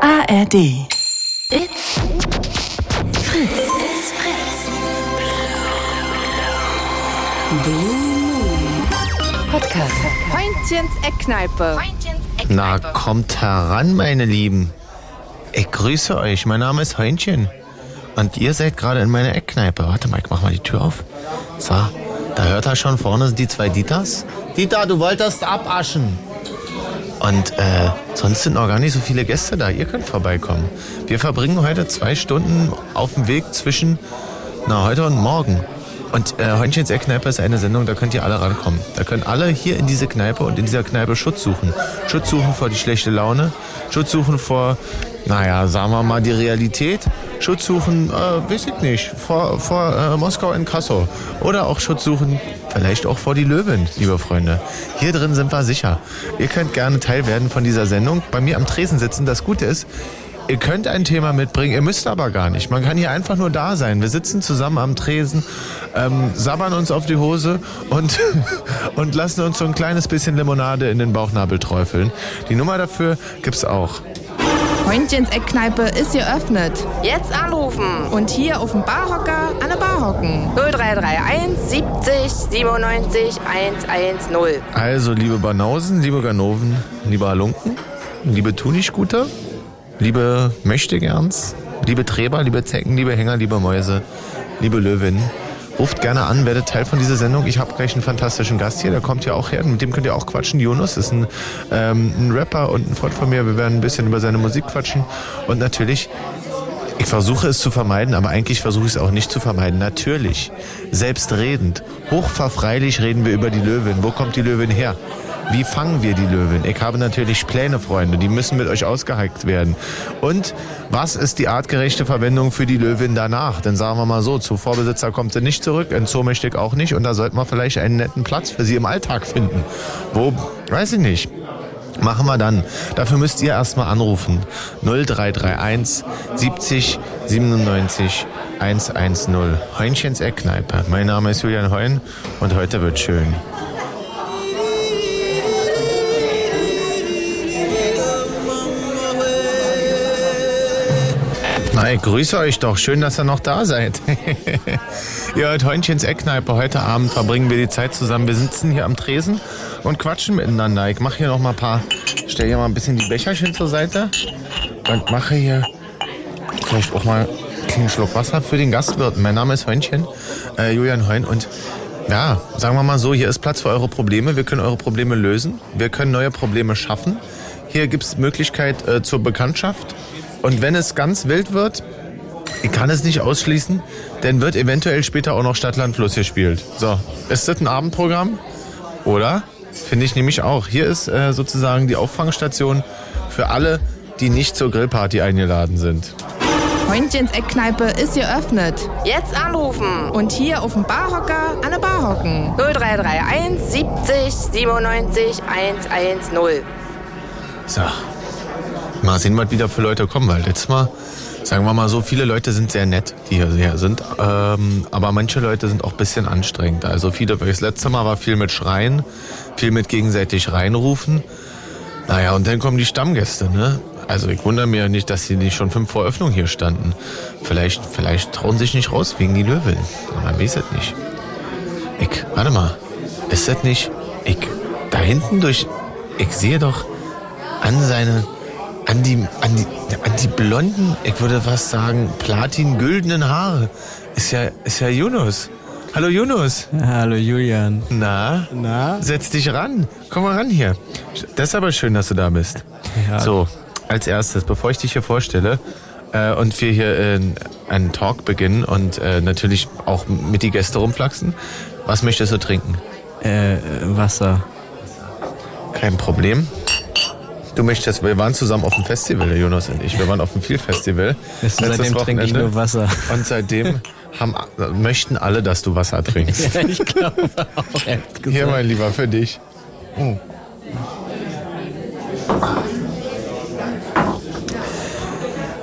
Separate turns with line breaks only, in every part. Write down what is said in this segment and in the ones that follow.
ARD.
It's Fritz. It's Fritz. Podcast.
Heintchens Eckkneipe.
Na, kommt heran, meine Lieben. Ich grüße euch. Mein Name ist Heinchen. Und ihr seid gerade in meiner Eckkneipe. Warte mal, ich mach mal die Tür auf. So, da hört er schon vorne die zwei Dieters. Dieter, du wolltest abaschen. Und äh, sonst sind noch gar nicht so viele Gäste da. Ihr könnt vorbeikommen. Wir verbringen heute zwei Stunden auf dem Weg zwischen na, heute und morgen. Und äh, Heunchens Eckkneipe ist eine Sendung, da könnt ihr alle rankommen. Da können alle hier in diese Kneipe und in dieser Kneipe Schutz suchen. Schutz suchen vor die schlechte Laune, Schutz suchen vor, naja, sagen wir mal die Realität, Schutz suchen, äh, weiß ich nicht, vor, vor äh, Moskau in Kassel. Oder auch Schutz suchen, vielleicht auch vor die Löwen, liebe Freunde. Hier drin sind wir sicher. Ihr könnt gerne Teil werden von dieser Sendung. Bei mir am Tresen sitzen, das Gute ist, Ihr könnt ein Thema mitbringen, ihr müsst aber gar nicht. Man kann hier einfach nur da sein. Wir sitzen zusammen am Tresen, ähm, sabbern uns auf die Hose und, und lassen uns so ein kleines bisschen Limonade in den Bauchnabel träufeln. Die Nummer dafür gibt's auch.
Heintchens Eckkneipe ist geöffnet. Jetzt anrufen. Und hier auf dem Barhocker an der Bar hocken. 0331 70 97 110.
Also, liebe Banausen, liebe Ganoven, liebe Halunken, liebe Tunischguter, liebe Möchtegerns, liebe Treber, liebe Zecken, liebe Hänger, liebe Mäuse, liebe Löwin. Ruft gerne an, werdet Teil von dieser Sendung. Ich habe gleich einen fantastischen Gast hier, der kommt ja auch her, mit dem könnt ihr auch quatschen. Jonas ist ein, ähm, ein Rapper und ein Freund von mir. Wir werden ein bisschen über seine Musik quatschen. Und natürlich ich versuche es zu vermeiden, aber eigentlich versuche ich es auch nicht zu vermeiden. Natürlich, selbstredend, hochverfreilich reden wir über die Löwin. Wo kommt die Löwin her? Wie fangen wir die Löwin? Ich habe natürlich Pläne, Freunde, die müssen mit euch ausgehackt werden. Und was ist die artgerechte Verwendung für die Löwin danach? Denn sagen wir mal so, zu Vorbesitzer kommt sie nicht zurück, in Zoo möchte ich auch nicht und da sollte man vielleicht einen netten Platz für sie im Alltag finden. Wo, weiß ich nicht. Machen wir dann. Dafür müsst ihr erstmal anrufen. 0331 70 97 110. Heunchens Eckkneipe. Mein Name ist Julian Heun und heute wird schön. Na, ich grüße euch doch. Schön, dass ihr noch da seid. ihr hört Heunchens Eckkneipe. Heute Abend verbringen wir die Zeit zusammen. Wir sitzen hier am Tresen und quatschen miteinander. Ich mache hier noch mal ein paar, stelle hier mal ein bisschen die Becherchen zur Seite und mache hier vielleicht auch mal einen kleinen Schluck Wasser für den Gastwirt. Mein Name ist Heunchen, äh, Julian Heun und ja, sagen wir mal so, hier ist Platz für eure Probleme. Wir können eure Probleme lösen. Wir können neue Probleme schaffen. Hier gibt's Möglichkeit äh, zur Bekanntschaft. Und wenn es ganz wild wird, ich kann es nicht ausschließen, dann wird eventuell später auch noch Stadtlandfluss gespielt. So, ist das ein Abendprogramm? Oder? Finde ich nämlich auch. Hier ist äh, sozusagen die Auffangstation für alle, die nicht zur Grillparty eingeladen sind.
Heintchens Eckkneipe ist geöffnet. Jetzt anrufen. Und hier auf dem Barhocker an der Bar hocken. 0331 70 97 110.
So. Mal sehen, was wieder für Leute kommen, weil letztes Mal, sagen wir mal so, viele Leute sind sehr nett, die hier- hier sind. Ähm, aber manche Leute sind auch ein bisschen anstrengend. Also viele, das letzte Mal war viel mit Schreien, viel mit gegenseitig reinrufen. Naja, und dann kommen die Stammgäste, ne? Also ich wundere mich ja nicht, dass sie nicht schon fünf vor Öffnung hier standen. Vielleicht, vielleicht trauen sich nicht raus wegen die Löwen. Man weiß es nicht. Ich, warte mal. Ist das nicht? Ich, da hinten durch, ich sehe doch an seine, an die, an die, an die blonden, ich würde fast sagen, platin-güldenen Haare. Ist ja, ist ja Yunus. Hallo Yunus.
Hallo Julian.
Na?
Na?
Setz dich ran. Komm mal ran hier. Das ist aber schön, dass du da bist.
Ja.
So, als erstes, bevor ich dich hier vorstelle äh, und wir hier äh, einen Talk beginnen und äh, natürlich auch mit die Gäste rumflaxen, was möchtest du trinken?
Äh, Wasser.
Kein Problem. Du möchtest, wir waren zusammen auf dem Festival, der Jonas und ich. Wir waren auf dem Feel-Festival.
Ist-
Letztes
seitdem trinke ich
Wochenende.
nur Wasser.
Und seitdem haben, möchten alle, dass du Wasser trinkst.
ich glaube auch.
Hier, mein Lieber, für dich. Oh.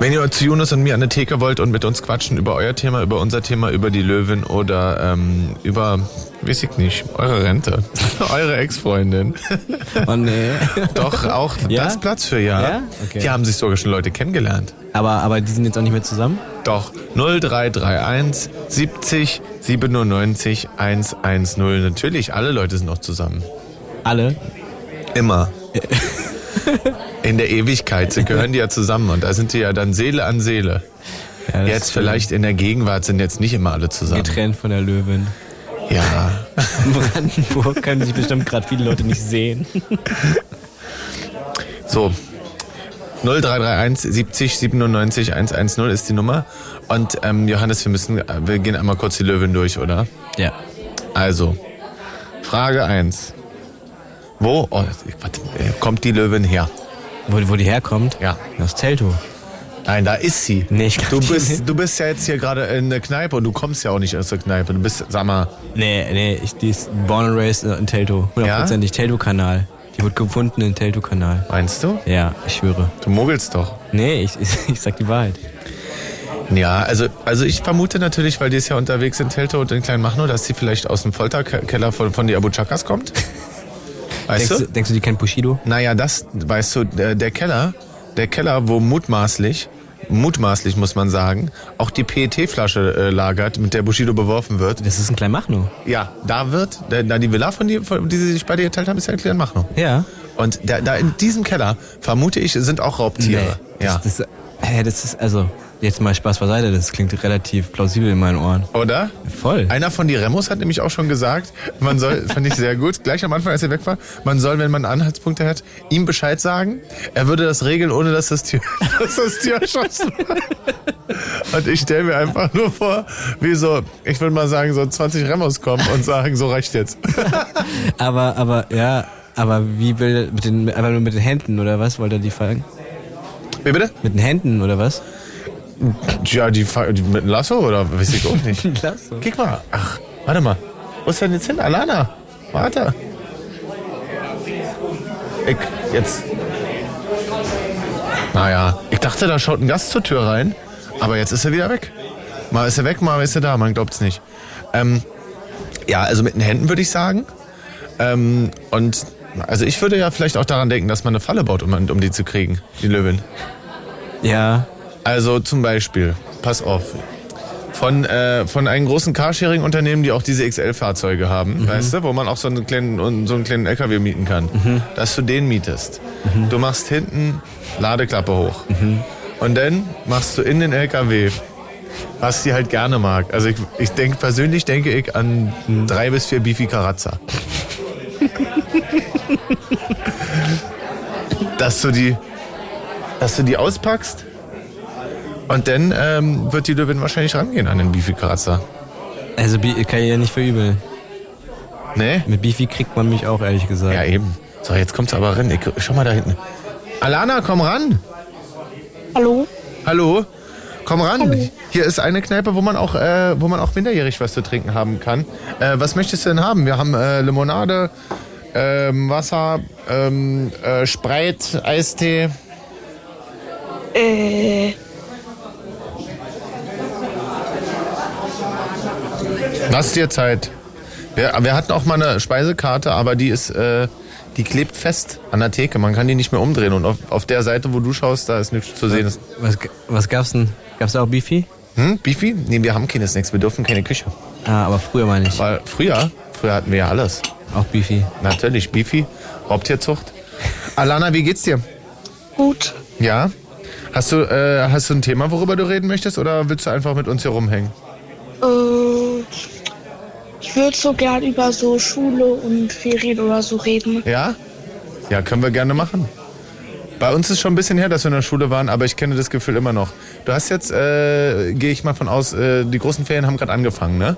Wenn ihr zu Jonas und mir an der Theke wollt und mit uns quatschen über euer Thema, über unser Thema, über die Löwin oder ähm, über Weiß ich nicht. Eure Rente. Eure Ex-Freundin.
Oh nee.
Doch, auch
Ja?
das Platz für ja.
Ja? Okay.
Hier haben sich sogar schon Leute kennengelernt.
Aber, aber die sind jetzt auch nicht mehr zusammen?
Doch, 0331 70 97 110. Natürlich, alle Leute sind noch zusammen.
Alle?
Immer. In der Ewigkeit. Sie gehören die ja zusammen und da sind sie ja dann Seele an Seele.
Ja, das
Jetzt
ist äh,
vielleicht in der Gegenwart sind jetzt nicht immer alle zusammen.
Getrennt von der Löwin.
Ja.
In Brandenburg können sich bestimmt gerade viele Leute nicht sehen.
So. 0331 70 97 110 ist die Nummer. Und ähm, Johannes, wir müssen, wir gehen einmal kurz die Löwen durch, oder?
Ja.
Also, Frage 1. Wo oh, warte, äh, kommt die Löwin her?
Wo, wo die herkommt?
Ja.
Aus Telto.
Nein, da ist sie.
Nee, ich glaub,
du,
die-
bist, du bist ja jetzt hier gerade in der Kneipe und du kommst ja auch nicht aus der Kneipe. Du bist, sag mal,
Nee, nee, ich, die ist born and raised in Telto. Hundertprozentig Telto-Kanal. Die wurde gefunden in Telto-Kanal.
meinst du?
Ja, ich schwöre.
Du mogelst doch.
Nee, ich, ich, ich sag die Wahrheit.
Ja, also, also ich vermute natürlich, weil die ist ja unterwegs in Teltow und in Kleinmachnow, dass sie vielleicht aus dem Folterkeller von, von die Abu Chakas kommt. Weißt
Denkst
du?
du, denkst du, die kennt Bushido?
Naja, das, weißt du, der, der Keller, der Keller, wo mutmaßlich, mutmaßlich muss man sagen, auch die PET-Flasche äh, lagert, mit der Bushido beworfen wird.
Das ist ein Kleinmachnow.
Ja, da wird, da- da die Villa, von die, von, die sie sich beide geteilt haben, ist ja in Kleinmachnow.
Ja.
Und da, da in diesem Keller, vermute ich, sind auch Raubtiere.
Nee,
ja.
Das, das, hä, das ist, also, jetzt mal Spaß beiseite, das klingt relativ plausibel in meinen Ohren.
Oder?
Voll.
Einer von die Remos hat nämlich auch schon gesagt, man soll, fand ich sehr gut, gleich am Anfang, als er weg war, man soll, wenn man Anhaltspunkte hat, ihm Bescheid sagen. Er würde das regeln, ohne dass das Tier, dass das Tier erschossen war. Und ich stelle mir einfach nur vor, wie so, ich würde mal sagen, so 20 Remos kommen und sagen, so reicht jetzt.
Aber, aber, ja, aber wie will, mit den, aber nur mit den Händen oder was wollte er die fangen?
Wie bitte?
Mit den Händen oder was?
Ja, die, Fa- die mit dem Lasso oder weiß ich auch nicht.
Lasso.
Guck mal, ach, warte mal. Wo ist denn jetzt hin? Alana, warte. Ich, jetzt. Naja, ich dachte, da schaut ein Gast zur Tür rein, aber jetzt ist er wieder weg. Mal ist er weg, mal ist er da, man glaubt's nicht. Ähm, ja, also mit den Händen würde ich sagen. Ähm, und also ich würde ja vielleicht auch daran denken, dass man eine Falle baut, um, um die zu kriegen, die Löwin.
Ja.
Also zum Beispiel, pass auf, von, äh, von einem großen Carsharing-Unternehmen, die auch diese XL-Fahrzeuge haben, weißt du, wo man auch so einen kleinen, so einen kleinen LKW mieten kann, dass du den mietest. Du machst hinten Ladeklappe hoch. Und dann machst du in den LKW, was sie halt gerne mag. Also ich, ich denk, persönlich denke ich an drei bis vier Bifi Karazza. dass du die, dass du die auspackst und dann ähm, wird die Löwin wahrscheinlich rangehen an den Bifi-Kratzer.
Also, Bi- kann ich ja nicht verübeln.
Ne?
Mit Bifi kriegt man mich auch, ehrlich gesagt.
Ja, eben. So, jetzt kommt's aber ran. Ich, schau mal da hinten. Alana, komm ran.
Hallo?
Hallo. Komm ran. Hier ist eine Kneipe, wo man auch, äh, wo man auch minderjährig was zu trinken haben kann. Äh, was möchtest du denn haben? Wir haben äh, Limonade, ähm, Wasser, ähm, äh, Spreit, Eistee.
Äh,
Lass dir Zeit. Wir, wir hatten auch mal eine Speisekarte, aber die ist, äh, die klebt fest an der Theke. Man kann die nicht mehr umdrehen. Und auf, auf der Seite, wo du schaust, da ist nichts zu sehen. Das-
Was, g- was gab's denn? Gab's da auch Bifi?
Hm, Beefy? Nee, wir haben keine Snacks. Wir dürfen keine Küche.
Ah, aber früher meine ich.
Weil früher, früher hatten wir ja alles.
Auch Bifi.
Natürlich, Beefy, Raubtierzucht. Alana, wie geht's dir?
gut.
Ja? Hast du, äh, hast du ein Thema, worüber du reden möchtest? Oder willst du einfach mit uns hier rumhängen?
Äh, ich würde so gern über so Schule und Ferien oder so reden.
Ja? Ja, können wir gerne machen. Bei uns ist schon ein bisschen her, dass wir in der Schule waren, aber ich kenne das Gefühl immer noch. Du hast jetzt, äh, gehe ich mal von aus, äh, die großen Ferien haben gerade angefangen, ne?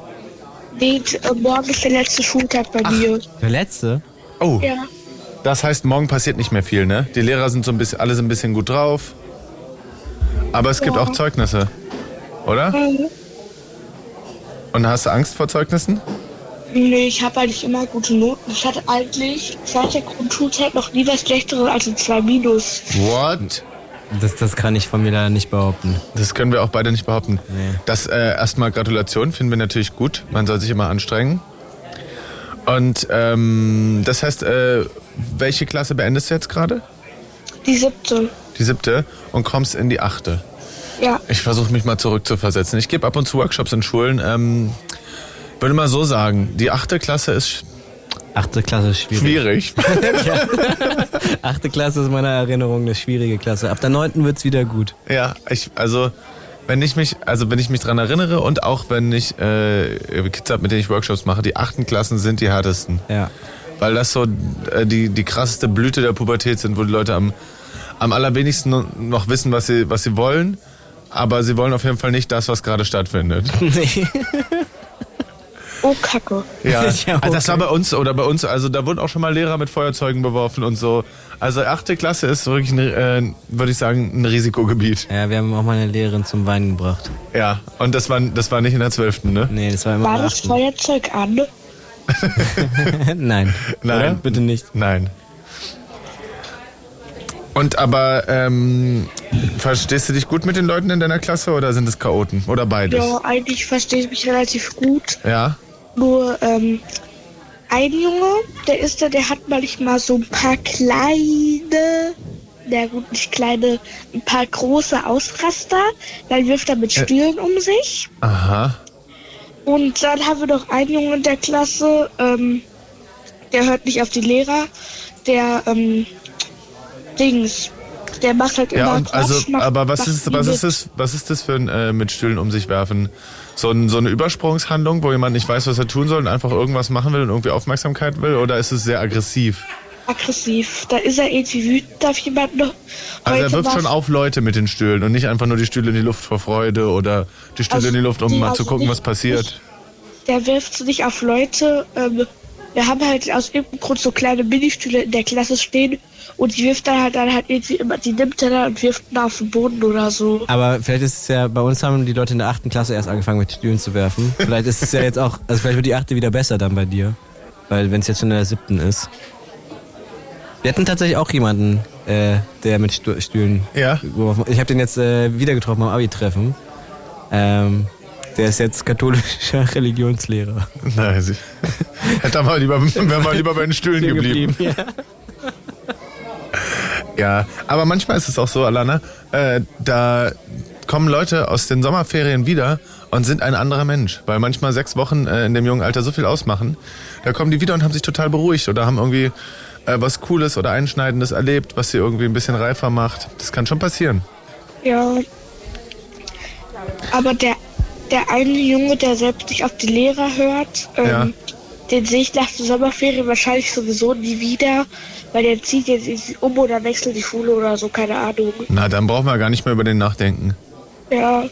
Nee, äh, morgen ist der letzte Schultag bei mir.
Der letzte?
Oh,
Ja.
das heißt, morgen passiert nicht mehr viel, ne? Die Lehrer sind so ein bisschen, alle sind ein bisschen gut drauf. Aber es gibt
Ja.
auch Zeugnisse, oder?
Äh,
Und hast du Angst vor Zeugnissen?
Nee, ich habe eigentlich immer gute Noten. Ich hatte eigentlich seit der Grundschulzeit noch nie was Schlechteres als ein 2 Minus.
What?
Das, das kann ich von mir leider nicht behaupten.
Das können wir auch beide nicht behaupten.
Nee.
Das äh, erstmal Gratulation, finden wir natürlich gut. Man soll sich immer anstrengen. Und ähm, das heißt, äh, welche Klasse beendest du jetzt gerade?
Die siebte.
Die siebte und kommst in die achte.
Ja.
Ich versuche mich mal zurückzuversetzen. Ich gebe ab und zu Workshops in Schulen. Ähm, würde mal so sagen, die achte Klasse ist
Achte Klasse ist schwierig.
schwierig.
Achte Klasse ist meiner Erinnerung eine schwierige Klasse. Ab der neunten wird's wieder gut.
Ja, ich, also wenn ich mich, also wenn ich mich dran erinnere und auch wenn ich äh, Kids habe, mit denen ich Workshops mache, die achten Klassen sind die härtesten.
Ja.
Weil das so äh, die, die krasseste Blüte der Pubertät sind, wo die Leute am, am allerwenigsten no- noch wissen, was sie, was sie wollen. Aber sie wollen auf jeden Fall nicht das, was gerade stattfindet.
Nee.
Oh, Kacke.
Ja,
Ja,
also das
okay.
war bei uns oder bei uns, also da wurden auch schon mal Lehrer mit Feuerzeugen beworfen und so. Also achte Klasse ist wirklich, ein, äh, würde ich sagen, ein Risikogebiet.
Ja, wir haben auch mal eine Lehrerin zum Weinen gebracht.
Ja, und das war, das war nicht in der zwölften, ne?
Nee, das war immer
War
in der
das Feuerzeug an?
achten. Nein.
Nein.
Oder? Bitte nicht.
Nein. Und aber ähm, verstehst du dich gut mit den Leuten in deiner Klasse oder sind es Chaoten? Oder beides?
Ja, eigentlich verstehe ich mich relativ gut.
Ja?
Nur ähm, ein Junge, der ist da, der hat manchmal so ein paar kleine, na gut, nicht kleine, ein paar große Ausraster. Dann wirft er mit
Äh.
Stühlen um sich.
Aha.
Und dann haben wir noch einen Jungen in der Klasse, ähm, der hört nicht auf die Lehrer, der ähm, Dings, der macht halt immer
Ja, und
Quatsch,
also,
macht-
aber was
macht
ist,
nie
was ist
mit.
das, was ist das für ein äh, mit Stühlen um sich werfen? So, ein, so eine Übersprungshandlung, wo jemand nicht weiß, was er tun soll und einfach irgendwas machen will und irgendwie Aufmerksamkeit will? Oder ist es sehr aggressiv?
aggressiv? Da ist er irgendwie wütend auf jemanden. Heute
Also er wirft
war-
schon auf Leute mit den Stühlen und nicht einfach nur die Stühle in die Luft vor Freude oder die Stühle
Also
in die Luft, um
die-
mal
also
zu gucken,
nicht-
was passiert.
nicht- Der wirft nicht auf Leute. Ähm, wir haben halt aus irgendeinem Grund so kleine Ministühle in der Klasse stehen und die wirft dann halt, dann halt irgendwie immer, die nimmt er dann halt und wirft ihn auf den Boden oder so.
Aber vielleicht ist es ja, bei uns haben die Leute in der achten Klasse erst angefangen mit Stühlen zu werfen. Vielleicht ist es ja jetzt auch, also vielleicht wird die achte wieder besser dann bei dir. Weil wenn es jetzt schon in der siebten ist. Wir hatten tatsächlich auch jemanden, äh, der mit Stu- Stühlen
Ja.
geworfen Ich habe den jetzt äh, wieder getroffen beim Abi-Treffen. Ähm, der ist jetzt katholischer Religionslehrer.
Nein, sie, hätte er mal lieber, wäre mal lieber bei den Stühlen geblieben.
Ja.
Ja, aber manchmal ist es auch so, Alana, äh, da kommen Leute aus den Sommerferien wieder und sind ein anderer Mensch, weil manchmal sechs Wochen äh, in dem jungen Alter so viel ausmachen. Da kommen die wieder und haben sich total beruhigt oder haben irgendwie äh, was Cooles oder Einschneidendes erlebt, was sie irgendwie ein bisschen reifer macht. Das kann schon passieren.
Ja. Aber der, der eine Junge, der selbst nicht auf die Lehrer hört, ähm,
Ja.
den sehe ich nach der Sommerferien wahrscheinlich sowieso nie wieder, weil der zieht jetzt irgendwie um oder wechselt die Schule oder so, keine Ahnung.
Na, dann brauchen wir gar nicht mehr über den nachdenken.
Ja, äh,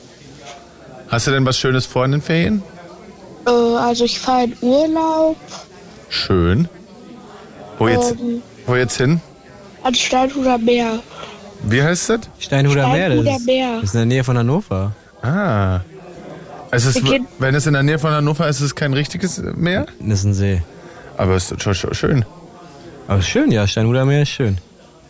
Hast du denn was Schönes vor in den Ferien?
also ich fahre in Urlaub
Schön. Wo Oh, jetzt,
Ähm.
wo jetzt hin?
an Steinhuder Meer.
Wie heißt das?
Steinhuder Meer, das
Steinhuder
ist,
Meer.
das ist in der Nähe von Hannover.
Ah. Es ist,
Wir gehen-
wenn es in der Nähe von Hannover ist, ist es kein richtiges Meer,
Das ist ein See.
aber es ist schon schon schön.
Aber schön, ja, Steinhuder Meer ist schön.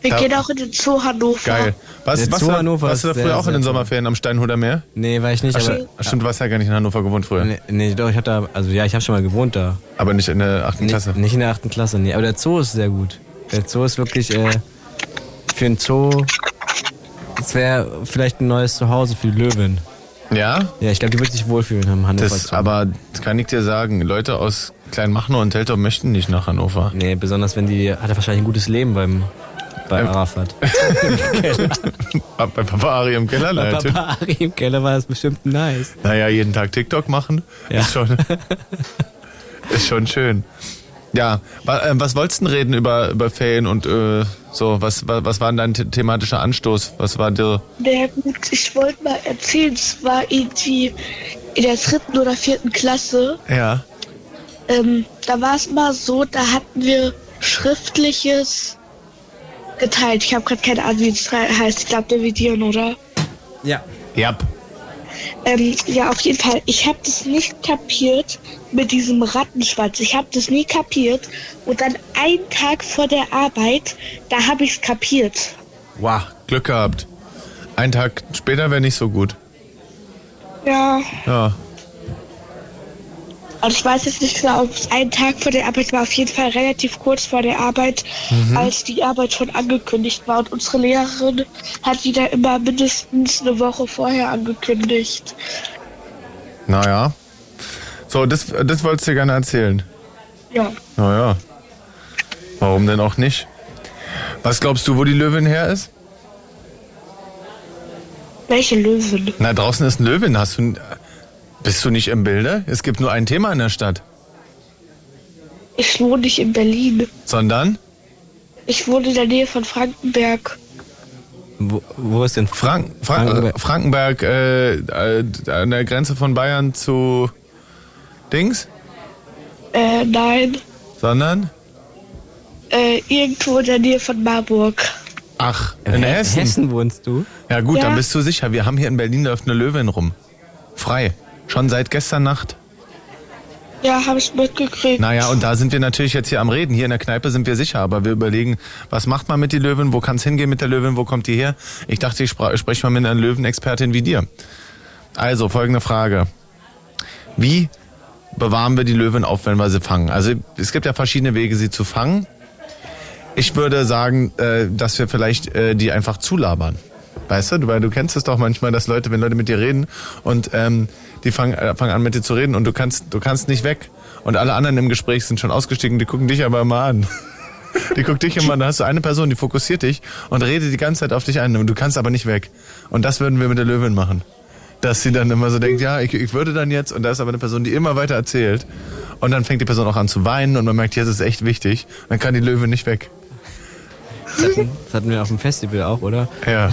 Wir
Da-
gehen auch in den Zoo Hannover.
Geil. Was,
Der
was,
Zoo
war-
Hannover
warst du da
ist
früher
sehr,
auch in den
sehr
Sommerferien am Steinhuder Meer?
Nee, war ich nicht,
Ach,
aber.
stimmt, stimmt, du warst ja gar nicht in Hannover gewohnt früher.
Nee, nee, doch, ich hab da, also ja, ich habe schon mal gewohnt da.
Aber nicht in der 8.
Nee,
Klasse.
Nicht in der achten Klasse, nee. Aber der Zoo ist sehr gut. Der Zoo ist wirklich äh, für einen Zoo. Es wäre vielleicht ein neues Zuhause für die Löwin.
Ja?
Ja, ich glaube, die wird sich wohlfühlen am Hannover
Das,
Zoo.
aber das kann ich dir sagen, Leute aus Kleinmachnow und Teltow möchten nicht nach Hannover.
Nee, besonders wenn die hat er wahrscheinlich ein gutes Leben beim bei
Ähm.
Arafat.
Ab Bei Papa Ari im Keller,
Bei
Leute.
Papa Ari im Keller war das bestimmt nice.
Naja, jeden Tag TikTok machen.
Ja.
Ist, schon, ist schon schön. Ja, wa- äh, was wolltest du denn reden über, über Ferien und äh, so? Was, was, was war denn dein the- thematischer Anstoß? Was war dir.
Na gut, ich wollte mal erzählen, es war irgendwie in der dritten oder vierten Klasse.
Ja.
Ähm, da war es mal so, da hatten wir schriftliches geteilt. Ich habe gerade keine Ahnung, wie es drei- heißt. Ich glaube, dividieren, oder?
Ja.
Ja.
Ähm, ja, auf jeden Fall. Ich habe das nicht kapiert mit diesem Rattenschwanz. Ich habe das nie kapiert. Und dann einen Tag vor der Arbeit, da habe ich es kapiert.
Wow, Glück gehabt. Ein Tag später wäre nicht so gut.
Ja,
Ja.
Und ich weiß jetzt nicht genau, ob es einen Tag vor der Arbeit war, auf jeden Fall relativ kurz vor der Arbeit, als die Arbeit schon angekündigt war. Und unsere Lehrerin hat die da immer mindestens eine Woche vorher angekündigt.
Naja. So, das, das wolltest du gerne erzählen.
Ja.
Naja. Warum denn auch nicht? Was glaubst du, wo die Löwin her ist?
Welche Löwen?
Na, draußen ist ein Löwin. Hast du, bist du nicht im Bilde? Es gibt nur ein Thema in der Stadt.
Ich wohne nicht in Berlin.
Sondern
Ich wohne in der Nähe von Frankenberg.
Wo, wo ist denn
Frank, Frank,
Frankenberg.
Frankenberg, Frankenberg äh, äh, an der Grenze von Bayern zu Dings.
Äh, nein.
Sondern,
Äh, irgendwo in der Nähe von Marburg.
ach, in Hessen.
Hessen wohnst du?
Ja gut,
Ja.
dann bist du sicher. Wir haben hier in Berlin, läuft eine Löwin rum. Frei. Schon seit gestern Nacht.
Ja, habe ich mitgekriegt.
Naja, und da sind wir natürlich jetzt hier am Reden. Hier in der Kneipe sind wir sicher, aber wir überlegen, was macht man mit die Löwin, wo kann es hingehen mit der Löwin, wo kommt die her? Ich dachte, ich spra- spreche mal mit einer Löwenexpertin wie dir. Also, folgende Frage. Wie bewahren wir die Löwin auf, wenn wir sie fangen? Also, es gibt ja verschiedene Wege, sie zu fangen. Ich würde sagen, äh, dass wir vielleicht äh, die einfach zulabern. Weißt du, weil du kennst es doch manchmal, dass Leute, wenn Leute mit dir reden und ähm, die fangen äh, fangen an mit dir zu reden und du kannst, du kannst nicht weg. Und alle anderen im Gespräch sind schon ausgestiegen, die gucken dich aber immer an. Die guckt dich immer an, da hast du eine Person, die fokussiert dich und redet die ganze Zeit auf dich ein und du kannst aber nicht weg. Und das würden wir mit der Löwin machen. Dass sie dann immer so denkt, ja, ich, ich würde dann jetzt und da ist aber eine Person, die immer weiter erzählt. Und dann fängt die Person auch an zu weinen und man merkt, jetzt ist es echt wichtig. Dann kann die Löwe nicht weg.
Das hatten, das hatten wir auf dem Festival auch, oder?
Ja.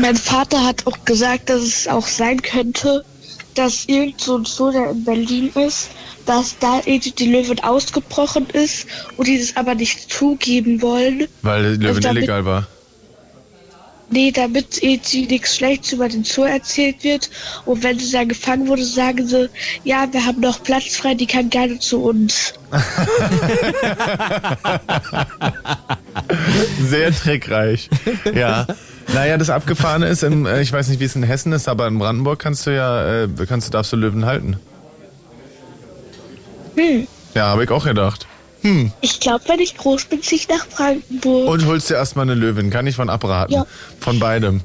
Mein Vater hat auch gesagt, dass es auch sein könnte, dass irgend so ein Zoo, der in Berlin ist, dass da irgendwie die Löwin ausgebrochen ist und die das aber nicht zugeben wollen.
Weil die
Also
Löwin
damit-
illegal war.
Nee, damit irgendwie nichts Schlechtes über den Zoo erzählt wird. Und wenn sie dann gefangen wurde, sagen sie, ja, wir haben noch Platz frei, die kann gerne zu uns.
Sehr trickreich. ja. Naja, das Abgefahrene ist, im, äh, ich weiß nicht, wie es in Hessen ist, aber in Brandenburg kannst du ja, äh, kannst du, darfst du Löwen halten.
Hm.
Ja, habe ich auch gedacht.
Ich glaube, wenn ich groß bin, ziehe ich nach Brandenburg.
Und holst dir erstmal eine Löwin, kann ich von abraten.
Ja.
Von beidem.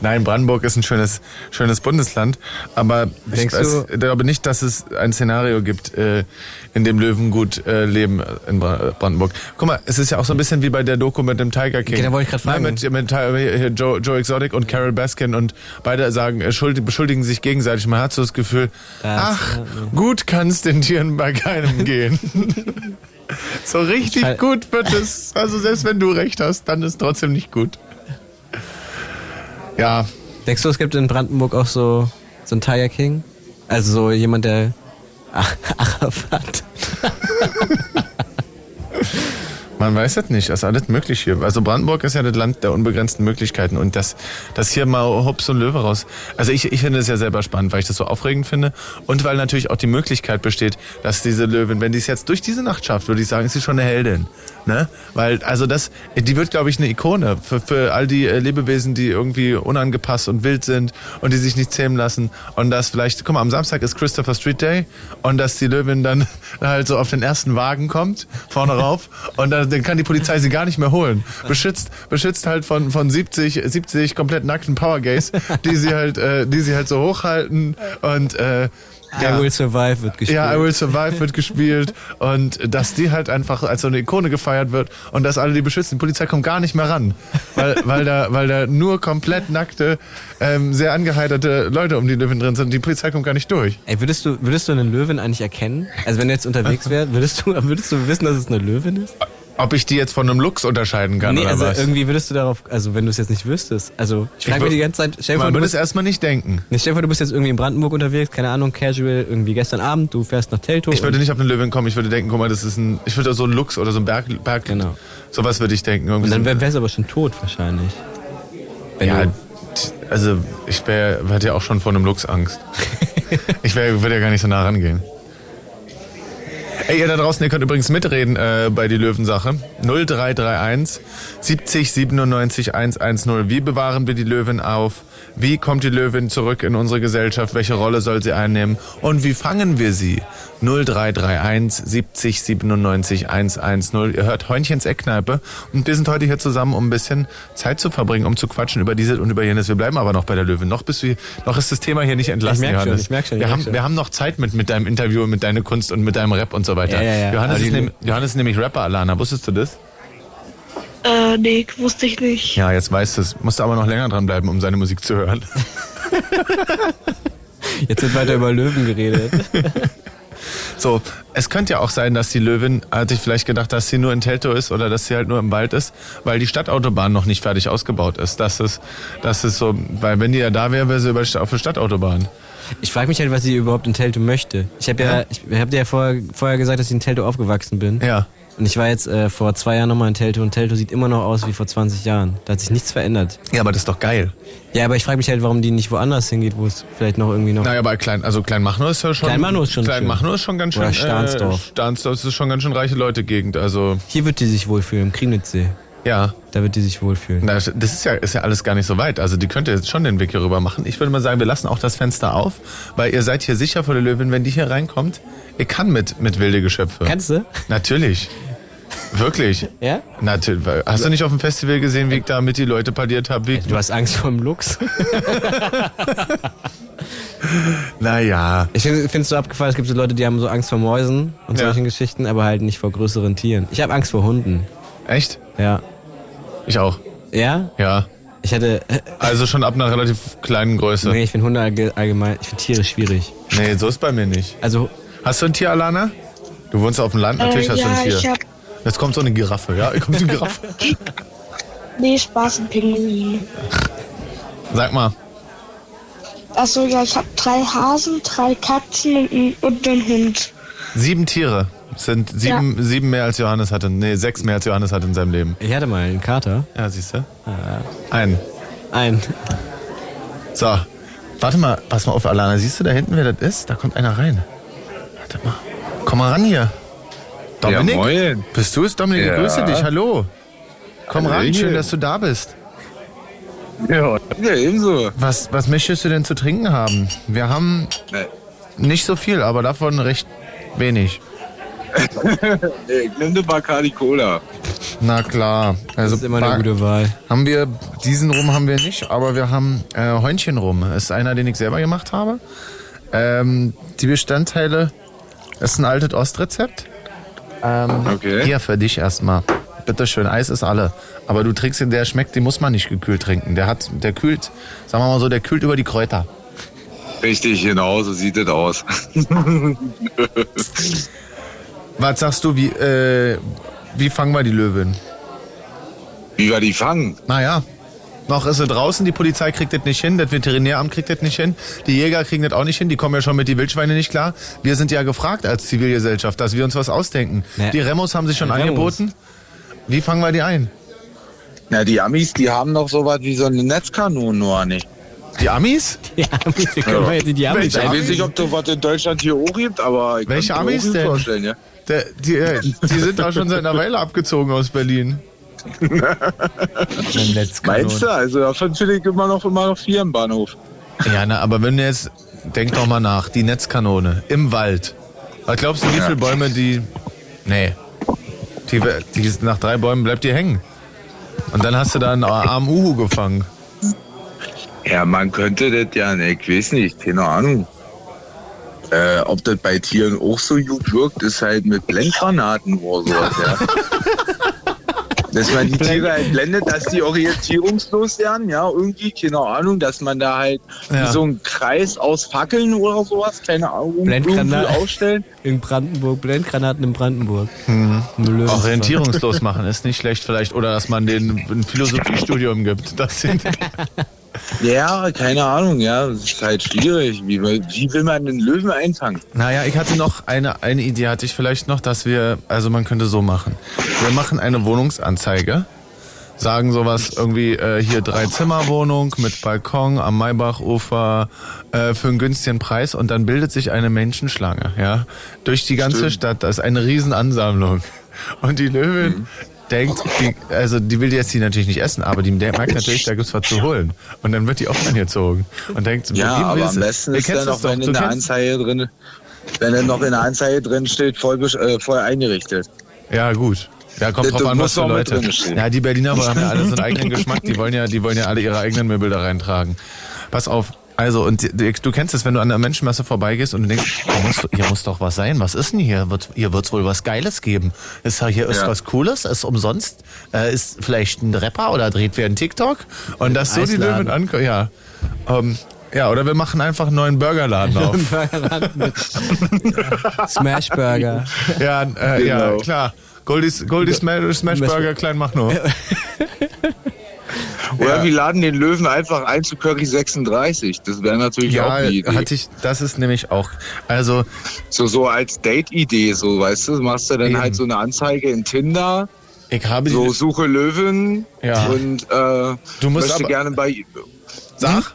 Nein, Brandenburg ist ein schönes, schönes Bundesland, aber ich,
Denkst
weiß, ich glaube nicht, dass es ein Szenario gibt, äh, in dem Löwen gut äh, leben in Bra- Brandenburg. Guck mal, es ist ja auch so ein bisschen wie bei der Doku mit dem Tiger King.
Genau, wollte ich grad fragen.
Nein, Mit, mit Ti- hier Joe, Joe Exotic und Carol Baskin und beide sagen, äh, schuld, beschuldigen sich gegenseitig. Man hat so das Gefühl,
Das,
ach,
ja, ja.
gut kann es den Tieren bei keinem gehen. So richtig
Fall-
gut wird es. Also selbst wenn du recht hast, dann ist trotzdem nicht gut. Ja,
Denkst du, es gibt in Brandenburg auch so, so einen Tiger King? Also so jemand, der Ach- Arafat.
man weiß das nicht. Das ist alles möglich hier. Also Brandenburg ist ja das Land der unbegrenzten Möglichkeiten. Und das, das hier mal Hops und Löwe raus. Also ich, ich finde es ja selber spannend, weil ich das so aufregend finde. Und weil natürlich auch die Möglichkeit besteht, dass diese Löwin, wenn die es jetzt durch diese Nacht schafft, würde ich sagen, ist sie schon eine Heldin. Ne? Weil, also das, die wird, glaube ich, eine Ikone für, für all die äh, Lebewesen, die irgendwie unangepasst und wild sind und die sich nicht zähmen lassen. Und dass vielleicht, guck mal, am Samstag ist Christopher Street Day und dass die Löwin dann halt so auf den ersten Wagen kommt, vorne rauf, und dann, dann kann die Polizei sie gar nicht mehr holen. Beschützt, beschützt halt von, von 70, 70 komplett nackten Powergays, die sie halt, äh, die sie halt so hochhalten und, äh,
I Will Survive wird gespielt.
ja, I Will Survive wird gespielt und dass die halt einfach als so eine Ikone gefeiert wird und dass alle die beschützen. Die Polizei kommt gar nicht mehr ran, weil, weil, da, weil da nur komplett nackte, ähm, sehr angeheiterte Leute um die Löwen drin sind. Die Polizei kommt gar nicht durch.
Ey, würdest du, würdest du einen Löwen eigentlich erkennen? Also wenn du jetzt unterwegs wärst, würdest du, würdest du wissen, dass es eine Löwin ist?
Ob ich die jetzt von einem Lux unterscheiden kann
nee,
oder
also
was?
irgendwie würdest du darauf, also wenn du es jetzt nicht wüsstest. Also ich
Ich
frage
wür-
mich die ganze Zeit, stell dir vor,
Man
du
würde es
bist,
erstmal nicht denken.
nee, stell dir vor, du bist jetzt irgendwie in Brandenburg unterwegs, keine Ahnung, casual, irgendwie gestern Abend, du fährst nach Teltow.
Ich würde nicht auf eine Löwin kommen, ich würde denken, guck mal, das ist ein, ich würde so ein Lux oder so ein Berg, Berg
Genau.
sowas würde ich denken. Irgendwie
und dann
so-
wär, wärst du aber schon tot wahrscheinlich. Wenn
Ja,
du,
t- also ich wär, hatte ja auch schon vor einem Lux Angst. ich wär, würde ja gar nicht so nah rangehen. Ey, ihr da draußen, ihr könnt übrigens mitreden äh, bei die Löwensache. 0331 70 97 110. Wie bewahren wir die Löwen auf, Wie kommt die Löwin zurück in unsere Gesellschaft? Welche Rolle soll sie einnehmen? Und wie fangen wir sie? 0331 70 97 110. Ihr hört Heunchens Eckkneipe. Und wir sind heute hier zusammen, um ein bisschen Zeit zu verbringen, um zu quatschen über dieses und über jenes. Wir bleiben aber noch bei der Löwin. Noch, bist du, noch ist das Thema hier nicht entlassen,
Ich merk schon,
Johannes.
ich merk schon, ich
wir,
merk
haben,
schon.
wir haben noch Zeit mit, mit deinem Interview, und mit deiner Kunst und mit deinem Rap und so weiter.
Ja, ja, ja.
Johannes,
Aber
ist
die-
nehm, Johannes ist nämlich Rapper, Alana. Wusstest du das?
Äh, nee, wusste ich nicht.
Ja, jetzt weißt du es. Musst aber noch länger dranbleiben, um seine Musik zu hören.
Jetzt wird weiter über Löwen geredet.
So, es könnte ja auch sein, dass die Löwin, hatte ich vielleicht gedacht, dass sie nur in Teltow ist oder dass sie halt nur im Wald ist, weil die Stadtautobahn noch nicht fertig ausgebaut ist. Das ist, das ist so, weil wenn die ja da wäre, wäre sie über, auf der Stadtautobahn.
Ich frage mich halt, was sie überhaupt in Telto möchte. Ich habe ja, ich hab dir ja vorher, vorher gesagt, dass ich in Telto aufgewachsen bin.
Ja.
Und ich war jetzt äh, vor zwei Jahren nochmal in Telto und Telto sieht immer noch aus wie vor 20 Jahren. Da hat sich nichts verändert.
Ja, aber das ist doch geil.
Ja, aber ich frage mich halt, warum die nicht woanders hingeht, wo es vielleicht noch irgendwie noch.
Naja, aber Klein, also Kleinmachnow ist ja schon.
Kleinmachnow ist schon
Kleinmachnow ist schon ganz schön.
Oder Stahnsdorf.
Äh, Stahnsdorf ist schon ganz schön reiche Leute-Gegend. Also,
Hier wird die sich wohlfühlen, im Kriemnitzsee.
ja.
Da wird die sich wohlfühlen.
Na, Das ist ja, ist ja alles gar nicht so weit. Also die könnte jetzt schon den Weg hier rüber machen. Ich würde mal sagen, wir lassen auch das Fenster auf, weil ihr seid hier sicher vor der Löwin, wenn die hier reinkommt. Ihr kann mit, mit wilde Geschöpfe.
Kannst du?
Natürlich. Wirklich.
Ja?
Natürlich. Hast du nicht auf dem Festival gesehen, wie ich da mit die Leute parliert habe? Wie,
Du hast Angst vor dem Lux?
naja.
Ich finde es so abgefallen, es gibt so Leute, die haben so Angst vor Mäusen und
Ja.
solchen Geschichten, aber halt nicht vor größeren Tieren. Ich habe Angst vor Hunden.
Echt?
Ja.
Ich auch.
Ja?
Ja.
Ich hatte.
Also schon ab einer relativ kleinen Größe.
Nee,
Nee,
ich finde Hunde allge- allgemein. Ich finde Tiere schwierig.
so ist bei mir nicht.
Also,
Hast du ein Tier, Alana? Du wohnst auf dem Land, natürlich
äh,
hast
ja,
du ein Tier.
ich hab.
Jetzt kommt so eine Giraffe, ja? Hier Kommt eine Giraffe.
Nee, Spaß, ein Pinguin.
Sag mal.
Achso, ja, ich hab drei Hasen, drei Katzen und, n- und einen Hund.
Sieben Tiere. Es sind sieben, sieben mehr als Johannes hatte. Nee, sechs mehr als Johannes hatte in seinem Leben.
ich hatte mal einen Kater.
Ja, siehst du? Einen.
Ein.
So. Warte mal, pass mal auf, Alana. Siehst du da hinten, wer das ist? Da kommt einer rein. Warte mal. Komm mal ran hier. Dominik?
Ja, moin.
bist du es, Dominik? Ich
Ja.
grüße dich. Hallo. Komm ran,
Hallöchen.
schön, dass du da bist.
Ja, ja ebenso.
Was, was möchtest du denn zu trinken haben? Wir haben
Nee.
nicht so viel, aber davon recht wenig.
Nee, Ich nehme eine Bacardi Cola.
Na klar.
Das
Also
ist immer eine
Bar-
gute Wahl.
Haben wir, diesen Rum haben wir nicht, aber wir haben äh, Häunchenrum. Ist einer, den ich selber gemacht habe. Ähm, die Bestandteile, ist ein altes Ostrezept. Ähm,
Okay.
Hier für dich erstmal. Bitteschön, Eis ist alle. Aber du trinkst den, der schmeckt, den muss man nicht gekühlt trinken. Der hat, der kühlt, sagen wir mal so, der kühlt über die Kräuter.
Richtig, genau, so sieht es aus.
Was sagst du, wie, äh, wie fangen wir die Löwin?
Wie wir die fangen?
Naja, noch ist sie draußen, die Polizei kriegt das nicht hin, das Veterinäramt kriegt das nicht hin, die Jäger kriegen das auch nicht hin, die kommen ja schon mit die Wildschweine nicht klar. Wir sind ja gefragt als Zivilgesellschaft, dass wir uns was ausdenken.
Nee.
Die Remos haben sich schon
Remos.
angeboten. Wie fangen wir die ein?
Na, die Amis, die haben noch so was wie so eine Netzkanone, nur nicht.
Die Amis?
Ja, wir können wir jetzt in die Amis
Welche
Ich
ein.
weiß nicht, ob du was in Deutschland hier auch gibt, aber ich
Welche
kann mir
Amis
auch gut
denn?
vorstellen, ja.
Der, die, äh, die sind auch schon seit einer Weile abgezogen aus Berlin.
Meinst du? Also davon finde ich immer noch, immer noch vier im Bahnhof.
Ja, na, aber wenn du jetzt, denk doch mal nach, die Netzkanone im Wald. Was glaubst du, wie
Ja.
viele Bäume die. Nee. Die, die, nach drei Bäumen bleibt die hängen. Und dann hast du da einen armen Uhu gefangen.
Ja, man könnte das ja, ne, ich weiß nicht, keine Ahnung. Äh, ob das bei Tieren auch so gut wirkt, ist halt mit Blendgranaten oder sowas, ja. Dass man die Tiere halt blendet, dass die orientierungslos werden, ja, irgendwie, keine Ahnung, dass man da halt
Ja.
wie so einen Kreis aus Fackeln oder sowas, keine Ahnung, irgendwie
Blendgranat-
aufstellen.
In Brandenburg, Blendgranaten in Brandenburg. Eine Löwe.
Orientierungslos machen ist nicht schlecht, vielleicht. Oder dass man denen ein Philosophiestudium gibt. Das sind,
Ja, keine Ahnung, ja, das ist halt schwierig. Wie, wie will man den Löwen einfangen?
Naja, ich hatte noch eine, eine Idee, hatte ich vielleicht noch, dass wir, also man könnte so machen. Wir machen eine Wohnungsanzeige, sagen sowas irgendwie, äh, hier Drei-Zimmer-Wohnung mit Balkon am Maybachufer äh, für einen günstigen Preis und dann bildet sich eine
Mhm.
Menschenschlange, ja. Durch die ganze Stadt, das ist eine Riesenansammlung. Und die Löwin denkt, die, also die will jetzt die natürlich nicht essen, aber die merkt natürlich, da gibt's was zu holen. Und dann wird die auch angezogen und denkt,
Ja,
Berlin, wie
aber am
es?
besten
Ihr
ist
kennt
dann
das
auch, wenn
doch,
in
du
der
kennst-
Anzeige drin, wenn dann noch in der Anzeige drin steht, voll, besch- äh, voll eingerichtet.
Ja, gut. Da kommt
Das
drauf an,
muss
was für
doch mit
Leute.
drinstehen.
Ja, die Berliner wollen- haben ja alle so einen eigenen Geschmack. Die wollen ja, die wollen ja alle ihre eigenen Möbel da reintragen. Pass auf. Also, und die- du kennst es, wenn du an der Menschenmasse vorbeigehst und du denkst, hier muss, hier muss doch was sein. Was ist denn hier? Wird, hier wird's wohl was Geiles geben. Ist ja hier ist
Ja.
was Cooles, ist umsonst, äh, ist vielleicht ein Rapper oder dreht wer einen TikTok. Und dass so die
Eisladen.
Löwen ankommen, ja. Ähm, ja, oder wir machen einfach einen neuen Burgerladen auf.
Smashburger.
Ja, äh, ja
Genau.
klar. Goldies, Goldies Smash, Smash Burger klein mach nur.
Oder
Ja.
wir laden den Löwen einfach ein zu Curry 36. Das wäre natürlich auch eine Idee.
hatte ich, das ist nämlich auch. Also,
so, so als Date-Idee, so, weißt du, machst du dann
Eben.
halt so eine Anzeige in Tinder,
ich habe
so
die. Hm?
suche Löwen
Ja.
und äh,
Du musst
möchte
aber-
gerne bei
Sag?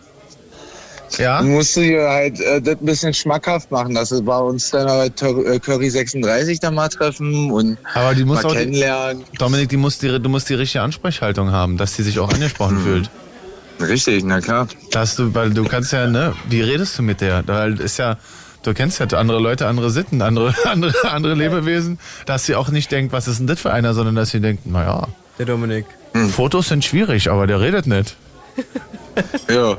Ja?
musst du hier halt äh, das ein bisschen schmackhaft machen, dass wir bei uns dann bei Tör- äh, Curry 36 dann mal treffen und
Aber die muss
mal
auch. Die,
kennenlernen.
Dominik, die muss die, du musst die richtige Ansprechhaltung haben, dass die sich auch angesprochen
Hm.
fühlt.
Richtig, na klar.
Dass du, weil du kannst ja, ne, wie redest du mit der? Weil ist ja. Du kennst ja andere Leute, andere Sitten, andere, andere, andere Lebewesen, dass sie auch nicht denkt, was ist denn das für einer, sondern dass sie denkt, naja,
Der Dominik.
Hm.
Fotos sind schwierig, aber der redet nicht.
Ja.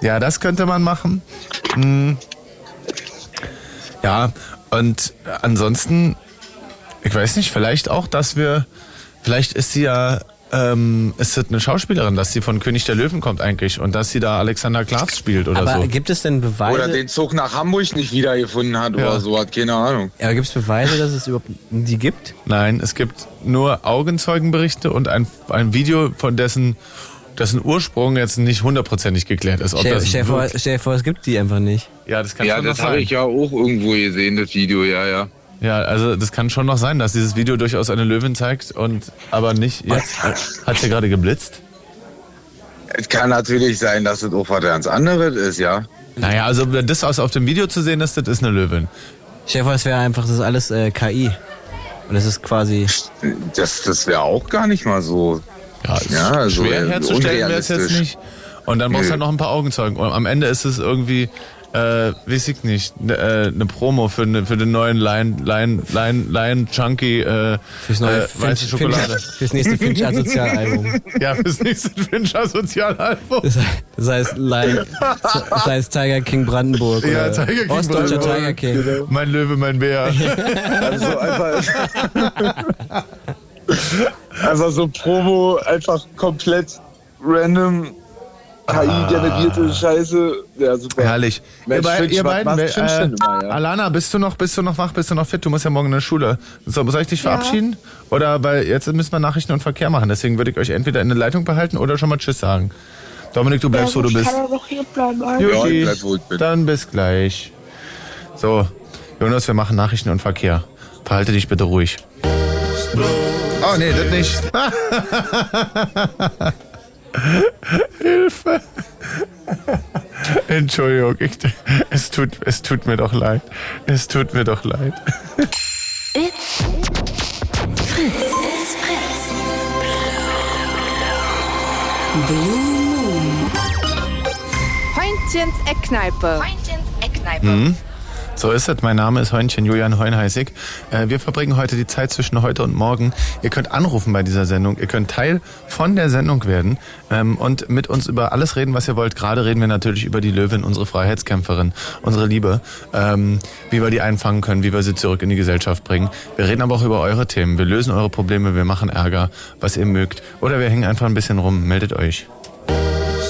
Ja, das könnte man machen. Hm. Ja, und ansonsten, ich weiß nicht, vielleicht auch, dass wir, vielleicht ist sie ja, ähm, ist das eine Schauspielerin, dass sie von König der Löwen kommt eigentlich und dass sie da Alexander Klaas spielt oder
Aber
so.
gibt es denn
Oder
Beweise?
den Zug nach Hamburg nicht wiedergefunden hat
Ja.
oder so hat, keine Ahnung.
Aber gibt es Beweise, dass es überhaupt die gibt?
Nein, es gibt nur Augenzeugenberichte und ein, ein Video, von dessen, dessen Ursprung jetzt nicht hundertprozentig geklärt ist. Ob
Stell,
das
stell, vor,
wirklich-
stell vor, es gibt die einfach nicht.
ja, das kann
ja,
schon
das
noch
habe
sein.
ich ja auch irgendwo gesehen, das Video, ja, ja.
Ja, also das kann schon noch sein, dass dieses Video durchaus eine Löwin zeigt und aber nicht jetzt. Hat sie gerade geblitzt?
Es kann natürlich sein, dass das auch was ganz anderes ist, ja.
Naja, also wenn das aus auf dem Video zu sehen ist, das ist eine Löwin.
Stell dir vor, es wäre einfach, das ist alles äh, KI. Und es ist quasi.
Das, das wäre auch gar nicht mal so.
Ja, ist
Ja, also,
schwer
äh,
herzustellen wäre es jetzt
unrealistisch.
nicht. Und dann brauchst du
Nö.
halt noch ein paar Augenzeugen. Und am Ende ist es irgendwie, äh, weiß ich nicht, ne, äh, eine Promo für, ne, für den neuen Lion, Lion, Lion, Lion Chunky äh,
Fürs neue
äh, weiße
Finch- Finch-
Schokolade.
Fürs nächste Finch Asozialalbum.
Ja, fürs nächste Fincher Sozialalbum.
Das, he- das heißt, Lion, das heißt Tiger King Brandenburg.
Ja,
oder
Tiger King
Ostdeutscher
Brandenburg.
Tiger King.
Mein Löwe, mein Bär.
Also einfach. einfach Also so Promo, einfach komplett random KI-generierte Scheiße. Ja, super.
Ah. Herrlich.
Mensch,
ihr, bei,
Finch,
ihr
was
beiden,
macht
äh,
Finch denn immer, ja?
Alana, bist du noch, bist du noch wach, bist du noch fit? Du musst ja morgen in der Schule. So, soll ich dich verabschieden? Oder weil jetzt müssen wir Nachrichten und Verkehr machen. Deswegen würde ich euch entweder in der Leitung behalten oder schon mal Tschüss sagen. Dominik, du bleibst, wo du
ich
bist.
kann ja noch hier bleiben. also.
Ja,
Juti,
ich bleib, wo ich bin.
dann bis gleich. So, Jonas, wir machen Nachrichten und Verkehr. Verhalte dich bitte ruhig. Oh nee, das nicht. Hilfe. Entschuldigung, ich, es, tut, es tut mir doch leid. Es tut mir doch leid.
It's Fritz. It's Fritz. Blue Moon.
Heintchens Eckkneipe.
Freundins Eckkneipe.
So ist es. Mein Name ist Heunchen Julian Heun heiß ich. Äh, Wir verbringen heute die Zeit zwischen heute und morgen. Ihr könnt anrufen bei dieser Sendung. Ihr könnt Teil von der Sendung werden ähm, und mit uns über alles reden, was ihr wollt. Gerade reden wir natürlich über die Löwin, unsere Freiheitskämpferin, unsere Liebe, ähm, wie wir die einfangen können, wie wir sie zurück in die Gesellschaft bringen. Wir reden aber auch über eure Themen. Wir lösen eure Probleme, wir machen Ärger, was ihr mögt. Oder wir hängen einfach ein bisschen rum. Meldet euch.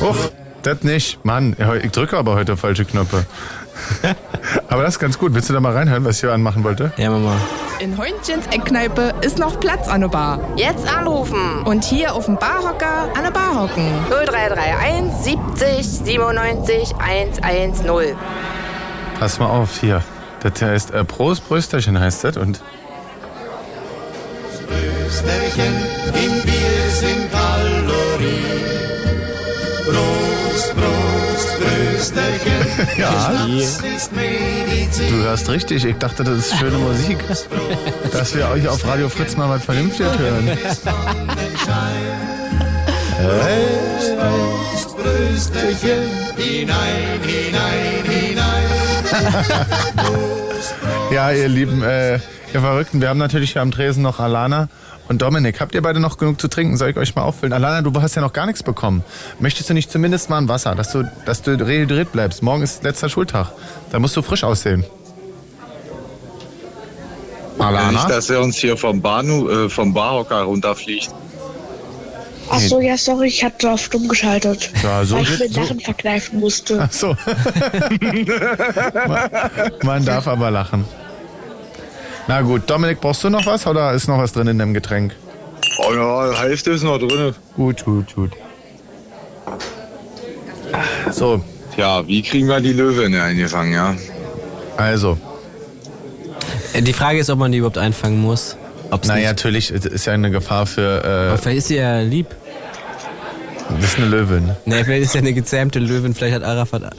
Uch, das nicht. Mann, ich drücke aber heute falsche Knöpfe. Aber das ist ganz gut. Willst du da mal reinhören, was ich hier anmachen wollte?
Ja, Mama.
In Heunchens Eckkneipe ist noch Platz an der Bar. Jetzt anrufen. Und hier auf dem Barhocker an der Bar hocken. 0331 70 97 110.
Pass mal auf, hier. Das heißt äh, Prost Brösterchen heißt das und
Brösterchen im Bier sind Kalorien. Prost, Prost, Brösterchen.
Ja.
Schnaps ist Medizin.
du hörst richtig. Ich dachte, das ist schöne Musik. dass wir euch auf Radio Fritz mal was Vernünftiges hören. Hey,
Brüsterchen hinein, hinein, hinein.
Ja, ihr Lieben, äh, ihr Verrückten, wir haben natürlich hier am Tresen noch Alana und Dominik. Habt ihr beide noch genug zu trinken? Soll ich euch mal auffüllen? Alana, du hast ja noch gar nichts bekommen. Möchtest du nicht zumindest mal ein Wasser, dass du, dass du rehydriert bleibst? Morgen ist letzter Schultag. Da musst du frisch aussehen.
Ja,
Alana?
Nicht, dass er uns hier vom, Bahnu, äh, vom Barhocker runterfliegt.
Achso, ja, sorry, ich hatte auf dumm geschaltet.
Ja, so
weil ich
geht-
mir
so-
Sachen verkneifen musste.
Ach so. man, man darf aber lachen. Na gut, Dominik, brauchst du noch was oder ist noch was drin in dem Getränk?
Oh ja, Hälfte ist noch drin.
Gut, gut, gut. So,
Tja, wie kriegen wir die Löwen eingefangen, ja?
also.
Äh, Die Frage ist, ob man die überhaupt einfangen muss. Ob's
Naja,
nicht-
natürlich es ist ja eine Gefahr
Aber
für.
vielleicht ist sie ja lieb.
Äh, das ist eine Löwin.
Nee, vielleicht ist ja eine gezähmte Löwin. Vielleicht hat Arafat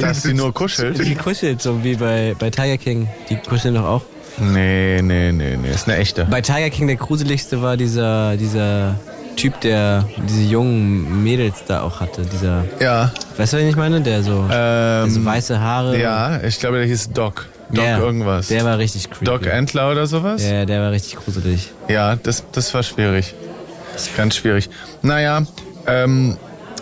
Dass sie nur
die
kuschelt?
kuschelt, so wie bei, bei Tiger King. Die kuscheln doch auch.
Nee, nee, nee, nee. Ist eine echte.
Bei Tiger King der gruseligste war dieser, dieser Typ, der diese jungen Mädels da auch hatte. Dieser,
Ja.
weißt du, wen ich meine? Der so, der so
Ähm,
weiße Haare.
ja, ich glaube, der hieß Doc. Doc
Ja,
irgendwas.
Der war richtig creepy.
Doc Entler oder sowas?
Ja, der war richtig gruselig.
Ja, das, das war schwierig. Ganz schwierig. Naja, ähm,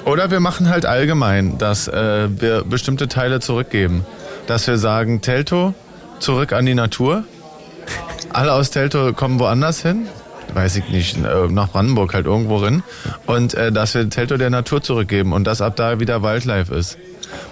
oder wir machen halt allgemein, dass äh, wir bestimmte Teile zurückgeben. Dass wir sagen, Telto, zurück an die Natur. Alle aus Telto kommen woanders hin. Weiß ich nicht, äh, nach Brandenburg halt irgendwo hin. Und äh, dass wir Telto der Natur zurückgeben und dass ab da wieder Wildlife ist.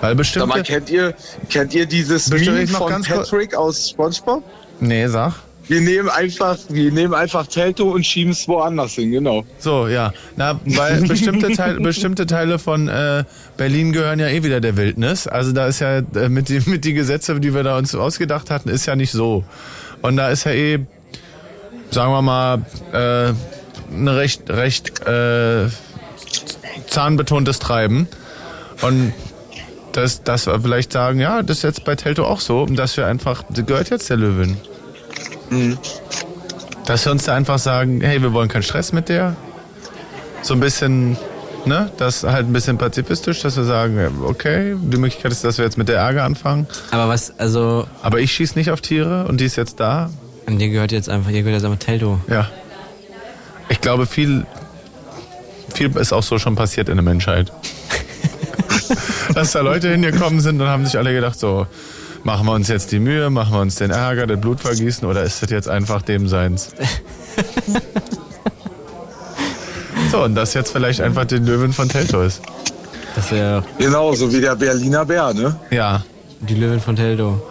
Weil
Sag
bestimmte...
mal, kennt ihr, kennt ihr dieses
Bestimmt
Meme
noch
von
ganz kurz-
Patrick aus Spongebob?
nee, sag.
Wir nehmen einfach, wir nehmen einfach Telto und schieben es woanders hin, genau.
So, ja. Na, weil bestimmte, Teil, bestimmte Teile von äh, Berlin gehören ja eh wieder der Wildnis. Also da ist ja äh, mit die, mit die Gesetze, die wir da uns ausgedacht hatten, ist ja nicht so. Und da ist ja eh, sagen wir mal, äh, ein recht, recht äh, zahnbetontes Treiben. Und dass das wir vielleicht sagen, ja, das ist jetzt bei Telto auch so, dass wir einfach, das gehört jetzt der Löwin. Dass wir uns da einfach sagen, hey, wir wollen keinen Stress mit der. So ein bisschen, ne, das halt ein bisschen pazifistisch, dass wir sagen, okay, die Möglichkeit ist, dass wir jetzt mit der Ärger anfangen.
Aber was, also,
Aber ich schieß nicht auf Tiere und die ist jetzt da.
und ihr gehört jetzt einfach, ihr gehört jetzt einfach Teldo.
Ja. Ich glaube, viel, viel ist auch so schon passiert in der Menschheit. dass da Leute hingekommen sind und haben sich alle gedacht, so, machen wir uns jetzt die Mühe, machen wir uns den Ärger, das Blut vergießen oder ist das jetzt einfach dem Seins? so, und das jetzt vielleicht einfach den Löwen von Telto ist.
Das wäre
Genau, so wie der Berliner Bär, ne?
Ja.
die Löwin von Teldo.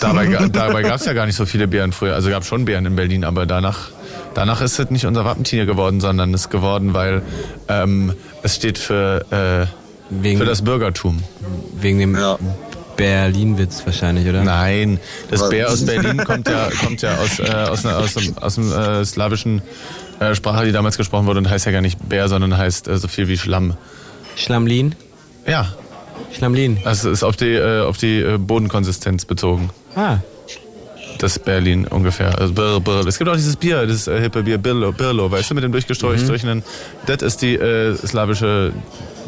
Dabei, ga- dabei gab es ja gar nicht so viele Bären früher. Also gab es schon Bären in Berlin, aber danach, danach ist es nicht unser Wappentier geworden, sondern ist geworden, weil ähm, es steht für, äh,
Wegen,
für das Bürgertum.
wegen dem
Ja.
Berlin-Witz wahrscheinlich, oder?
Nein, das
Was?
Bär aus Berlin kommt ja, kommt ja aus, äh, aus, einer- aus, dem- aus dem äh, slawischen äh, Sprache, die damals gesprochen wurde und heißt ja gar nicht Bär, sondern heißt äh, so viel wie Schlamm.
Schlamlin?
Ja,
Schlamlin.
das ist auf die, äh, auf die äh, Bodenkonsistenz bezogen.
Ah,
Das Berlin ungefähr. Also Birl, Birl. Es gibt auch dieses Bier, dieses äh, hippe Bier, Birlo, Birlo, weißt du, mit dem durchgestrichenen. Das ist die äh, slawische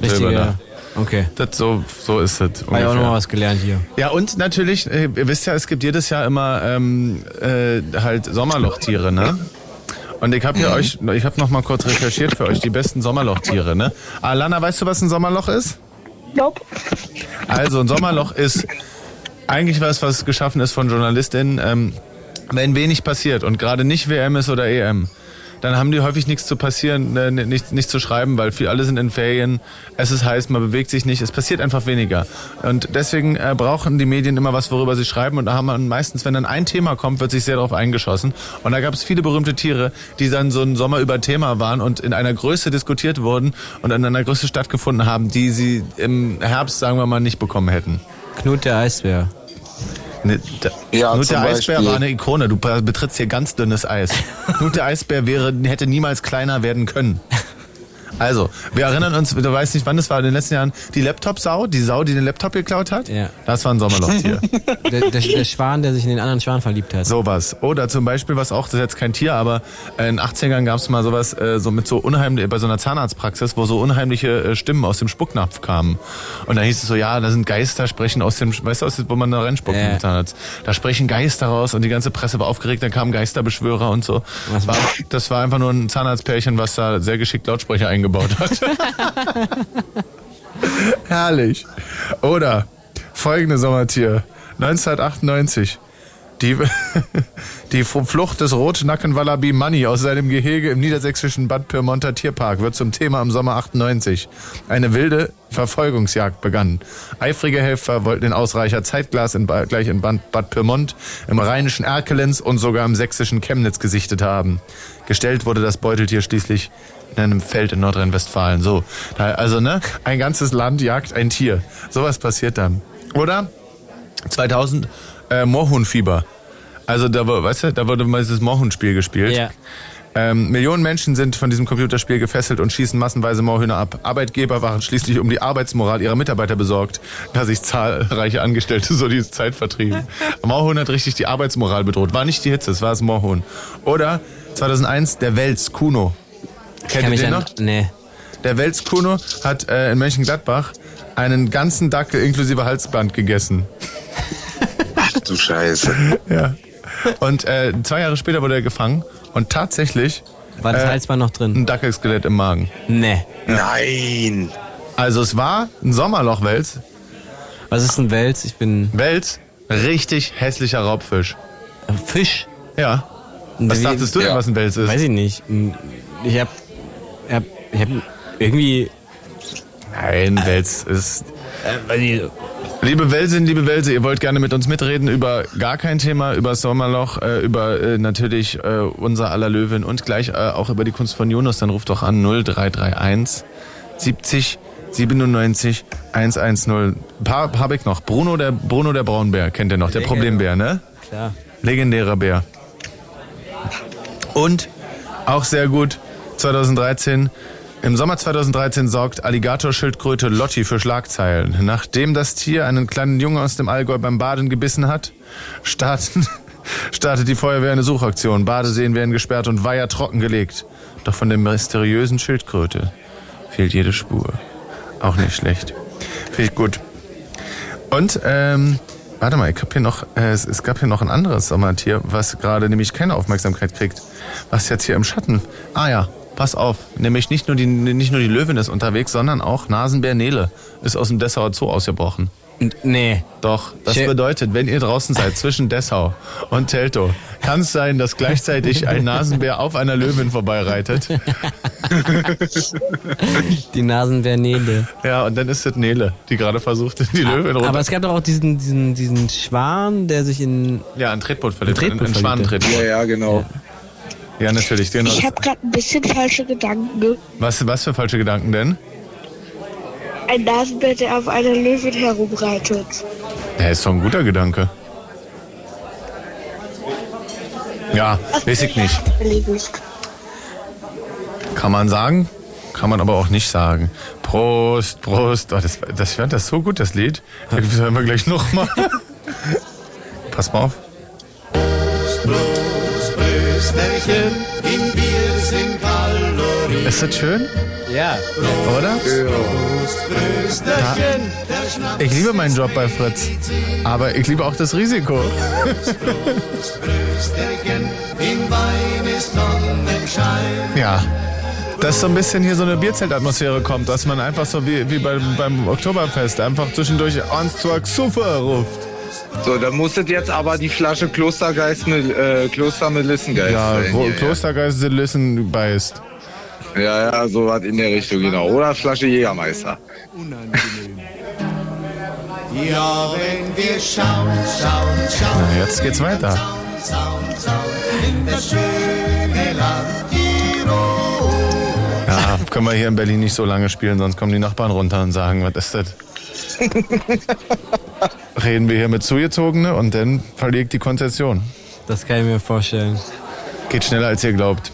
Silberne.
richtiger. Okay.
Das so, so ist es.
Hab ich auch nochmal
ungefähr.
was gelernt hier.
Ja, und natürlich, äh, ihr wisst ja, es gibt jedes Jahr immer ähm, äh, halt Sommerlochtiere, ne? Und ich habe hier euch, ich habe noch mal kurz recherchiert für euch die besten Sommerlochtiere, ne? Alana, weißt du, was ein Sommerloch ist?
Nope.
Also ein Sommerloch ist eigentlich was, was geschaffen ist von JournalistInnen, ähm, wenn wenig passiert und gerade nicht WM ist oder EM. Dann haben die häufig nichts zu passieren, äh, nichts, nichts zu schreiben, weil viel, alle sind in Ferien, es ist heiß, man bewegt sich nicht, es passiert einfach weniger. Und deswegen äh, brauchen die Medien immer was, worüber sie schreiben. Und da haben man meistens, wenn dann ein Thema kommt, wird sich sehr darauf eingeschossen. Und da gab es viele berühmte Tiere, die dann so einen Sommer über Thema waren und in einer Größe diskutiert wurden und in einer Größe stattgefunden haben, die sie im Herbst, sagen wir mal, nicht bekommen hätten.
Knut der Eisbär.
Ne, da,
Ja,
Knut
zum
der Eisbär
Beispiel.
war eine Ikone. Du pa- betrittst hier ganz dünnes Eis. Knut der Eisbär wäre, hätte niemals kleiner werden können. Also, wir erinnern uns, du weißt nicht, wann das war, in den letzten Jahren, die Laptop-Sau, die Sau, die den Laptop geklaut hat,
Ja.
das war ein Sommerlochtier.
Der, der, der Schwan, der sich in den anderen Schwan verliebt hat.
Sowas. Oder zum Beispiel, was auch, das ist jetzt kein Tier, aber äh, in den 80ern gab es mal sowas, äh, so mit so unheimlich, bei so einer Zahnarztpraxis, wo so unheimliche äh, Stimmen aus dem Spucknapf kamen. Und da hieß es so, ja, da sind Geister sprechen aus dem, weißt du, aus dem- wo man da reinspuckt
Ja.
im Zahnarzt. Da sprechen Geister raus und die ganze Presse war aufgeregt, dann kamen Geisterbeschwörer und so.
Was-
War, das war einfach nur ein Zahnarztpärchen, was da sehr geschickt Lautsprecher eingebaut hat. Herrlich. Oder folgende Sommertier. 1998. Die, die Flucht des Rotnacken-Wallaby Manni aus seinem Gehege im niedersächsischen Bad Pyrmonter Tierpark wird zum Thema im Sommer 98. Eine wilde Verfolgungsjagd begann. Eifrige Helfer wollten den Ausreicher Zeitglas in, Ba- gleich in Bad, Bad Pyrmont, im rheinischen Erkelenz und sogar im sächsischen Chemnitz gesichtet haben. Gestellt wurde das Beuteltier schließlich in einem Feld in Nordrhein-Westfalen. So, da- also ne, ein ganzes Land jagt ein Tier. Sowas passiert dann. Oder 2000 äh, Moorhuhnfieber. Also da, war- weißt du, da wurde mal dieses Moorhuhnspiel gespielt.
Ja.
Ähm, Millionen Menschen sind von diesem Computerspiel gefesselt und schießen massenweise Moorhühner ab. Arbeitgeber waren schließlich um die Arbeitsmoral ihrer Mitarbeiter besorgt, da sich zahlreiche Angestellte so die Zeit vertrieben. Moorhuhn hat richtig die Arbeitsmoral bedroht. War nicht die Hitze, es war das Moorhuhn. Oder 2001 der Wels Kuno. Kennt
Kann
ihr
mich
den
an-
noch?
Nee.
Der Welskuno hat äh, in Mönchengladbach einen ganzen Dackel inklusive Halsband gegessen.
Ach du Scheiße.
Ja. Und äh, zwei Jahre später wurde er gefangen und tatsächlich
War das
Äh,
Halsband noch drin?
ein Dackelskelett im Magen.
Nee.
Nein.
Also es war ein Sommerloch-Wels.
Was ist ein Wels? Ich bin äh,
Wels, richtig hässlicher Raubfisch.
ein Fisch.
Ja. Was
Wie-
dachtest du denn,
Ja.
was ein Wels ist?
Weiß ich nicht. Ich hab, ich hab, ich hab irgendwie
Nein, Wels ist. Liebe Welsin, liebe Welse, ihr wollt gerne mit uns mitreden über gar kein Thema, über das Sommerloch, äh, über äh, natürlich äh, unser aller Löwen und gleich äh, auch über die Kunst von Jonas, dann ruft doch an 0331 70 97 110. Paar habe ich noch. Bruno der Bruno der Braunbär, kennt ihr noch, der Problembär, ne?
Klar.
Legendärer Bär. Und auch sehr gut 2013. Im Sommer 2013 sorgt Alligatorschildkröte Lotti für Schlagzeilen. Nachdem das Tier einen kleinen Jungen aus dem Allgäu beim Baden gebissen hat, starten, startet die Feuerwehr eine Suchaktion. Badeseen werden gesperrt und Weiher trockengelegt. Doch von der mysteriösen Schildkröte fehlt jede Spur. Auch nicht schlecht. Finde ich gut. Und, ähm, warte mal, ich hab hier noch, äh, es, es gab hier noch ein anderes Sommertier, was gerade nämlich keine Aufmerksamkeit kriegt. Was jetzt hier im Schatten. Ah ja, pass auf. Nämlich nicht nur die, nicht nur die Löwin ist unterwegs, sondern auch Nasenbär Nele ist aus dem Dessauer Zoo ausgebrochen.
N- Nee.
Doch, das
Schä-
bedeutet, wenn ihr draußen seid, zwischen Dessau und Teltow, kann es sein, dass gleichzeitig ein Nasenbär auf einer Löwin vorbeireitet.
Die Nasenvernele.
Ja, und dann ist es Nele, die gerade versucht, die Löwin runter.
Ah, Aber es gab doch auch diesen, diesen, diesen Schwan, der sich in.
ja, ein Tretboot verliebt,
Ein
ein,
Tretboot
ein
verliebt.
Ja,
Schwanentretboot.
ja, genau.
Ja, natürlich. Genau.
Ich habe gerade ein bisschen falsche Gedanken. ge-
Was, was für falsche Gedanken denn?
Ein Nasenbär, der auf einer Löwin herumreitet.
Ja, ist doch ein guter Gedanke. Ja, weiß ich nicht.
Erledigt.
Kann man sagen, kann man aber auch nicht sagen. Prost, Prost. Oh, das, das, ich fand das so gut, das Lied. Das hören wir gleich nochmal. Pass mal auf.
Prost, Brösterchen, im Bier sind Kalorien.
Ist das schön,
Ja.
oder?
Prost, Brösterchen, der Schnaps
Ich liebe meinen Job bei Fritz. Aber ich liebe auch das Risiko.
ist Brösterchen, im Wein ist Sonnenschein.
Ja. Dass so ein bisschen hier so eine Bierzeltatmosphäre kommt, dass man einfach so wie, wie beim, beim Oktoberfest einfach zwischendurch ans zur Xufe ruft.
So, dann musstet jetzt aber die Flasche Klostergeist, mit, äh, Kloster mit Lissengeist
Ja,
sein
wo
hier,
Klostergeist den Lüssen beißt.
ja. ja, ja, so was in der Richtung, genau. Oder Flasche Jägermeister.
Ja, wenn wir schauen, schauen, schauen.
Na, jetzt geht's weiter.
Schauen, schauen, in das schöne Land Tirol.
Ja, können wir hier in Berlin nicht so lange spielen, sonst kommen die Nachbarn runter und sagen, was ist das? Reden wir hier mit Zugezogene und dann verlegt die Konzession.
Das kann ich mir vorstellen.
Geht schneller, als ihr glaubt.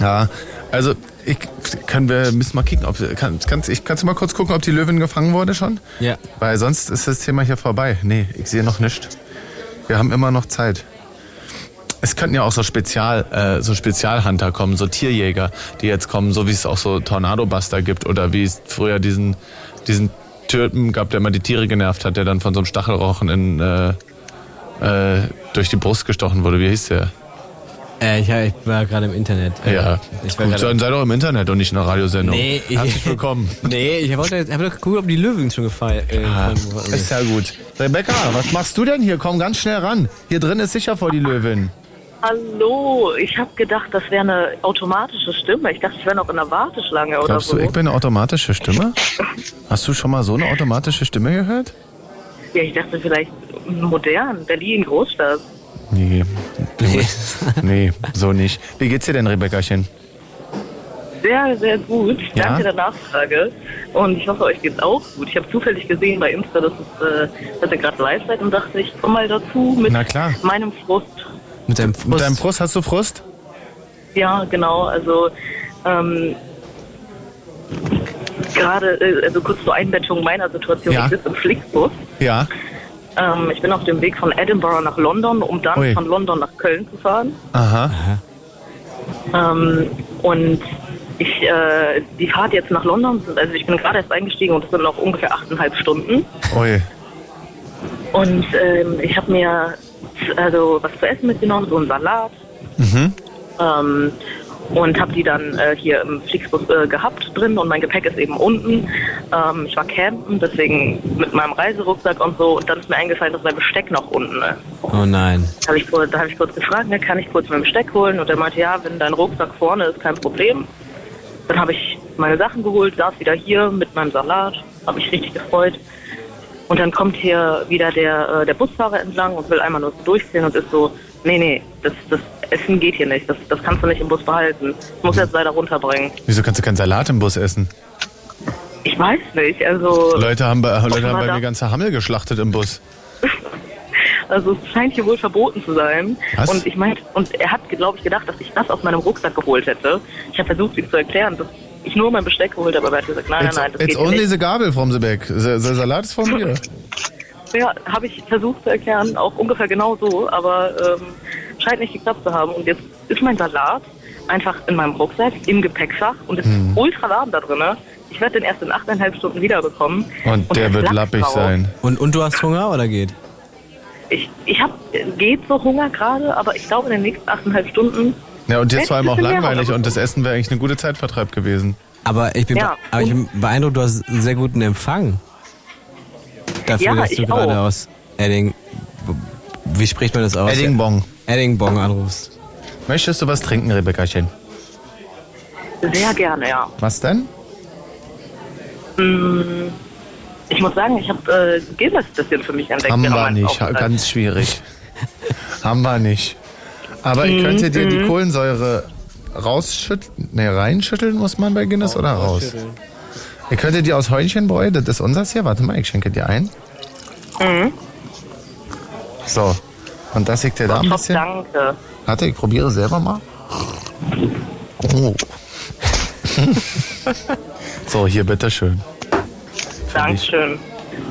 Ja, Also, ich, können wir, müssen mal kicken, ob, kann, kannst, ich, kannst du mal kurz gucken, ob die Löwin gefangen wurde schon?
Ja.
Weil sonst ist das Thema hier vorbei. Nee, ich sehe noch nicht. Wir haben immer noch Zeit. Es könnten ja auch so Spezial, äh, so Spezialhunter kommen, so Tierjäger, die jetzt kommen, so wie es auch so Tornadobuster gibt oder wie es früher diesen, diesen Türpen gab, der immer die Tiere genervt hat, der dann von so einem Stachelrochen in, äh, äh, durch die Brust gestochen wurde. Wie hieß der?
Äh, ich, ich war gerade im Internet.
Ja,
ich war
Gut,
gerade.
dann sei doch im Internet und nicht in der Radiosendung.
Nee, ich-
Herzlich willkommen.
Nee, ich wollte jetzt- hab doch geguckt, ob die Löwen schon gefallen. Äh,
Ah,
gefallen worden
ist ja gut. Rebecca, was machst du denn hier? Komm ganz schnell ran. Hier drin ist sicher vor die Löwin.
Hallo, ich habe gedacht, das wäre eine automatische Stimme. Ich dachte, ich wäre noch in der Warteschlange oder
Glaubst
so.
du, ich bin eine automatische Stimme? Hast du schon mal so eine automatische Stimme gehört?
ja, ich dachte vielleicht modern, Berlin, Großstadt.
Nee. nee, so nicht. Wie geht's dir denn, Rebeccachen?
Sehr, sehr gut.
Ja?
Danke der Nachfrage. Und ich hoffe, euch geht's auch gut. Ich habe zufällig gesehen bei Insta, dass es äh, dass ihr gerade live seid und dachte, ich komme mal dazu mit
Na klar.
meinem Frust.
Mit deinem Frust.
Mit deinem Frust, hast du Frust?
Ja, genau. Also ähm, gerade, äh, also kurz zur Einbettung meiner Situation.
Ja.
Ich sitze im Flixbus.
Ja.
Ähm, ich bin auf dem Weg von Edinburgh nach London, um dann
Ui.
von London nach Köln zu fahren.
Aha.
Ähm, und ich, äh, die Fahrt jetzt nach London, sind- also ich bin gerade erst eingestiegen und es sind noch ungefähr achteinhalb Stunden.
Ui.
Und ähm, ich habe mir also was zu essen mitgenommen, so einen Salat. Ähm, und habe die dann äh, hier im Flixbus äh, gehabt drin und mein Gepäck ist eben unten. Ähm, ich war campen, deswegen mit meinem Reiserucksack und so. Und dann ist mir eingefallen, dass mein Besteck noch unten ist.
Oh nein.
Da habe ich, kurz- da hab ich kurz gefragt, ne, kann ich kurz mein Besteck holen? Und er meinte, ja, wenn dein Rucksack vorne ist, kein Problem. Dann habe ich meine Sachen geholt, saß wieder hier mit meinem Salat, habe mich richtig gefreut. Und dann kommt hier wieder der, äh, der Busfahrer entlang und will einmal nur so durchziehen und ist so, nee, nee, das, das Essen geht hier nicht, das, das kannst du nicht im Bus behalten. Ich muss jetzt leider runterbringen.
Wieso kannst du keinen Salat im Bus essen?
Ich weiß nicht, also,
Leute haben bei, Leute haben
mal
bei
da-
mir ganze Hammel geschlachtet im Bus.
also es scheint hier wohl verboten zu sein.
Was?
Und ich meinte, und er hat, glaube ich, gedacht, dass ich das aus meinem Rucksack geholt hätte. Ich habe versucht, ihm zu erklären, dass ich nur mein Besteck geholt habe, aber er hat gesagt, nein,
it's
nein, nein, das
it's
geht hier
only
nicht.
the Gabel from the back. The, the Salat ist von mir.
Ja, habe ich versucht zu erklären, auch ungefähr genau so, aber ähm, scheint nicht geklappt zu haben. Und jetzt ist mein Salat einfach in meinem Rucksack, im Gepäckfach und es
Hm.
ist ultra warm da drin. Ich werde den erst in achteinhalb Stunden wiederbekommen.
Und der
das
wird
Lachs
lappig
drauf.
sein.
Und, und du hast Hunger oder geht?
Ich, ich hab, geht so Hunger gerade, aber ich glaube in den nächsten achteinhalb Stunden.
Ja, und jetzt
Echt?
vor allem auch
Bisschen mehr
langweilig
Raum.
und das Essen wäre eigentlich eine gute Zeitvertreib gewesen.
Aber ich bin,
Ja,
be- aber ich bin beeindruckt, du hast einen sehr guten Empfang. Dafür,
Ja,
dass du
ich
gerade
auch.
aus Edding. Wie spricht man das aus?
Eddingbong.
Eddingbong anrufst.
Möchtest du was trinken, Rebeccachen?
Sehr gerne, ja.
Was denn?
Ich muss sagen, ich habe äh, Guinness ein bisschen für mich entdeckt.
Haben wir
während meines
nicht.
Aufenthalts.
Ganz schwierig. Haben wir nicht. Aber ich könnte dir die Kohlensäure rausschütteln. Ne, reinschütteln muss man bei Guinness oder raus? Ihr könntet die aus Heunchenbräu, das ist unseres hier. Warte mal, ich schenke dir ein. So. Und das liegt dir da ein
Top,
bisschen.
danke.
Warte, ich probiere selber mal. Oh. so, hier, bitteschön.
Dankeschön.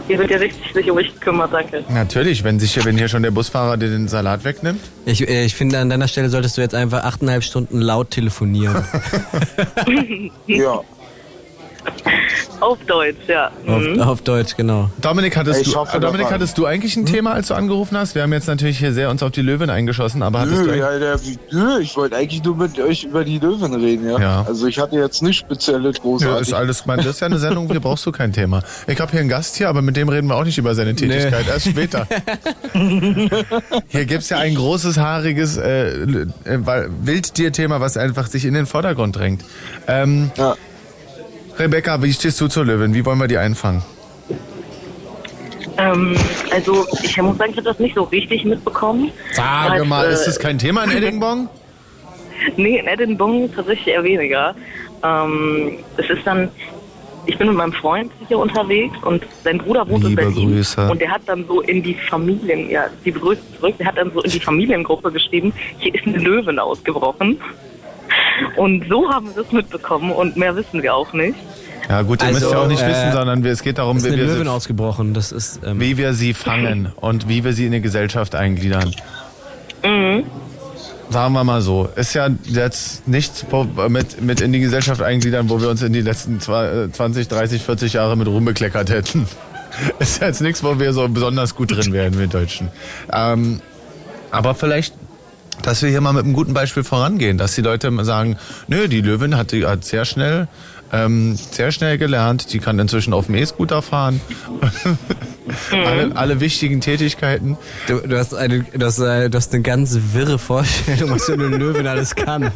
Hier wird ja richtig sich um mich gekümmert, danke.
Natürlich, wenn, sich hier, wenn hier schon der Busfahrer dir den Salat wegnimmt.
Ich, äh, ich finde, an deiner Stelle solltest du jetzt einfach achteinhalb Stunden laut telefonieren.
Ja,
Auf Deutsch, ja.
auf, auf Deutsch, genau.
Dominik, hattest,
Ich
du,
hoffe, Hm?
äh, Dominik,
das war-
hattest du eigentlich ein Thema, als du angerufen hast? Wir haben jetzt natürlich hier sehr uns auf die Löwen eingeschossen, aber hattest du...
nö,
ein-
ja, der, nö, ich wollte eigentlich nur mit euch über die Löwen reden, ja.
Ja.
Also ich hatte jetzt nicht spezielle
Nö,
großartig.
ist alles, man, das ist ja eine Sendung, hier brauchst du kein Thema. Ich habe hier einen Gast hier, aber mit dem reden wir auch nicht über seine Tätigkeit, erst später. hier gibt's ja ein großes, haariges äh, äh, Wildtier-Thema, was einfach sich in den Vordergrund drängt. Ähm,
Ja.
Rebecca, wie stehst du zur Löwin? Wie wollen wir die einfangen?
Ähm, also, ich muss sagen, ich habe das nicht so richtig mitbekommen.
Sage
Weil,
mal,
äh,
ist das kein Thema in Edingbong?
Nee, in Edinburgh tatsächlich eher weniger. Ähm, es ist dann, ich bin mit meinem Freund hier unterwegs und sein Bruder wohnt in
Liebe
Berlin.
Grüße.
Und der hat dann so in die Familien, ja, die begrüßt zurück, der hat dann so in die Familiengruppe geschrieben, hier ist eine Löwin ausgebrochen. Und so haben wir das mitbekommen und mehr wissen wir auch nicht.
Ja gut, ihr
Also,
müsst ja auch nicht
äh,
wissen, sondern wir, es geht darum,
ist
wie
eine
wir,
Löwin
sie,
ausgebrochen. Das ist. Ähm,
wie wir sie fangen und wie wir sie in die Gesellschaft eingliedern.
Mhm.
Sagen wir mal so, ist ja jetzt nichts wo- mit, mit in die Gesellschaft eingliedern, wo wir uns in die letzten zwei- äh, 20, 30, 40 Jahre mit rumbekleckert hätten. Ist jetzt nichts, wo wir so besonders gut drin wären, wir Deutschen. Ähm, aber vielleicht, dass wir hier mal mit einem guten Beispiel vorangehen, dass die Leute sagen, nö, die Löwin hat, die- hat sehr schnell, ähm, sehr schnell gelernt, die kann inzwischen auf dem E-Scooter fahren. alle, alle wichtigen Tätigkeiten.
Du, du, hast eine, du, hast, äh, du hast eine ganz wirre Vorstellung, was so eine Löwin alles kann.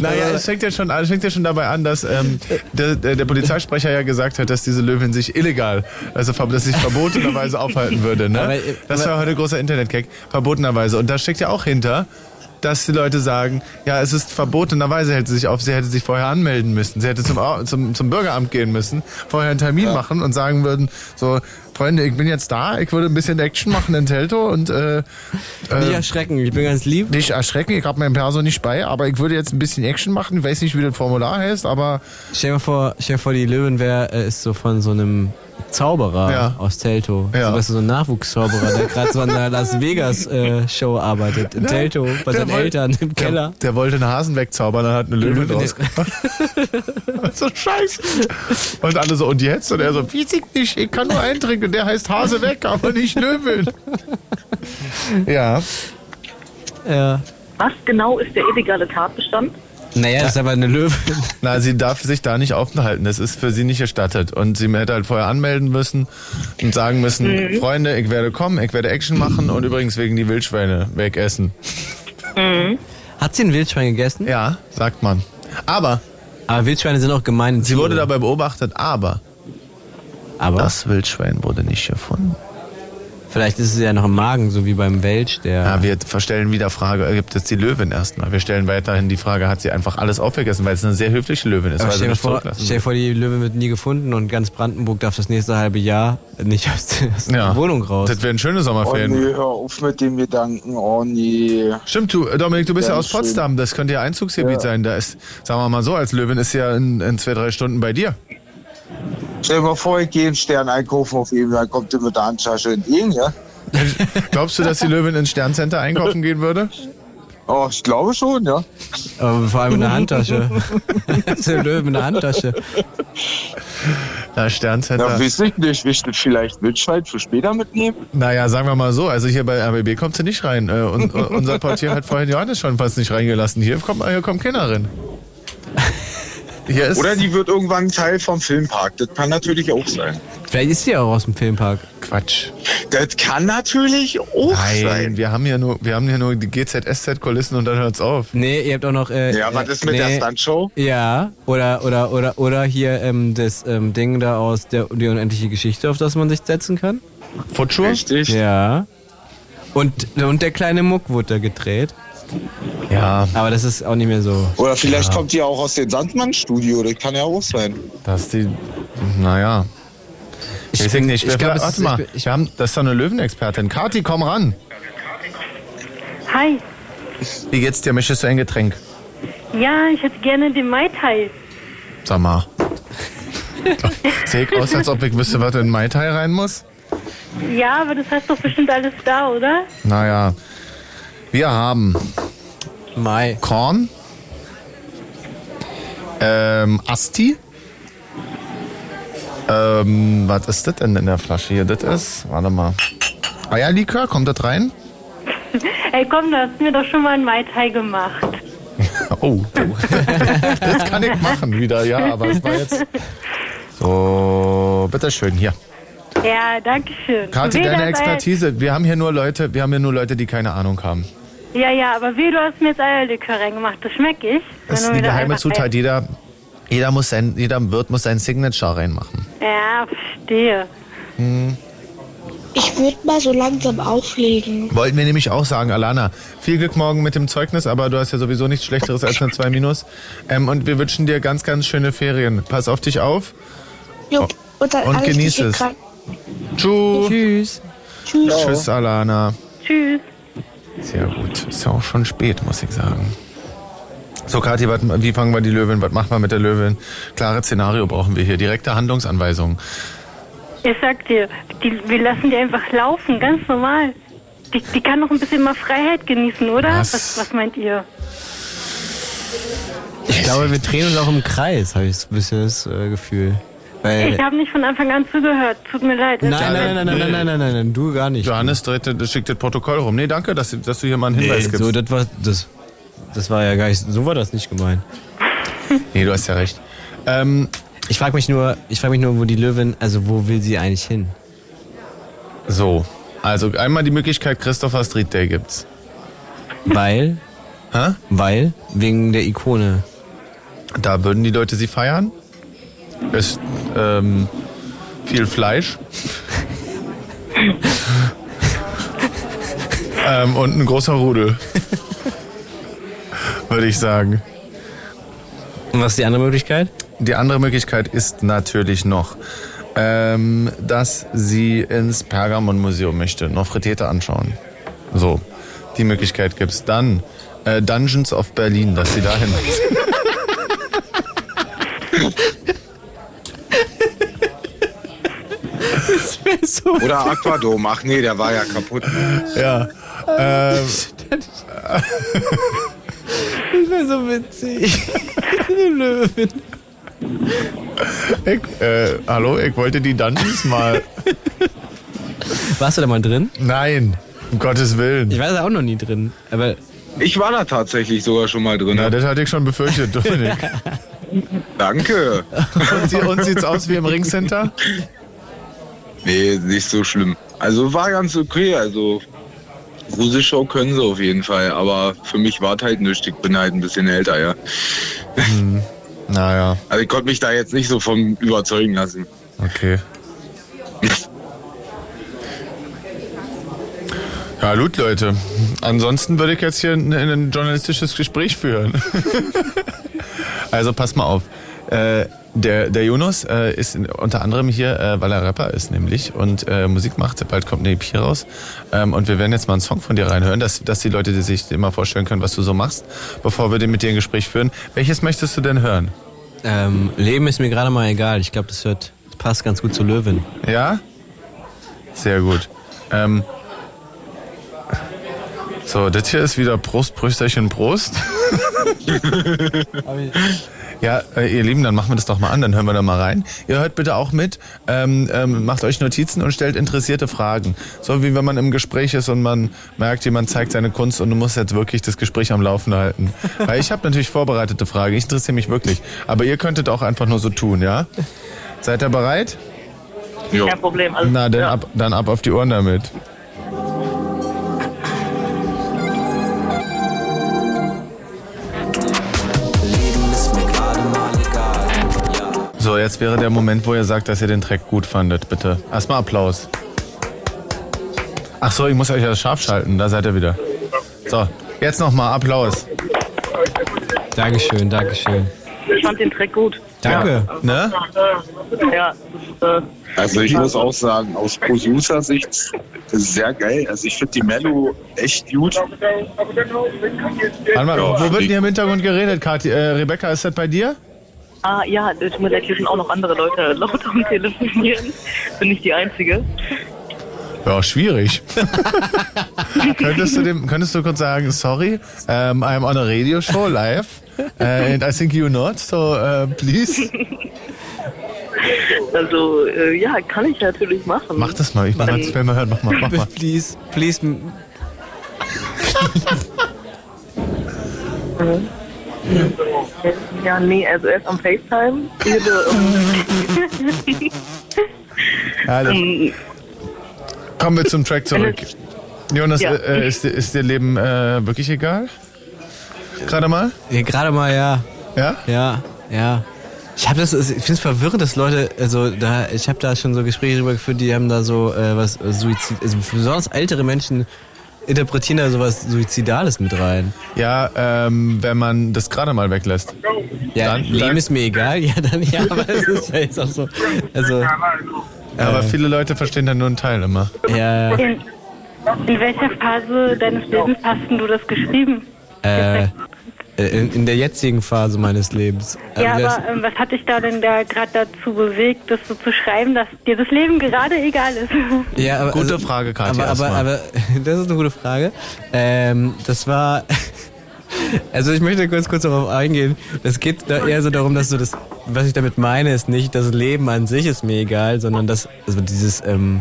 Naja, es fängt ja schon, an- es fängt ja schon dabei an, dass ähm, der, der, der Polizeisprecher ja gesagt hat, dass diese Löwin sich illegal, also ver- dass sie sich verbotenerweise aufhalten würde. Ne?
Aber, äh,
das war heute großer Internet-Gag, verbotenerweise. Und da steckt ja auch hinter, dass die Leute sagen, ja, es ist verbotenerweise hält sie sich auf, sie hätte sich vorher anmelden müssen, sie hätte zum, Au- zum, zum Bürgeramt gehen müssen, vorher einen Termin machen und sagen würden, so, Freunde, ich bin jetzt da, ich würde ein bisschen Action machen in Telto und äh, äh,
Nicht erschrecken, ich bin ganz lieb.
nicht erschrecken, ich habe mein Perso nicht bei, aber ich würde jetzt ein bisschen Action machen. Ich weiß nicht, wie das Formular heißt, aber
Stell dir mal vor, stell dir vor die Löwin wäre, äh, ist so von so einem Zauberer
Ja.
aus Telto.
Ja.
So, weißt du, so ein Nachwuchszauberer, der gerade so an der Las Vegas-Show arbeitet. In Telto, bei seinen
wollte-
Eltern im Keller.
Der, der wollte einen Hasen wegzaubern, dann hat eine Löwe
Löwe
draus. so scheiße. Und alle so, und jetzt? Und er so, wie ich nicht, ich kann nur eintrinken. Und der heißt Hase weg, aber nicht Löwe. ja.
Ja.
Was genau ist der illegale Tatbestand?
Naja, das ist aber eine Löwin.
Na, sie darf sich da nicht aufhalten. Das ist für sie nicht gestattet. Und sie hätte halt vorher anmelden müssen und sagen müssen, Freunde, ich werde kommen, ich werde Action machen und übrigens wegen die Wildschweine wegessen.
Hat sie ein Wildschwein gegessen?
Ja, sagt man. Aber
Aber Wildschweine sind auch gemein.
Sie wurde dabei beobachtet, aber
Aber
das Wildschwein wurde nicht gefunden.
vielleicht ist es ja noch im Magen, so wie beim Welsch, der.
Ja, wir verstellen wieder Frage, äh, gibt es die Löwin erstmal? Wir stellen weiterhin die Frage, hat sie einfach alles aufgegessen, weil es eine sehr höfliche Löwin ist,
Aber
weil sie
stell, dir
nicht
vor,
zurücklassen
stell dir
will.
vor, die Löwe wird nie gefunden und ganz Brandenburg darf das nächste halbe Jahr nicht aus der, aus der
Ja.
Wohnung raus.
Das wären schöne
Oh nee,
Sommerferien.
hör auf mit dem Gedanken. Oh nee.
Stimmt, du, äh, Dominik, du bist ja,
Ja,
aus
schön.
Potsdam, das könnte ja Einzugsgebiet sein. Da ist, sagen wir mal so, als Löwin ist sie ja in, in zwei, drei Stunden bei dir.
Stell dir mal vor, ich gehe einen Stern einkaufen auf ihm, dann kommt er mit der Handtasche entgegen, ja?
Glaubst du, dass die Löwin ins Sterncenter einkaufen gehen würde?
Oh, ich glaube schon, ja.
Aber vor allem in der Handtasche. das ist der Löwe in der Handtasche.
Na,
Na,
Sterncenter.
weiß ich nicht. Will ich das vielleicht Wildschwein für später mitnehmen?
Naja, sagen wir mal so, also hier bei RBB kommt sie nicht rein. Äh, und, äh, unser Portier hat vorhin Johannes schon fast nicht reingelassen. Hier kommt, hier kommt keiner rein. Hier ist
Oder die wird irgendwann Teil vom Filmpark. Das kann natürlich auch sein.
Vielleicht ist sie ja auch aus dem Filmpark.
Quatsch.
Das kann natürlich auch
Nein,
sein.
wir haben hier nur, wir haben hier nur die GZSZ-Kulissen und dann hört's auf.
Nee, ihr habt auch noch. Äh,
Ja, was
äh,
ist mit
nee,
der Stuntshow?
Ja, oder, oder, oder, oder hier ähm, das ähm, Ding da aus der die unendliche Geschichte, auf das man sich setzen kann.
Futschur?
Richtig.
Ja. Und, und der kleine Muck wurde da gedreht.
Ja,
Aber das ist auch nicht mehr so.
Oder vielleicht kommt die auch aus dem Sandmann-Studio. Das kann ja auch sein.
das ist die. Naja. Ich weiß
bin-
nicht. Ich
glaub,
glaub,
es
warte
ist-
mal,
ich bin- ich-
wir haben, das ist doch eine Löwenexpertin. Kati, komm ran.
Hi.
Wie geht's dir? Möchtest du ein Getränk?
Ja, ich hätte gerne den Mai Tai.
Sag mal. Sehe ich aus, als ob ich wüsste, was in Mai Tai rein muss?
Ja, aber das hast doch bestimmt alles da, oder?
Naja. Wir haben
Mai.
Korn, ähm, Asti. Ähm, was ist das denn in der Flasche hier? Das ist, warte mal. Eierlikör, kommt das rein?
Ey, komm, du hast mir doch schon mal einen Mai Tai gemacht.
Oh, du. das kann ich machen wieder, ja, aber es war jetzt. So, bitteschön, hier.
Ja, danke schön.
Kathi,
Weh,
deine
dass, ey-
Expertise. Wir haben hier nur Leute, wir haben hier nur Leute, die keine Ahnung haben.
Ja, ja, aber weh, du hast mir jetzt Eierlikör reingemacht. Das schmeck ich.
Das
Wenn
ist
du
die
mir da
geheime
einfach-
Zutat. Jeder, jeder, muss sein, jeder Wirt muss sein Signature reinmachen.
Ja, verstehe.
Ich würde mal so langsam auflegen.
Wollten wir nämlich auch sagen, Alana, viel Glück morgen mit dem Zeugnis, aber du hast ja sowieso nichts Schlechteres als eine 2 Minus. Ähm, und wir wünschen dir ganz, ganz schöne Ferien. Pass auf dich auf.
Jo, und dann
Oh. Und
alles
genieß
nicht
es.
krank.
Tschüss.
Tschüss.
Tschüss.
Tschüss, Alana.
Tschüss.
Sehr gut. Ist ja auch schon spät, muss ich sagen. So, Kathi, wat, wie fangen wir die Löwin? Was machen wir mit der Löwin? Klare Szenario brauchen wir hier. Direkte Handlungsanweisungen.
Ich sag dir, die, wir lassen die einfach laufen, ganz normal. Die, die kann noch ein bisschen mal Freiheit genießen, oder?
Was?
Was, was meint ihr?
Ich glaube, wir drehen uns auch im Kreis, habe ich ein bisschen das äh, Gefühl. Weil,
Ich habe nicht von Anfang an zugehört, tut mir leid.
Nein, nein, nein, nein, nein, nein, nein, nein, nein, du gar nicht.
Johannes dreht, das schickt das Protokoll rum. Nee, danke, dass, dass du hier mal einen Hinweis gibst.
so, das war, das, das war ja gar nicht, so war das nicht gemeint.
nee, du hast ja recht. Ähm,
ich frage mich nur, ich frage mich nur, wo die Löwin, also wo will sie eigentlich hin?
So, also einmal die Möglichkeit, Christopher Street Day gibt's.
Weil?
Hä?
Weil? Wegen der Ikone.
Da würden die Leute sie feiern. Ist ähm, viel Fleisch. ähm, und ein großer Rudel. Würde ich sagen.
Und was ist die andere Möglichkeit?
Die andere Möglichkeit ist natürlich noch, ähm, dass sie ins Pergamon-Museum möchte, noch Frittete anschauen. So, die Möglichkeit gibt's Dann äh, Dungeons of Berlin, dass sie dahin
Oder Aquadom. Ach nee, der war ja kaputt.
Ja. Ähm,
Das wäre so witzig. Eine Löwin.
ich, äh, hallo, ich wollte die Dungeons mal.
Warst du da mal drin?
Nein, um Gottes Willen.
Ich war da auch noch nie drin. Aber
Ich war da tatsächlich sogar schon mal drin.
Na, das hatte ich schon befürchtet, Dominik.
Danke.
Und, sie, und sieht's aus wie im Ringcenter?
Nee, nicht so schlimm. Also war ganz okay. Also Russische können sie auf jeden Fall, aber für mich war es halt nichts. Ich bin halt ein bisschen älter, ja.
Naja,
Also ich konnte mich da jetzt nicht so vom überzeugen lassen.
okay. Ja, gut, Leute. Ansonsten würde ich jetzt hier ein, ein journalistisches Gespräch führen. also passt mal auf. Äh, der, der Jonas äh, ist in- unter anderem hier, äh, weil er Rapper ist nämlich und äh, Musik macht. Bald kommt eine EP raus. Ähm, und wir werden jetzt mal einen Song von dir reinhören, dass, dass die Leute die sich immer vorstellen können, was du so machst, bevor wir den- mit dir ein Gespräch führen. Welches möchtest du denn hören?
ähm, Leben ist mir gerade mal egal. Ich glaube, das hört, das passt ganz gut zu Löwin.
Ja? Sehr gut. Ähm, so, das hier ist wieder Prost, Prösterchen, Prost. Ja, äh, ihr Lieben, dann machen wir das doch mal an, dann hören wir da mal rein. Ihr hört bitte auch mit, ähm, ähm, macht euch Notizen und stellt interessierte Fragen. So wie wenn man im Gespräch ist und man merkt, jemand zeigt seine Kunst und du musst jetzt wirklich das Gespräch am Laufen halten. Weil ich habe natürlich vorbereitete Fragen, ich interessiere mich wirklich. Aber ihr könntet auch einfach nur so tun, ja? Seid ihr bereit?
Jo.
Kein Problem. Also,
Na, dann, ab, dann ab auf die Ohren damit. So, jetzt wäre der Moment, wo ihr sagt, dass ihr den Track gut fandet, bitte. Erstmal Applaus. Ach so, ich muss euch ja scharf schalten, da seid ihr wieder. So, jetzt nochmal Applaus.
Dankeschön, Dankeschön.
ich fand den Track gut.
Danke.
Ne?
Ja, das ist, äh,
Also ich muss auch sagen, aus Producer-Sicht das ist sehr geil. Also ich finde die Mello echt gut.
Warte mal,
Ja,
wo wird denn
die-
hier im Hintergrund geredet, Kathi? Äh, Rebecca, ist das bei dir?
ah, ja, tut mir leid, hier sind auch noch andere Leute laut am Telefonieren. Bin nicht die Einzige.
Ja, schwierig. könntest, du dem, könntest du kurz sagen, sorry, um, I'm on a radio show live äh, and I think you not, so äh, please.
Also, äh, ja, kann ich natürlich machen.
Mach das mal, ich mach mal, wenn man hört, mach mal, mach mal.
Please, please. m-
Ja, nee, also erst am FaceTime.
Alles.
Ähm,
Kommen wir zum Track zurück. Jonas,
Ja.
äh, ist, dir- ist dir Leben äh, wirklich egal? Gerade mal?
Ja, gerade mal, ja.
Ja?
Ja, ja. Ich habe das, ich finde es verwirrend, dass Leute, also da, ich habe da schon so Gespräche drüber geführt, die haben da so äh, was äh, Suizid, also besonders ältere Menschen interpretieren da sowas Suizidales mit rein.
Ja, ähm, wenn man das gerade mal weglässt.
Ja,
Dann-
Leben
dann-
ist mir egal, ja, dann ja, aber es ist ja jetzt auch so, also
Ja, aber viele Leute verstehen dann nur einen Teil immer.
ja,
In, in welcher Phase deines Lebens hast denn du das geschrieben?
äh, Äh, In, in der jetzigen Phase meines Lebens. Also,
Ja,
das-
aber ähm, was hat dich da denn da gerade dazu bewegt, das so zu schreiben, dass dir das Leben gerade egal ist?
Ja, aber,
Gute
also,
Frage, Katja.
Aber, aber,
erstmal.
aber das ist eine gute Frage. Ähm, das war. Also ich möchte kurz kurz darauf eingehen. Es geht da eher so darum, dass du das, was ich damit meine, ist nicht das Leben an sich ist mir egal, sondern das, also dieses, ähm,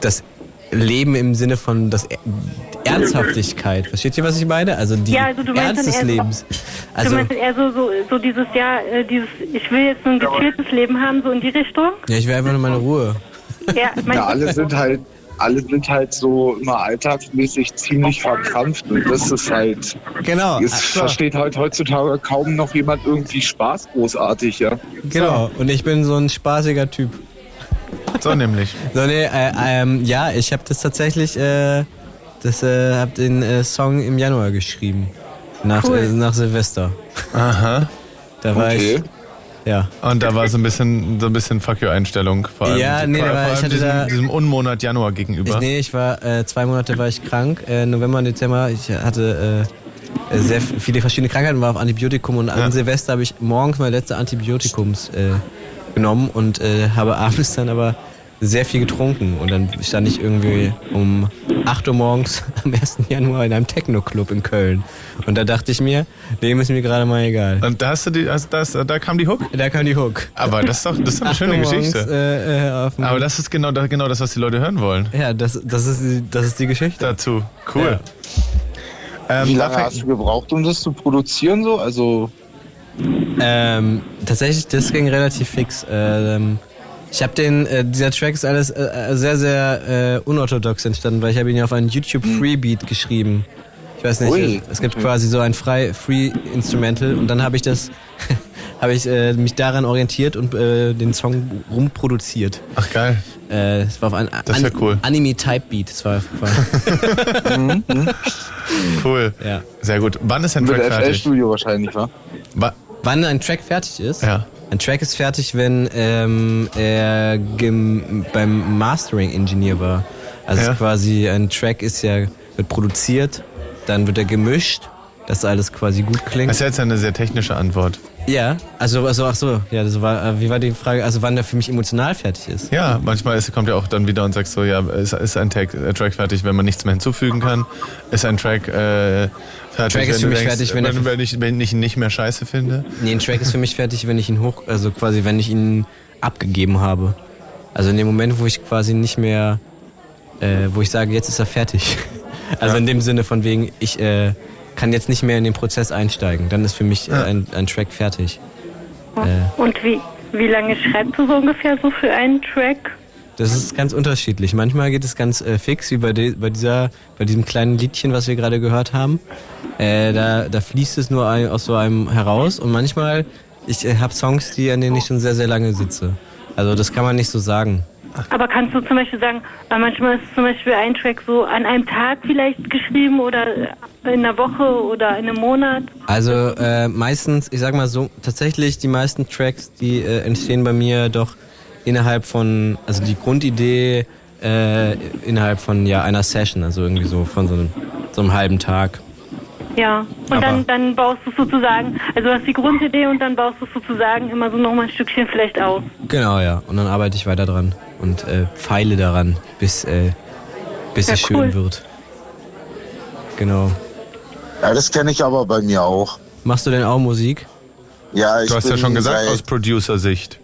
das Leben im Sinne von das Er- Ernsthaftigkeit. Versteht ihr, was ich meine? Also die
Ja, also du meinst
Ernst
dann
des
eher so-
Lebens.
du
Also
meinst eher so, so, so dieses, ja, äh, dieses, ich will jetzt so ein gechilltes Leben haben, so in die Richtung?
ja, ich will einfach nur meine Ruhe.
Ja, mein
Ja, alle sind halt, alle sind halt so immer alltagsmäßig ziemlich verkrampft und das ist halt.
Ah,
Genau.
Es
so.
versteht halt heutzutage kaum noch jemand irgendwie Spaß großartig, ja.
Genau. Und ich bin so ein spaßiger Typ.
so nämlich.
So, nee, äh, ähm, ja, ich habe das tatsächlich, äh, das, äh, hab den äh, Song im Januar geschrieben. Nach,
Cool.
äh, nach Silvester.
Aha.
Da war
Okay.
ich. Ja.
Und da war so ein bisschen, so ein bisschen Fuck you-Einstellung. Vor allem,
Ja, nee,
vor,
da war-
vor
ich
allem
hatte
diesem,
da-
diesem Unmonat Januar gegenüber.
Ich, nee, ich war, äh, zwei Monate war ich krank. Äh, November und Dezember, ich hatte äh, äh, sehr viele verschiedene Krankheiten, war auf Antibiotikum und an Silvester habe ich morgens meine letzte Antibiotikums äh, genommen und äh, habe abends dann aber sehr viel getrunken. Und dann stand ich irgendwie um 8 Uhr morgens am 1. Januar in einem Techno-Club in Köln. Und da dachte ich mir, dem ist mir gerade mal egal.
Und da hast du die, hast, das, da kam die Hook.
Da kam die Hook.
Aber das ist doch, das ist doch eine
8 Uhr
schöne
morgens,
Geschichte.
Äh, äh, auf dem-
Aber das ist genau, da- genau das, was die Leute hören wollen.
ja, das, das, ist, die- das ist die Geschichte.
Dazu. Cool. Ähm,
Wie
darf
lange
ich-
hast du gebraucht, um das zu produzieren so? Also
Ähm, tatsächlich, das ging relativ fix. Ähm, ich habe den, äh, dieser Track ist alles äh, äh, sehr, sehr äh, unorthodox entstanden, weil ich habe ihn ja auf einen YouTube
Hm.
Freebeat geschrieben. Ich weiß nicht, äh,
Ui.
es gibt quasi so ein frei Free Instrumental und dann habe ich das, habe ich äh, mich daran orientiert und äh, den Song rumproduziert.
Ach geil.
Äh, es war auf ein
Das ist ja cool.
Anime Type Beat. Das war, war
Cool.
ja.
Sehr gut. Wann ist dein
mit
Track
FL
fertig?
Studio wahrscheinlich, wa?
Wa-
Wann ein Track fertig ist?
Ja.
Ein Track ist fertig, wenn ähm, er gem- beim Mastering-Ingenieur war. Also
Ja.
quasi ein Track ist ja, wird produziert, dann wird er gemischt, dass alles quasi gut klingt.
Das ist jetzt eine sehr technische Antwort.
ja, also, also ach so, ja, das war, äh, wie war die Frage, also wann der für mich emotional fertig ist?
Ja, manchmal ist, kommt ja auch dann wieder und sagt so, ja, ist, ist ein Tag, äh, Track fertig, wenn man nichts mehr hinzufügen kann. Ist ein Track äh, fertig,
Track ist
wenn
für
du
mich
denkst,
fertig, wenn er-
wenn, wenn, ich, wenn ich ihn nicht mehr scheiße finde.
Nee, ein Track ist für mich fertig, wenn ich ihn hoch, also quasi, wenn ich ihn abgegeben habe. Also in dem Moment, wo ich quasi nicht mehr, äh, wo ich sage, jetzt ist er fertig. Also in dem Sinne von wegen, ich äh, kann jetzt nicht mehr in den Prozess einsteigen. Dann ist für mich äh, ein, ein Track fertig.
Und wie, wie lange schreibst du so ungefähr so für einen Track?
Das ist ganz unterschiedlich. Manchmal geht es ganz äh, fix, wie bei, de, bei, dieser, bei diesem kleinen Liedchen, was wir gerade gehört haben. Äh, da, da fließt es nur ein, aus so einem heraus. Und manchmal, ich äh, habe Songs, die, an denen ich schon sehr, sehr lange sitze. Also das kann man nicht so sagen.
Aber kannst du zum Beispiel sagen, äh, manchmal ist zum Beispiel ein Track so an einem Tag vielleicht geschrieben oder äh, in einer Woche oder in einem Monat?
Also äh, meistens, ich sag mal so, tatsächlich die meisten Tracks, die äh, entstehen bei mir doch innerhalb von, also die Grundidee äh, innerhalb von ja einer Session, also irgendwie so von so einem, so einem halben Tag.
Ja. Und
Aber-
dann, dann baust du es sozusagen, also du hast die Grundidee und dann baust du es sozusagen immer so nochmal ein Stückchen vielleicht aus.
Genau, ja. Und dann arbeite ich weiter dran und äh, feile daran, bis, äh, bis
Ja,
es schön
cool.
wird. Genau.
Ja, das kenne ich aber bei mir auch.
Machst du denn auch Musik?
Ja, ich
Du hast
bin
ja schon gesagt,
seit,
aus Producer-Sicht.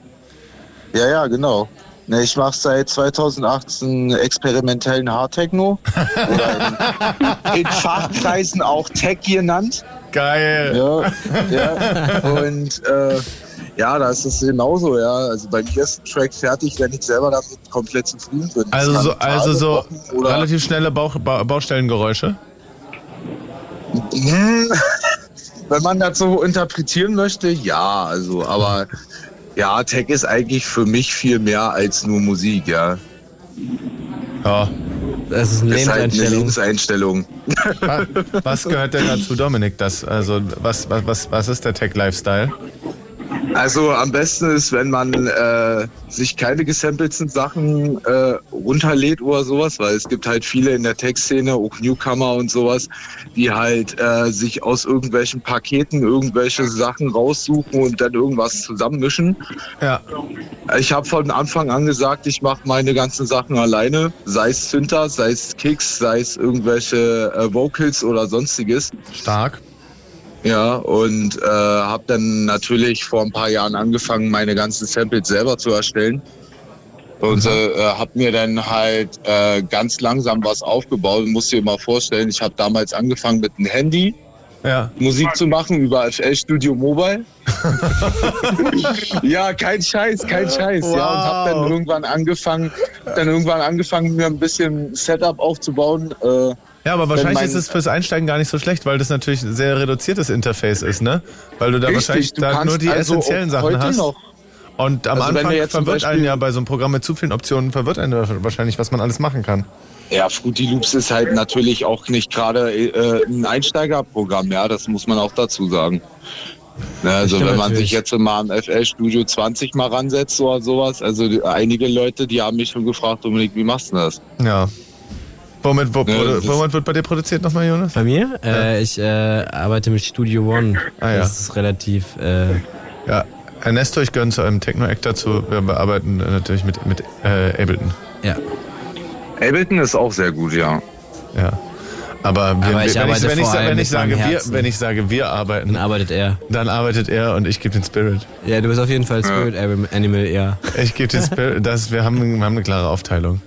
Ja, ja, genau. Ne, ich mache seit 2018 experimentellen Hardtechno. Oder in, in Fachkreisen auch Tech genannt.
Geil.
Ja, ja. Und äh, ja, da ist es genauso, ja. Also bei mir ist ein Track fertig, wenn ich selber damit komplett zufrieden bin. Das
Also
kann
so, also
Tage,
so
Wochen oder
relativ schnelle Bauch, ba Baustellengeräusche.
Hm, Wenn man das so interpretieren möchte, ja, also, aber ja, Tech ist eigentlich für mich viel mehr als nur Musik, ja.
Ja.
Das ist eine
Ist halt eine
Lebenseinstellung.
Lebenseinstellung.
Wa- Was gehört denn dazu, Dominik? Das, also was, was, was, was ist der Tech-Lifestyle?
Also am besten ist, wenn man äh, sich keine gesampelten Sachen äh, runterlädt oder sowas, weil es gibt halt viele in der Tech-Szene, auch Newcomer und sowas, die halt äh, sich aus irgendwelchen Paketen irgendwelche Sachen raussuchen und dann irgendwas zusammenmischen.
Ja.
Ich habe von Anfang an gesagt, ich mache meine ganzen Sachen alleine, sei es Zünter, sei es Kicks, sei es irgendwelche äh, Vocals oder sonstiges.
Stark.
Ja, und äh, habe dann natürlich vor ein paar Jahren angefangen, meine ganzen Samples selber zu erstellen.
Mhm.
Und äh, habe mir dann halt äh, ganz langsam was aufgebaut. Musst dir mal vorstellen, ich habe damals angefangen mit einem Handy
Ja.
Musik zu machen über FL Studio Mobile. ja, kein Scheiß, kein Scheiß. Ja, und habe dann irgendwann angefangen, dann irgendwann angefangen, mir ein bisschen Setup aufzubauen. Äh,
Ja, aber
wenn
wahrscheinlich
mein-
ist es fürs Einsteigen gar nicht so schlecht, weil das natürlich ein sehr reduziertes Interface ist, ne? Weil du da
Richtig,
wahrscheinlich
du
da
kannst
nur die
also
essentiellen
auch
Sachen
heute
hast.
noch.
Und am
Also wenn
Anfang
wir jetzt zum
verwirrt einen
Beispiel-
ja bei so einem Programm mit zu vielen Optionen, verwirrt einen wahrscheinlich, was man alles machen kann.
Ja, Fruity Loops ist halt natürlich auch nicht gerade äh, ein Einsteigerprogramm, ja, das muss man auch dazu sagen. Ne, also
stimmt
wenn man
natürlich.
sich jetzt mal an FL Studio 20 mal ransetzt oder sowas, also die- einige Leute, die haben mich schon gefragt, Dominik, wie machst du das?
Ja. Womit, wo,
Ja, das
wo,
ist-
womit wird bei dir produziert nochmal, Jonas?
Bei mir? Äh, ich äh, arbeite mit Studio One.
Ah, ja.
Das ist relativ. Äh,
Ja, Ernesto, ich gönne zu einem Techno-Act dazu. Wir arbeiten äh, natürlich mit, mit äh, Ableton.
Ja.
Ableton ist auch sehr gut, ja.
Ja. Aber,
Aber
wir,
ich
wenn, ich,
arbeite
wenn, ich,
vor allem
wenn, ich
mit
sage,
meinem
wir,
Herzen.
wenn ich sage, wir arbeiten,
dann arbeitet er.
dann arbeitet er und ich gebe den Spirit.
Ja, du bist auf jeden Fall Spirit Animal, ja.
Ich gebe den Spirit. Das, wir, haben, wir haben eine klare Aufteilung.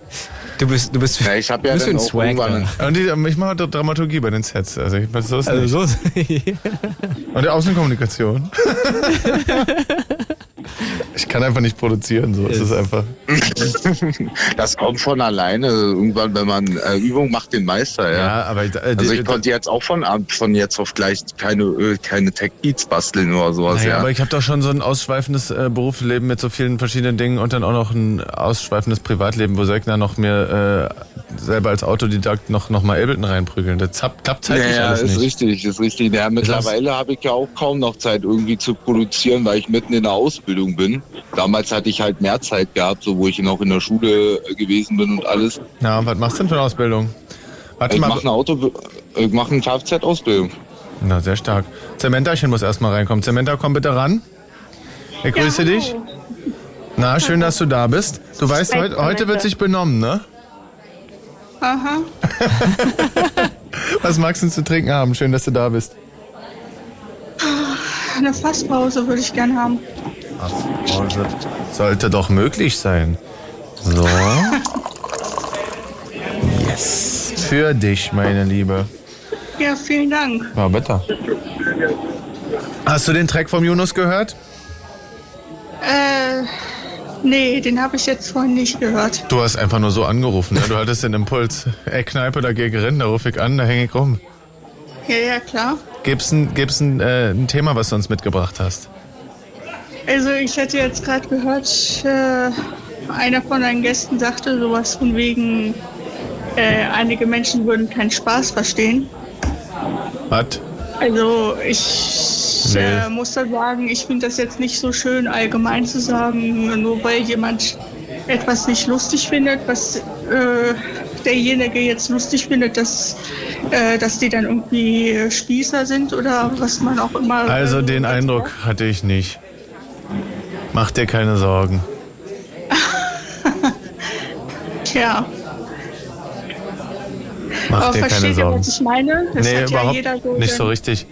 Du bist, du bist,
ja ich habe ja
bist du
dann
ein
auch
Swag.
irgendwann,
da?
Und die, ich mache Dramaturgie bei den Sets. Also, ich, so ist nicht.
Also so.
Und die Außenkommunikation. ich kann einfach nicht produzieren. So ist es einfach.
das kommt von alleine, irgendwann, wenn man äh, Übung macht, den Meister, ja.
aber äh,
Also
die-
ich konnte jetzt auch von, ab- von jetzt auf gleich keine, äh, keine Tech-Beats basteln oder sowas,
Naja,
ja.
aber ich habe doch schon so ein ausschweifendes äh, Berufsleben mit so vielen verschiedenen Dingen und dann auch noch ein ausschweifendes Privatleben, wo soll ich da noch mir äh, selber als Autodidakt noch, noch mal Ableton reinprügeln? Das zapp- klappt zeitlich
ja, ja,
alles
ist
Halt nicht.
richtig, ist richtig. Ja, mittlerweile habe ich ja auch kaum noch Zeit irgendwie zu produzieren, weil ich mitten in der Ausbildung bin. Damals hatte ich halt mehr Zeit gehabt, so wo ich noch in der Schule äh, gewesen bin und alles.
Na, was machst du denn für eine Ausbildung? Warte
Ich
mal.
mache eine Auto, ich mache eine Kfz-Ausbildung.
Na, sehr stark. Zementachen muss erstmal reinkommen. Zementa, komm bitte ran. Ich grüße dich. Na, schön, dass du da bist. Du weißt,
Hi,
heute, heute wird
Samantha.
sich benommen, ne?
Aha.
Was magst du denn zu trinken haben? Schön, dass du da bist.
Eine Fasspause würde ich gern haben.
Sollte doch möglich sein. So. Yes. Für dich, meine Liebe.
Ja, vielen Dank.
War bitte. Hast du den Track vom Yunus gehört?
Äh, nee, den habe ich jetzt vorhin nicht gehört.
Du hast einfach nur so angerufen. Ne? Du hattest den Impuls. Ey, Kneipe, da geh ich rein, da ruf ich an, da hänge ich rum.
Ja, ja, klar.
Gibt's ein, gibt's ein, äh, ein Thema, was du uns mitgebracht hast?
Also ich hätte jetzt gerade gehört, äh, einer von deinen Gästen sagte sowas von wegen, äh, einige Menschen würden keinen Spaß verstehen.
Was?
Also ich
Nee.
äh, muss dann sagen, ich finde das jetzt nicht so schön allgemein zu sagen, nur weil jemand etwas nicht lustig findet, was äh, derjenige jetzt lustig findet, dass, äh, dass die dann irgendwie äh, Spießer sind oder was man auch immer. äh,
Also den Eindruck hatte ich nicht. Mach dir keine Sorgen.
Tja,
Mach
aber
dir keine
versteht ihr,
Sorgen.
was ich meine? Das
nee,
hat ja
überhaupt
jeder so
nicht
sein-
so richtig.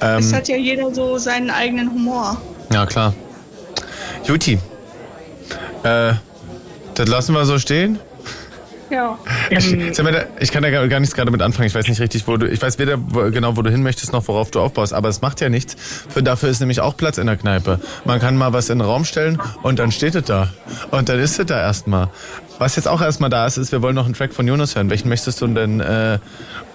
Es
Ähm,
hat ja jeder so seinen eigenen Humor.
ja, klar. Juti, äh, das lassen wir so stehen.
Ja.
Ähm,
Ich, sag mal, da- ich kann da gar gar nichts gerade mit anfangen. Ich weiß nicht richtig, wo du. Ich weiß weder wo, genau, wo du hin möchtest, noch worauf du aufbaust. Aber es macht ja nichts. Für, dafür ist nämlich auch Platz in der Kneipe. Man kann mal was in den Raum stellen und dann steht es da. Und dann ist es da erstmal. Was jetzt auch erstmal da ist, ist, wir wollen noch einen Track von Jonas hören. Welchen möchtest du denn äh,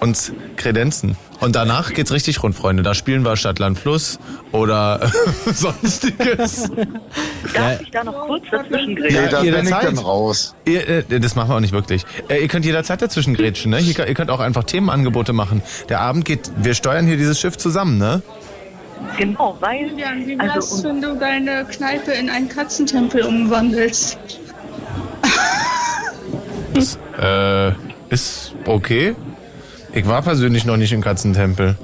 uns kredenzen? Und danach geht's richtig rund, Freunde. Da spielen wir Stadt, Land, Fluss oder sonstiges.
Darf ich da noch kurz dazwischen
Nee,
grillen?
da
ihr
bin ich
Zeit.
dann raus.
Ihr, äh, das machen wir auch nicht wirklich. Äh, ihr könnt jederzeit dazwischen grätschen, ne? Ihr, könnt- ihr könnt auch einfach Themenangebote machen. Der Abend geht, wir steuern hier dieses Schiff zusammen, ne?
Genau, weil.
Julian, wie wär's,
Also, und,
wenn du deine Kneipe in einen Katzentempel umwandelst?
Das, äh, ist okay. Ich war persönlich noch nicht im Katzentempel.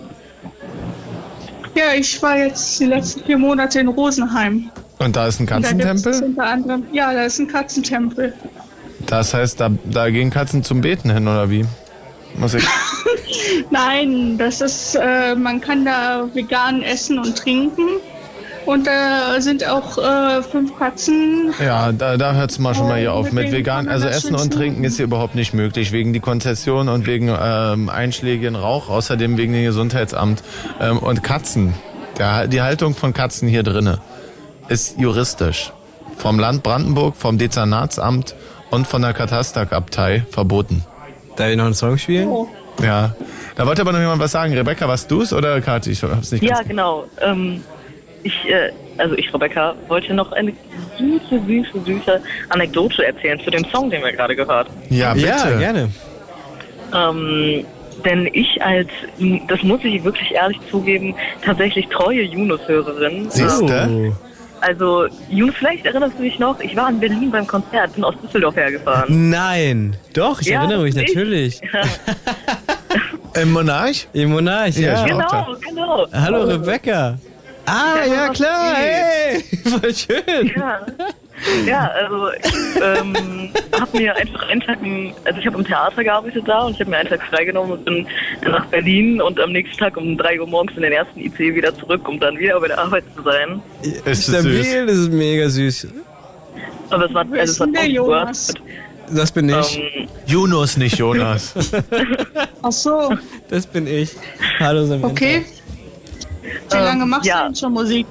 Ja, ich war jetzt die letzten vier Monate in Rosenheim.
Und da ist ein
Und da gibt's
Katzentempel?
unter anderem, ja, da ist ein Katzentempel.
Das heißt, da, da gehen Katzen zum Beten hin, oder wie? Muss ich.
Nein, das ist, äh, man kann da vegan essen und trinken. Und da sind auch äh, fünf Katzen.
Ja, da, da hört es mal schon mal hier auf. Mit
Deswegen
vegan,
kann man
also
das
Essen und
schützen.
Trinken ist hier überhaupt nicht möglich, wegen die Konzession und wegen ähm, Einschläge in Rauch, außerdem wegen dem Gesundheitsamt. Ähm, und Katzen, der, die Haltung von Katzen hier drinne ist juristisch. Vom Land Brandenburg, vom Dezernatsamt und von der Katasterabtei verboten.
Darf ich noch einen Song spielen?
Ja. Da wollte aber noch jemand was sagen. Rebecca, warst du's oder Kathi? Ich hab's nicht
ja,
ganz...
genau. Ähm, ich, äh, also ich, Rebecca, wollte noch eine süße, süße, süße Anekdote erzählen zu dem Song, den wir gerade gehört
Ja, Ah, bitte.
Ja, gerne.
Ähm, denn ich als, das muss ich wirklich ehrlich zugeben, tatsächlich treue Yunus-Hörerin. Ähm,
Siehste?
Also, Yunus, vielleicht erinnerst du dich noch, ich war in Berlin beim Konzert, bin aus Düsseldorf hergefahren.
Oh. Nein. Doch, ich
Ja,
erinnere mich
ich-
natürlich.
Im Monarch?
Im Monarch, ja.
Ja, genau, genau.
Hallo Rebecca. Ah,
Ja,
ja,
was
klar, hey.
geht?
Voll schön.
Ja, ja also ich ähm, habe mir einfach einen Tag, im- also ich habe im Theater gearbeitet da und ich habe mir einen Tag freigenommen und bin dann nach Berlin und am nächsten Tag um 3 Uhr morgens in den ersten IC wieder zurück, um dann wieder bei der Arbeit zu sein.
Ist das
Stabil,
süß.
das ist mega süß.
Aber es war, also es war
Der Jonas.
Das bin ich.
ähm,
Junos, nicht Jonas.
Ach so,
Das bin ich. Hallo Samantha.
okay. Wie lange machst
ja.
du denn schon Musik?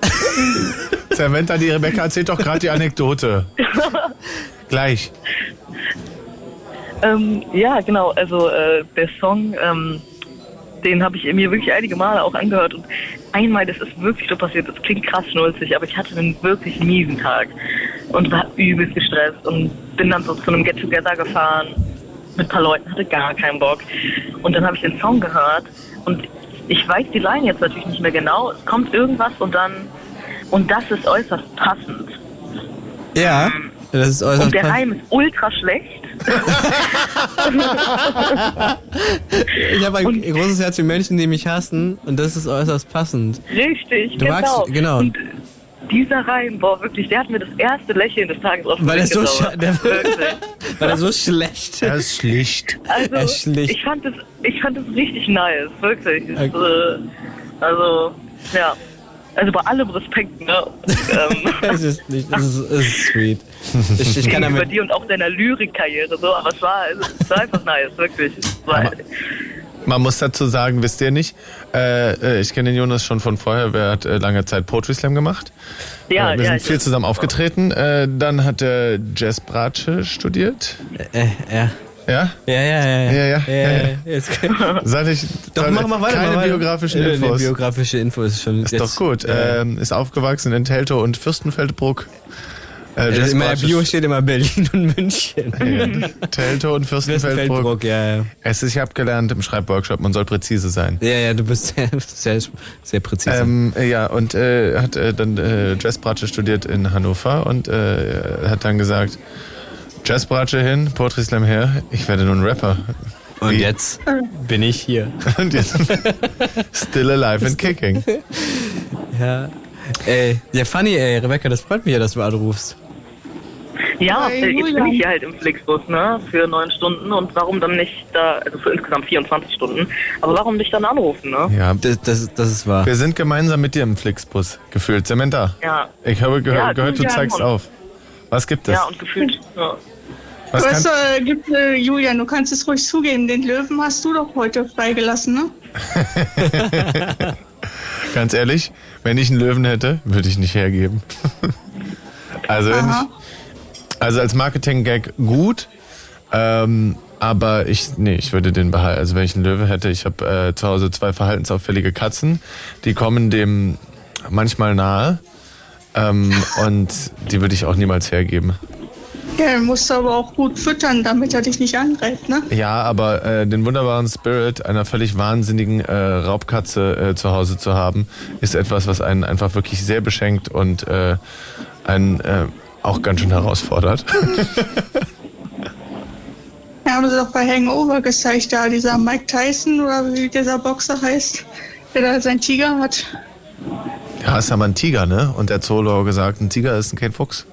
Samantha, die Rebecca erzählt doch gerade die Anekdote. Gleich.
ähm, ja, genau, also äh, der Song, ähm, den habe ich mir wirklich einige Male auch angehört und einmal, das ist wirklich so passiert, das klingt krass schnulzig, aber ich hatte einen wirklich miesen Tag und war übelst gestresst und bin dann so zu einem Get-Together gefahren mit ein paar Leuten, hatte gar keinen Bock und dann habe ich den Song gehört und ich weiß die Line jetzt natürlich nicht mehr genau, es kommt irgendwas und dann, und das ist äußerst passend.
Ja, Also das ist äußerst
Und der
passend.
Reim ist ultra schlecht.
Ich habe ein großes Herz für Menschen, die mich hassen und das ist äußerst passend.
Richtig,
Du magst-
genau.
genau.
Und dieser Reim, boah, wirklich, der hat mir das erste Lächeln des Tages auf den
Weil er
Gesicht
so,
gezaubert.
sch- der,
Genau. Wirklich.
weil er so schlecht
Er
ist.
ist schlicht.
Also,
Er ist schlicht.
Ich, fand das, ich fand das richtig nice, wirklich. Das,
Okay.
äh, also, ja. Also bei allem Respekt, ne? ähm,
Es ist nicht, es ist, es ist sweet. Ich, ich kann
gegenüber
damit.
dir und auch deiner Lyrikkarriere so, aber es war, es war einfach nice, wirklich. Es war,
Aber- Man muss dazu sagen, wisst ihr nicht, äh, äh, ich kenne den Jonas schon von vorher, der hat äh, lange Zeit Poetry Slam gemacht.
ja,
äh, wir
ja,
sind viel
ich,
zusammen aufgetreten. Äh, dann hat er Jazz Bratsche studiert.
Äh, ja.
Ja?
Ja, ja, ja.
Ja, ja, ja, ja.
Jetzt,
Sag ich,
doch,
sag
mach
ich,
mal weiter.
Keine
mach weiter.
biografischen
Äh,
Infos.
Nee, biografische Info ist schon. jetzt-
ist
äh.
doch gut.
Ja.
Ähm, ist aufgewachsen in Teltow und Fürstenfeldbruck. Äh,
Also
Jazz
in meiner
Bratsche-
Bio steht immer Berlin und München.
Ja. Teltow und Fürstenfeldbruck.
Feldbruck, ja, ja.
Es ist, ich habe gelernt im Schreibworkshop, man soll präzise sein.
Ja, ja, du bist sehr, sehr, sehr präzise.
Ähm, äh, ja, und äh, hat äh, dann äh, Jazzbratsche studiert in Hannover und äh, hat dann gesagt, Jazzbratsche hin, Poetry Slam her, ich werde nun Rapper.
und
wie-
jetzt bin ich hier.
Und jetzt still alive and kicking.
Ja. Ey, ja, funny, ey, Rebecca, das freut mich ja, dass du anrufst.
ja,
Hey,
äh, jetzt bin
Julian.
ich hier halt im Flixbus, ne? Für neun Stunden und warum dann nicht da, also für insgesamt 24 Stunden, aber warum nicht dann anrufen, ne?
Ja,
Das, das, das ist wahr.
wir sind gemeinsam mit dir im Flixbus gefühlt. Samantha,
Ja.
ich habe gehö
Ja,
gehört, du
Julian,
zeigst
und-
auf. Was gibt es?
Ja, und gefühlt. Ja.
Was
weißt du,
kann,
äh, gib, äh, Julian, du kannst es ruhig zugeben. Den Löwen hast du doch heute freigelassen, ne?
ganz ehrlich, wenn ich einen Löwen hätte, würde ich nicht hergeben. also wenn ich,
Aha.
Also als Marketing-Gag gut, ähm, aber ich, nee, ich würde den behalten. Also wenn ich einen Löwe hätte, ich habe äh, zu Hause zwei verhaltensauffällige Katzen, die kommen dem manchmal nahe ähm, und die würde ich auch niemals hergeben.
Ja, den musst du aber auch gut füttern, damit er dich nicht angreift, ne?
Ja, aber äh, den wunderbaren Spirit einer völlig wahnsinnigen äh, Raubkatze äh, zu Hause zu haben, ist etwas, was einen einfach wirklich sehr beschenkt und äh, einen äh, auch ganz schön herausfordert.
Ja, haben sie doch bei Hangover gezeigt, da dieser Mike Tyson oder wie dieser Boxer heißt, der da seinen Tiger hat.
ja, ist aber ein Tiger, ne? Und der Zoolauer gesagt, ein Tiger ist kein Fuchs.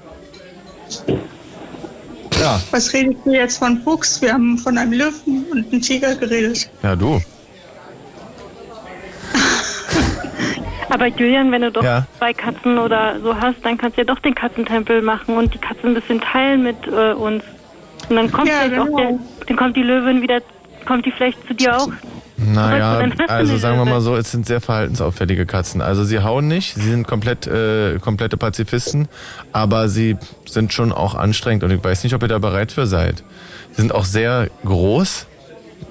Ja,
Was redest du jetzt von Fuchs? Wir haben von einem Löwen und einem Tiger geredet.
ja du.
Aber Julian, wenn du doch
Ja.
zwei Katzen oder so hast, dann kannst du ja doch den Katzentempel machen und die Katzen ein bisschen teilen mit äh, uns. Und dann kommt vielleicht
genau.
auch der, dann kommt die Löwin wieder, kommt die vielleicht zu dir auch.
Naja,
Dann hast du
also
eine
sagen wir
Löwe.
mal so, es sind sehr verhaltensauffällige Katzen. Also sie hauen nicht, sie sind komplett äh, komplette Pazifisten, aber sie sind schon auch anstrengend und ich weiß nicht, ob ihr da bereit für seid. Sie sind auch sehr groß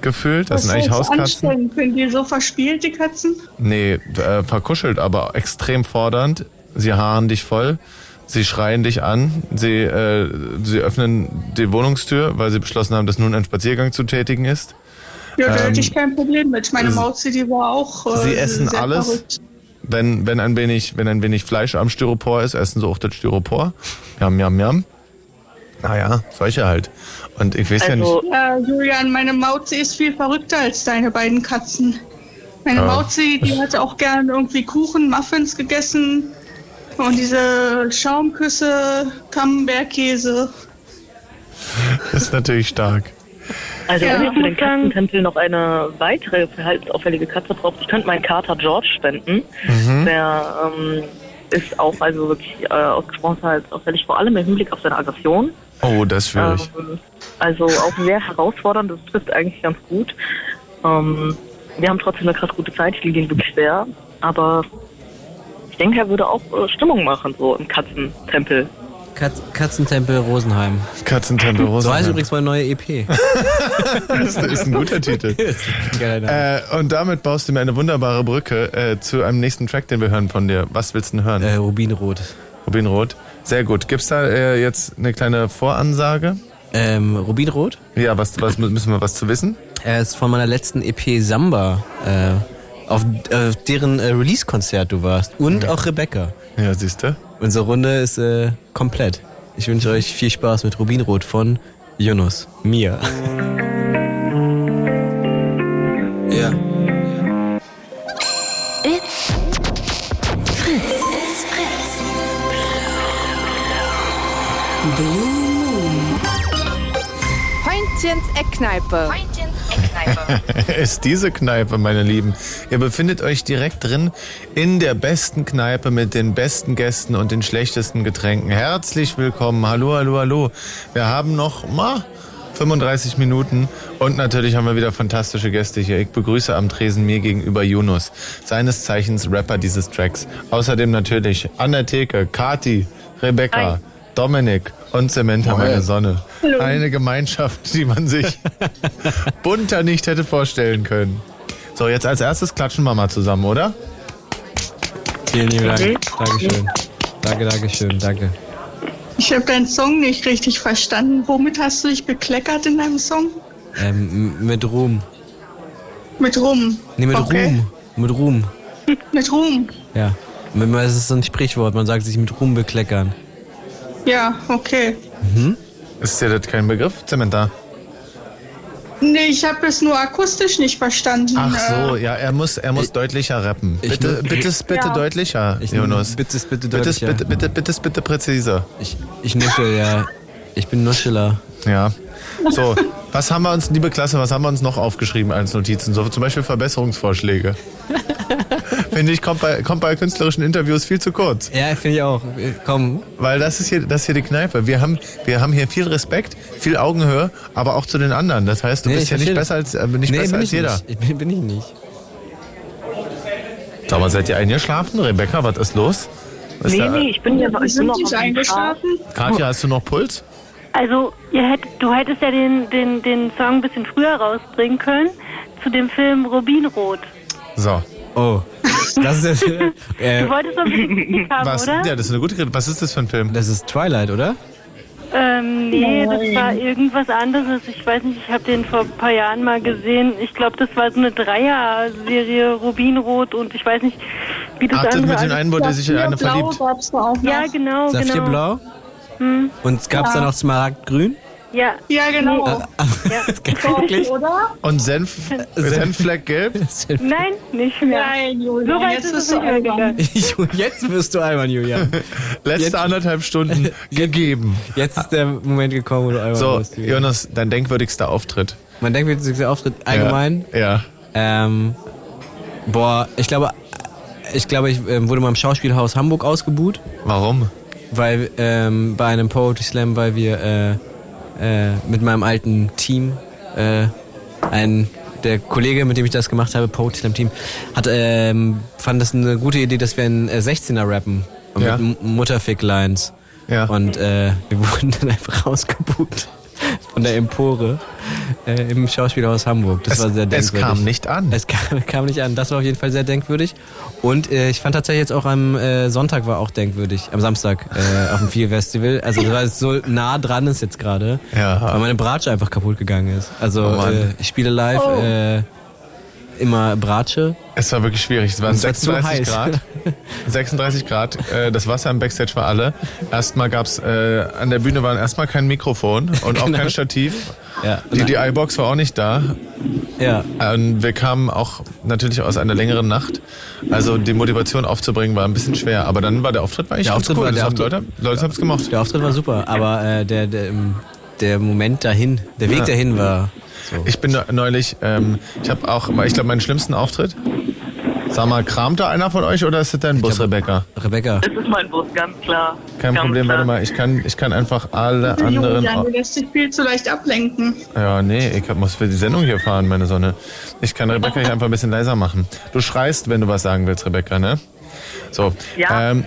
gefühlt, das sind eigentlich
ist
Hauskatzen.
anstrengend. Sind die so verspielt, die Katzen?
Nee, äh, verkuschelt, aber extrem fordernd. Sie haaren dich voll, sie schreien dich an, sie, äh, sie öffnen die Wohnungstür, weil sie beschlossen haben, dass nun ein Spaziergang zu tätigen ist.
Ja, da
Ähm,
hätte ich kein Problem mit. Meine
sie-
Mauzi, die war auch. äh,
Sie essen
sehr
alles.
verrückt.
Wenn, wenn, ein wenig, wenn ein wenig Fleisch am Styropor ist, essen sie auch das Styropor. Jam, jam, jam. Naja, solche halt. Und ich weiß ja
Also,
nicht.
ja, Julian, meine Mauzi ist viel verrückter als deine beiden Katzen. Meine
Ja.
Mauzi, die hat auch gern irgendwie Kuchen, Muffins gegessen und diese Schaumküsse, Camembert-Käse.
Das ist natürlich stark.
Also
Ja,
wenn ich
ich
für
muss
den
sagen-
Katzentempel noch eine weitere verhaltensauffällige Katze brauche, ich könnte meinen Kater George spenden.
Mhm.
Der ähm, ist auch also wirklich äh, ausgesprochen verhaltensauffällig, vor allem im Hinblick auf seine Aggression.
Oh, das ist schwierig.
Ähm, also auch sehr herausfordernd, das trifft eigentlich ganz gut. Ähm, wir haben trotzdem eine krass gute Zeit, ich liebe ihn wirklich sehr. Aber ich denke, er würde auch äh, Stimmung machen, so im Katzentempel.
Katz Katzentempel Rosenheim.
Ähm.
Katzentempel
So
Rosenheim.
heißt übrigens meine neue E EP.
das ist ein guter Titel. Äh, und damit baust du mir eine wunderbare Brücke äh, zu einem nächsten Track, den wir hören von dir. Was willst du denn
Ähm. Äh.
hören?
Rubinrot.
Rubinrot. Sehr gut. Gibt's da äh, jetzt eine kleine Voransage?
Ähm, Rubinrot?
Ja, was, was müssen wir was zu wissen?
Er ist von meiner letzten EP Samba, äh, auf, auf deren äh, Release-Konzert du warst. Und auch Rebecca.
Ja, siehst du?
Unsere Runde ist äh, komplett. Ich wünsche euch viel Spaß mit Rubinrot von Yunus. Mir.
Ja.
It's Fritz. It's Fritz. Blue Moon.
Heintchens Eckkneipe. Heintchens Eckkneipe.
ist diese Kneipe, meine Lieben. Ihr befindet euch direkt drin in der besten Kneipe mit den besten Gästen und den schlechtesten Getränken. Herzlich willkommen. Hallo, hallo, hallo. Wir haben noch ma, 35 Minuten und natürlich haben wir wieder fantastische Gäste hier. Ich begrüße am Tresen mir gegenüber Yunus, seines Zeichens Rapper dieses Tracks. Außerdem natürlich an der Theke Kati, Rebecca, Dominik und Samantha, meine Sonne.
Hallo.
Eine Gemeinschaft, die man sich bunter nicht hätte vorstellen können. So, jetzt als erstes klatschen wir mal zusammen, oder?
Vielen lieben
Dank. Mhm.
Dankeschön. Danke, Dankeschön, danke.
Ich habe deinen Song nicht richtig verstanden. Womit hast du dich bekleckert in deinem Song?
Ähm, m- mit Ruhm.
Mit Rum.
Nee, mit
Okay.
Ruhm. Mit Ruhm.
Mit Rum.
Ja. Es ist so ein Sprichwort, man sagt sich mit Ruhm bekleckern.
Ja, okay.
Mhm.
Ist dir das kein Begriff, Zementa?
Nee, ich habe es nur akustisch nicht verstanden.
Ach so,
Äh,
ja, er muss, er muss deutlicher rappen. Bitte,
mu-
bitte, bitte
Ja.
deutlicher,
Ich-
Jonas.
bitte, bitte
Bitte,
deutlicher.
bitte, bitte, bitte, bitte präziser.
Ich, ich nuschel, ja. Ich bin Nuscheler.
Ja. So, was haben wir uns, liebe Klasse, was haben wir uns noch aufgeschrieben als Notizen? So zum Beispiel Verbesserungsvorschläge. Finde ich, kommt bei, kommt bei künstlerischen Interviews viel zu kurz.
Ja, finde ich auch. Komm.
Weil das ist hier, das ist hier die Kneipe. Wir haben, wir haben hier viel Respekt, viel Augenhöhe, aber auch zu den anderen. Das heißt, du
Nee,
bist
ich
ja nicht
verstehe
besser als,
das.
äh, nicht
Nee,
besser
bin
als
ich
jeder.
Nicht. Ich bin, bin ich nicht.
Sag mal, seid ihr eingeschlafen? Rebecca, was ist los? Was ist
Nee,
da-
nee, ich bin ja ich bin
Sind
noch
die
auf dem
eingeschlafen?
Fahrrad.
Katja, hast du noch Puls?
Also, ihr hättet, du hättest ja den, den, den Song ein bisschen früher rausbringen können zu dem Film Rubinrot.
So.
Oh. Das ist äh,
Du wolltest so ein bisschen Kritik haben,
was,
oder?
Ja, das ist eine gute Kritik. Was ist das für ein Film?
Das ist Twilight, oder?
Ähm, nee,
Nein.
das war irgendwas anderes. Ich weiß nicht, ich habe den vor ein paar Jahren mal gesehen. Ich glaube, das war so eine Dreier-Serie, Rubinrot und ich weiß nicht, wie das
Ach, das
andere...
mit den
alles-
einen, wo der sich in eine verliebt.
Ja, genau, genau.
Saftieblau?
Hm.
Und gab es
Ja.
dann auch Smaragdgrün?
Ja.
Ja, genau.
Wirklich?
Oder?
Und Senf, Senffleck gelb?
Nein, nicht mehr.
Nein, Julia,
so weit
jetzt
ist
bist
es
du
nicht mehr gegangen.
Jetzt wirst du albern, Julian.
Letzte anderthalb Stunden gegeben.
Jetzt ist der Moment gekommen, wo du albern
So,
wirst. Julian.
Jonas, dein denkwürdigster Auftritt.
Mein denkwürdigster Auftritt allgemein?
Ja. ja.
Ähm, boah, ich glaube, ich glaube, ich ähm, wurde mal im Schauspielhaus Hamburg ausgebuht.
Warum?
Weil ähm, bei einem Poetry Slam, weil wir äh, äh, mit meinem alten Team, äh, ein der Kollege, mit dem ich das gemacht habe, Poetry Slam Team, hat ähm, fand das eine gute Idee, dass wir einen äh, 16er rappen und
Ja.
mit M- Mutterfick Lines.
Ja.
Und äh, wir wurden dann einfach rausgebuht von der Empore äh, im Schauspielhaus Hamburg. Das
Es-
war sehr
es
denkwürdig.
kam nicht an.
Es kam, kam nicht an. Das war auf jeden Fall sehr denkwürdig. Und äh, ich fand tatsächlich jetzt auch am äh, Sonntag war auch denkwürdig. Am Samstag äh, auf dem Vier Festival. Also das war jetzt so nah dran ist jetzt gerade.
Ja.
Weil meine Bratsche einfach kaputt gegangen ist. Also
Oh Mann.
äh, ich spiele live
Oh.
äh, immer Bratsche.
Es war wirklich schwierig. Es waren
Es war zu
36
heiß.
Grad. 36 Grad. Äh, das Wasser im Backstage war alle. Erstmal gab's äh, an der Bühne waren erstmal kein Mikrofon und
Genau.
auch kein Stativ.
Ja.
Die DI-Box war auch nicht da.
Ja.
Und wir kamen auch natürlich aus einer längeren Nacht. Also die Motivation aufzubringen war ein bisschen schwer. Aber dann war der Auftritt war eigentlich
Der
ganz
Auftritt
cool.
war-
Das
der
haben
Auftritt-
Leute, Leute haben es gemacht.
Der Auftritt war super, aber äh, der, der, ähm, der Moment dahin, der Weg
Ja.
dahin war.
Ich bin ne- neulich, ähm, ich habe auch, immer- ich glaube, meinen schlimmsten Auftritt. Sag mal, kramt da einer von euch oder ist das dein Bus, Rebecca?
Rebecca.
Das ist mein Bus, ganz klar.
Kein
ganz
Problem,
klar.
warte mal, ich kann, ich kann einfach alle anderen.
Julia,
au-
du lässt dich viel zu leicht ablenken.
Ja, nee, ich hab- muss für die Sendung hier fahren, meine Sonne. Ich kann Rebecca hier einfach ein bisschen leiser machen. Du schreist, wenn du was sagen willst, Rebecca, ne? So.
Ja.
Ähm,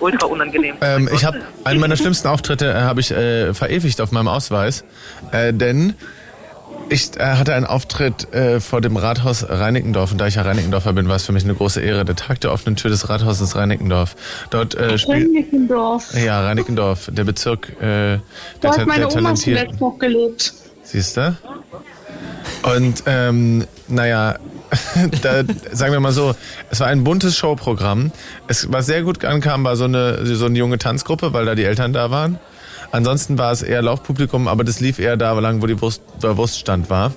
Ultra unangenehm.
Ähm, ich habe einen meiner schlimmsten Auftritte äh, habe ich äh, verewigt auf meinem Ausweis, äh, denn ich äh, hatte einen Auftritt äh, vor dem Rathaus Reinickendorf und da ich ja Reinickendorfer bin, war es für mich eine große Ehre. Der Tag der offenen Tür des Rathauses Reinickendorf. Dort äh, spielt
Reinickendorf.
ja Reinickendorf, der Bezirk äh, der,
Da
Ta-
hat meine
der
Oma
Talentierten.
zuletzt noch gelebt.
Siehst du? Und ähm, naja, da, sagen wir mal so, es war ein buntes Showprogramm. Es, was sehr gut ankam, war so eine, so eine junge Tanzgruppe, weil da die Eltern da waren. Ansonsten war es eher Laufpublikum, aber das lief eher da lang, wo die Wurst, der Wurststand war.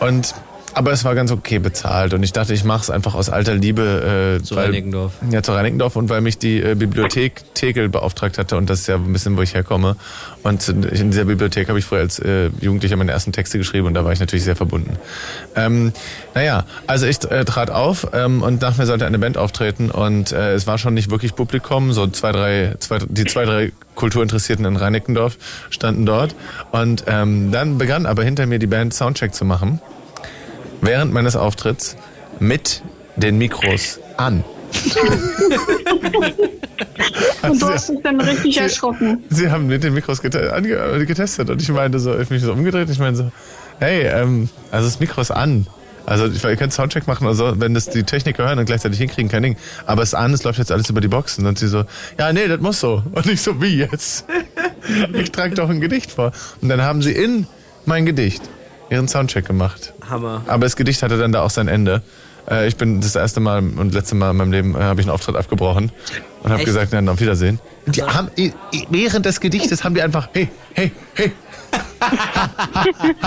Und aber es war ganz okay bezahlt und ich dachte, ich mache es einfach aus alter Liebe äh,
Zu
weil-
Reinickendorf.
Ja, zu Reinickendorf und weil mich die äh, Bibliothek Tegel beauftragt hatte und das ist ja ein bisschen, wo ich herkomme. Und zu- in dieser Bibliothek habe ich früher als äh, Jugendlicher meine ersten Texte geschrieben und da war ich natürlich sehr verbunden. Ähm, naja, also ich äh, trat auf ähm, und nach mir sollte eine Band auftreten und äh, es war schon nicht wirklich Publikum, so zwei, drei, zwei, die zwei, drei Kulturinteressierten in Reinickendorf standen dort und ähm, dann begann aber hinter mir die Band Soundcheck zu machen während meines Auftritts mit den Mikros an.
Und du hast dich dann richtig erschrocken.
Sie haben mit den Mikros gete ange- getestet und ich meinte so, ich mich so umgedreht, ich meinte so, hey, ähm, also das Mikro ist an. Also ich, ihr könnt Soundcheck machen oder so, wenn das die Techniker hören und gleichzeitig hinkriegen, kein Ding. Aber es ist an, es läuft jetzt alles über die Boxen. Und sie so, ja, nee, das muss so. Und ich so, wie jetzt? Ich trage doch ein Gedicht vor. Und dann haben sie in mein Gedicht ihren Soundcheck gemacht.
Hammer.
Aber das Gedicht hatte dann da auch sein Ende. Äh, Ich bin das erste Mal und letzte Mal in meinem Leben äh, habe ich einen Auftritt abgebrochen und habe
Echt?
gesagt, nein, auf Wiedersehen. Die haben i- i- während des Gedichtes haben die einfach hey, hey, hey.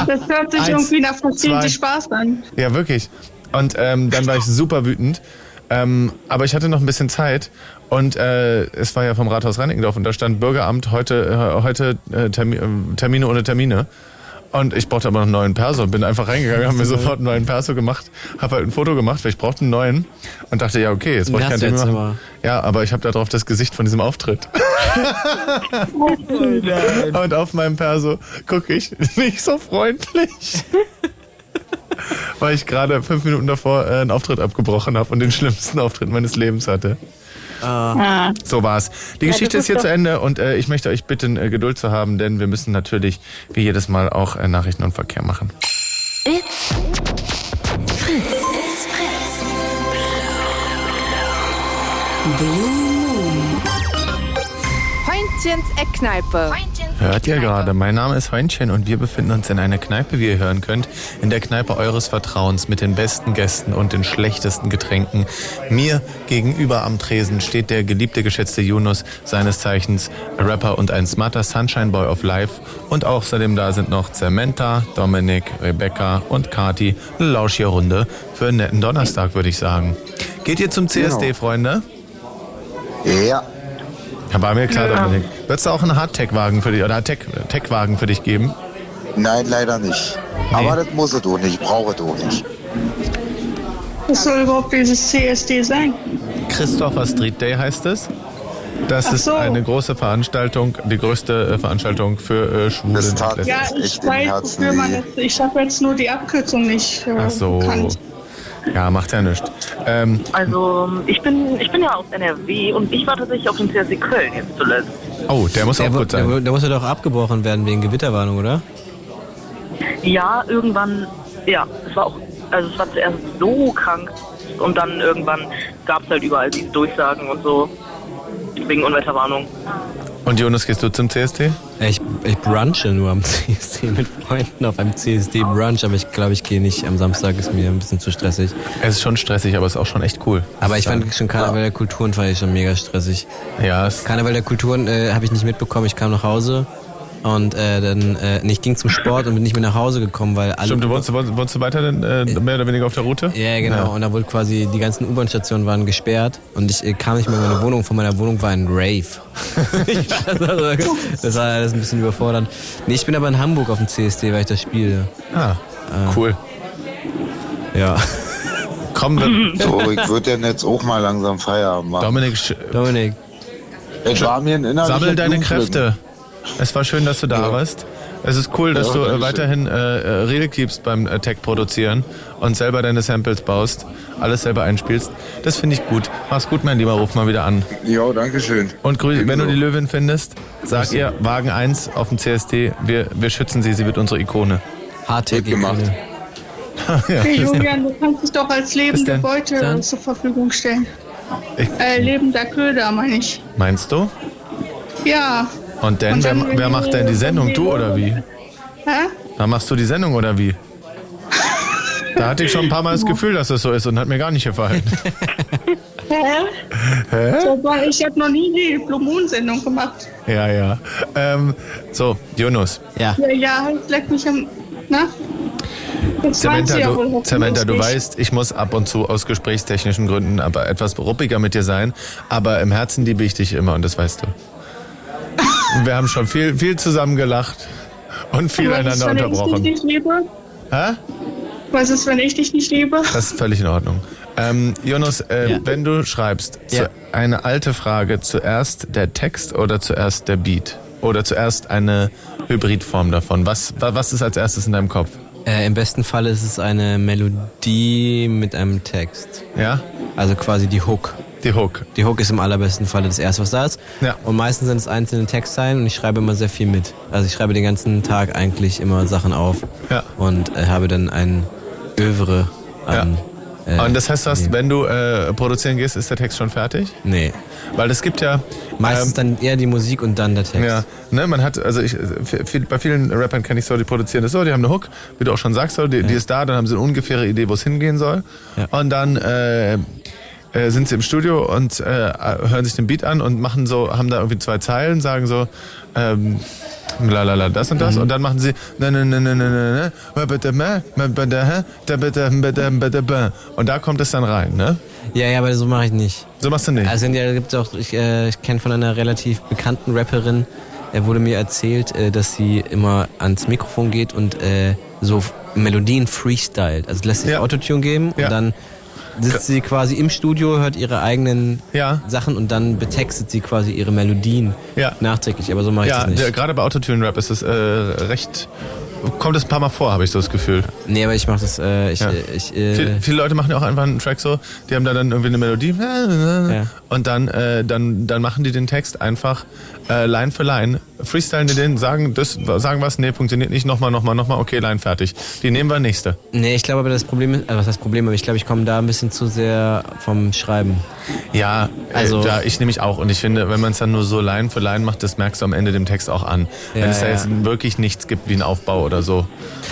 Das hört sich
Eins,
irgendwie nach
zwei.
verzähltem Spaß an.
Ja, wirklich. Und ähm, dann war ich super wütend. Ähm, aber ich hatte noch ein bisschen Zeit und äh, es war ja vom Rathaus Reinickendorf und da stand Bürgeramt heute, äh, heute äh, Termi äh, Termine ohne Termine. Und ich brauchte aber noch einen neuen Perso. Bin einfach reingegangen, habe mir sofort einen neuen Perso gemacht, habe halt ein Foto gemacht, weil ich brauchte einen neuen und dachte, ja, okay, jetzt brauche ich
Den
keinen
hast
Termin
du
machen.
jetzt
Ja, aber ich habe da drauf das Gesicht von diesem Auftritt. und auf meinem Perso gucke ich nicht so freundlich. weil ich gerade fünf Minuten davor äh, einen Auftritt abgebrochen habe und den schlimmsten Auftritt meines Lebens hatte.
Ah.
So war's. Die
Ja,
Geschichte
das
ist
ist
hier
doch-
zu Ende und äh, ich möchte euch bitten, äh, Geduld zu haben, denn wir müssen natürlich wie jedes Mal auch äh, Nachrichten und Verkehr machen.
It's Fritz. It's Fritz. Blue Moon.
Heute Freundchens Eckkneipe.
Hört ihr gerade? Mein Name ist Heunchen und wir befinden uns in einer Kneipe, wie ihr hören könnt. In der Kneipe eures Vertrauens mit den besten Gästen und den schlechtesten Getränken. Mir gegenüber am Tresen steht der geliebte, geschätzte Yunus, seines Zeichens Rapper und ein smarter Sunshine Boy of Life. Und außerdem da sind noch Samantha, Dominik, Rebecca und Kati. Eine lauschige Runde für einen netten Donnerstag, würde ich sagen. Geht ihr zum CSD,
Genau.
Freunde?
Ja.
Ja, war mir klar,
Ja.
Dominik. Würdest du auch einen Hardtech-Wagen für dich oder Tech- Tech-Wagen für dich geben?
Nein, leider nicht. Aber das muss es doch nicht, brauche es auch nicht.
Was soll überhaupt dieses CSD sein?
Christopher Street Day heißt es. Das
Ach
ist
so.
eine große Veranstaltung, die größte äh, Veranstaltung für äh, Schwule. Das tat
Ja, ich weiß, wofür man das. Ich habe jetzt nur die Abkürzung nicht äh,
Ach so.
bekannt.
Ja, macht ja nichts. Ähm,
Also, ich bin, ich bin ja aus NRW und ich war tatsächlich auf dem CSD Köln jetzt zuletzt.
oh, der muss
auch gut sein. Der, der muss ja doch abgebrochen werden wegen Gewitterwarnung, oder?
Ja, irgendwann, ja, es war auch, also es war zuerst so krank und dann irgendwann gab es halt überall diese Durchsagen und so wegen Unwetterwarnung.
und Jonas, gehst du zum CSD?
Ich, ich brunche nur am CSD mit Freunden auf einem CSD-Brunch, aber ich glaube, ich gehe nicht. Am Samstag ist mir ein bisschen zu stressig.
Es ist schon stressig, aber es ist auch schon echt cool.
Aber ich fand schon Karneval der Kulturen fand ich schon mega stressig.
Ja.
Karneval der Kulturen äh, habe ich nicht mitbekommen. Ich kam nach Hause und äh, dann äh, nee, ich ging zum Sport und bin nicht mehr nach Hause gekommen, weil alle
Stimmt, du wohnst, wohnst, wohnst du weiter denn, äh, mehr oder weniger auf der Route?
Ja, genau. Und da wurde quasi, die ganzen U-Bahn-Stationen waren gesperrt und ich äh, kam nicht mehr in meine Wohnung. Vor meiner Wohnung war ein Rave. Ich weiß, also, das war alles ein bisschen überfordernd. Nee, ich bin aber in Hamburg auf dem CSD, weil ich das spiele.
Ah, cool.
Ja.
Komm, wir-
So, ich würde dann jetzt auch mal langsam Feierabend machen.
Dominik,
Dominik.
Es war mir ein innerlicher
Sammel deine
Blumenpflücken.
Kräfte. Es war schön, dass du da warst. Es ist cool, dass
Ja,
du äh,
dankeschön.
weiterhin äh, äh, Rede keepst beim äh, Tech-Produzieren und selber deine Samples baust, alles selber einspielst. Das finde ich gut. Mach's gut, mein Lieber, ruf mal wieder an.
Ja, danke schön.
Und grüß, wenn du die Löwin findest, sag ihr Wagen 1 auf dem CSD, wir, wir schützen sie, sie wird unsere Ikone.
HT
gemacht. ja,
hey
bis-
Julian, du kannst dich doch als lebende
denn?
Beute
Dann.
zur Verfügung stellen. Äh, lebender Köder, meine ich.
meinst du?
Ja.
Und dann,
Und dann,
wer,
wenn
wer
die-
macht denn die Sendung?
wenn die-
Du oder wie?
Hä?
Da machst du die Sendung oder wie? Da hatte ich schon ein paar Mal das Gefühl, dass das so ist und hat mir gar nicht gefallen.
Hä?
Hä?
Wobei, Ich habe noch nie die Blue Moon Sendung gemacht.
Ja, ja. Ähm, so, Jonas.
Ja.
Ja, ja, halt, leck mich am. Na? Jetzt
Samantha,
weiß ich ja wohl,
du,
hoffentlich
Samantha, du
nicht.
weißt, ich muss ab und zu aus gesprächstechnischen Gründen aber etwas ruppiger mit dir sein. Aber im Herzen liebe ich dich immer und das weißt du. Und wir haben schon viel, viel zusammen gelacht und viel
Aber was ist,
einander
wenn Ich
unterbrochen.
dich nicht liebe?
Hä?
Was ist, wenn ich dich nicht liebe?
Das ist völlig in Ordnung. Ähm, Jonas, äh, wenn du schreibst, zu, eine alte Frage, zuerst der Text oder zuerst der Beat? Oder zuerst eine Hybridform davon? Was, wa- was ist als erstes in deinem Kopf?
Äh, Im besten Fall ist es eine Melodie mit einem Text.
Ja?
Also quasi die Hook.
Die Hook.
Die Hook ist im allerbesten Falle das erste, was da ist.
Ja.
Und meistens sind es einzelne Textzeilen und ich schreibe immer sehr viel mit. Also ich schreibe den ganzen Tag eigentlich immer Sachen auf
Ja.
und äh, habe dann ein Övre an. äh,
Und das heißt, du hast, wenn du äh, produzieren gehst, ist der Text schon fertig?
Nee.
Weil es gibt ja. ähm,
Meistens dann eher die Musik und dann der Text.
Ja, ne, man hat, also ich, viel, bei vielen Rappern kenne ich so, die produzieren das so, die haben eine Hook, wie du auch schon sagst, so, die, die ist da, dann haben sie eine ungefähre Idee, wo es hingehen soll. Und dann äh, äh, sind sie im Studio und äh, hören sich den Beat an und machen so, haben da irgendwie zwei Zeilen, sagen so, ähm, Lalala, das und das und dann machen sie ne, ne, ne, ne, ne, ne, ne, bitte, ne, ne, bitte, hä, da, bitte, bitte, bitte, bitte. und da kommt es dann rein, ne?
Ja, ja, aber so mache ich nicht.
So machst du nicht.
Also ja, da gibt's auch, ich, äh, ich kenne von einer relativ bekannten Rapperin, äh, wurde mir erzählt, äh, dass sie immer ans Mikrofon geht und äh, so F- Melodien freestylt. Also lässt sich Autotune geben und dann sitzt sie quasi im Studio, hört ihre eigenen Sachen und dann betextet sie quasi ihre Melodien nachträglich. Aber so mache ich
ja,
das nicht.
der- gerade bei Autotune-Rap ist es äh, recht kommt das ein paar Mal vor, habe ich so das Gefühl.
Nee, aber ich mache das, äh, ich,
Ja.
äh, ich, äh,
Viel, viele Leute machen ja auch einfach einen Track so, die haben da dann irgendwie eine Melodie und dann, äh, dann, dann machen die den Text einfach äh, Line für Line, freestylen die den, sagen, das, sagen was, nee, funktioniert nicht, nochmal, nochmal, nochmal, okay, Line fertig. Die nehmen wir nächste.
nee, ich glaube aber das Problem ist, also was heißt Problem, aber ich glaube, ich komme da ein bisschen zu sehr vom Schreiben.
Ja, also
Also-
ja, ich nehme mich auch und ich finde, wenn man es dann nur so Line für Line macht, das merkst du am Ende dem Text auch an.
Ja,
wenn es da
ja.
jetzt wirklich nichts gibt wie einen Aufbau oder so.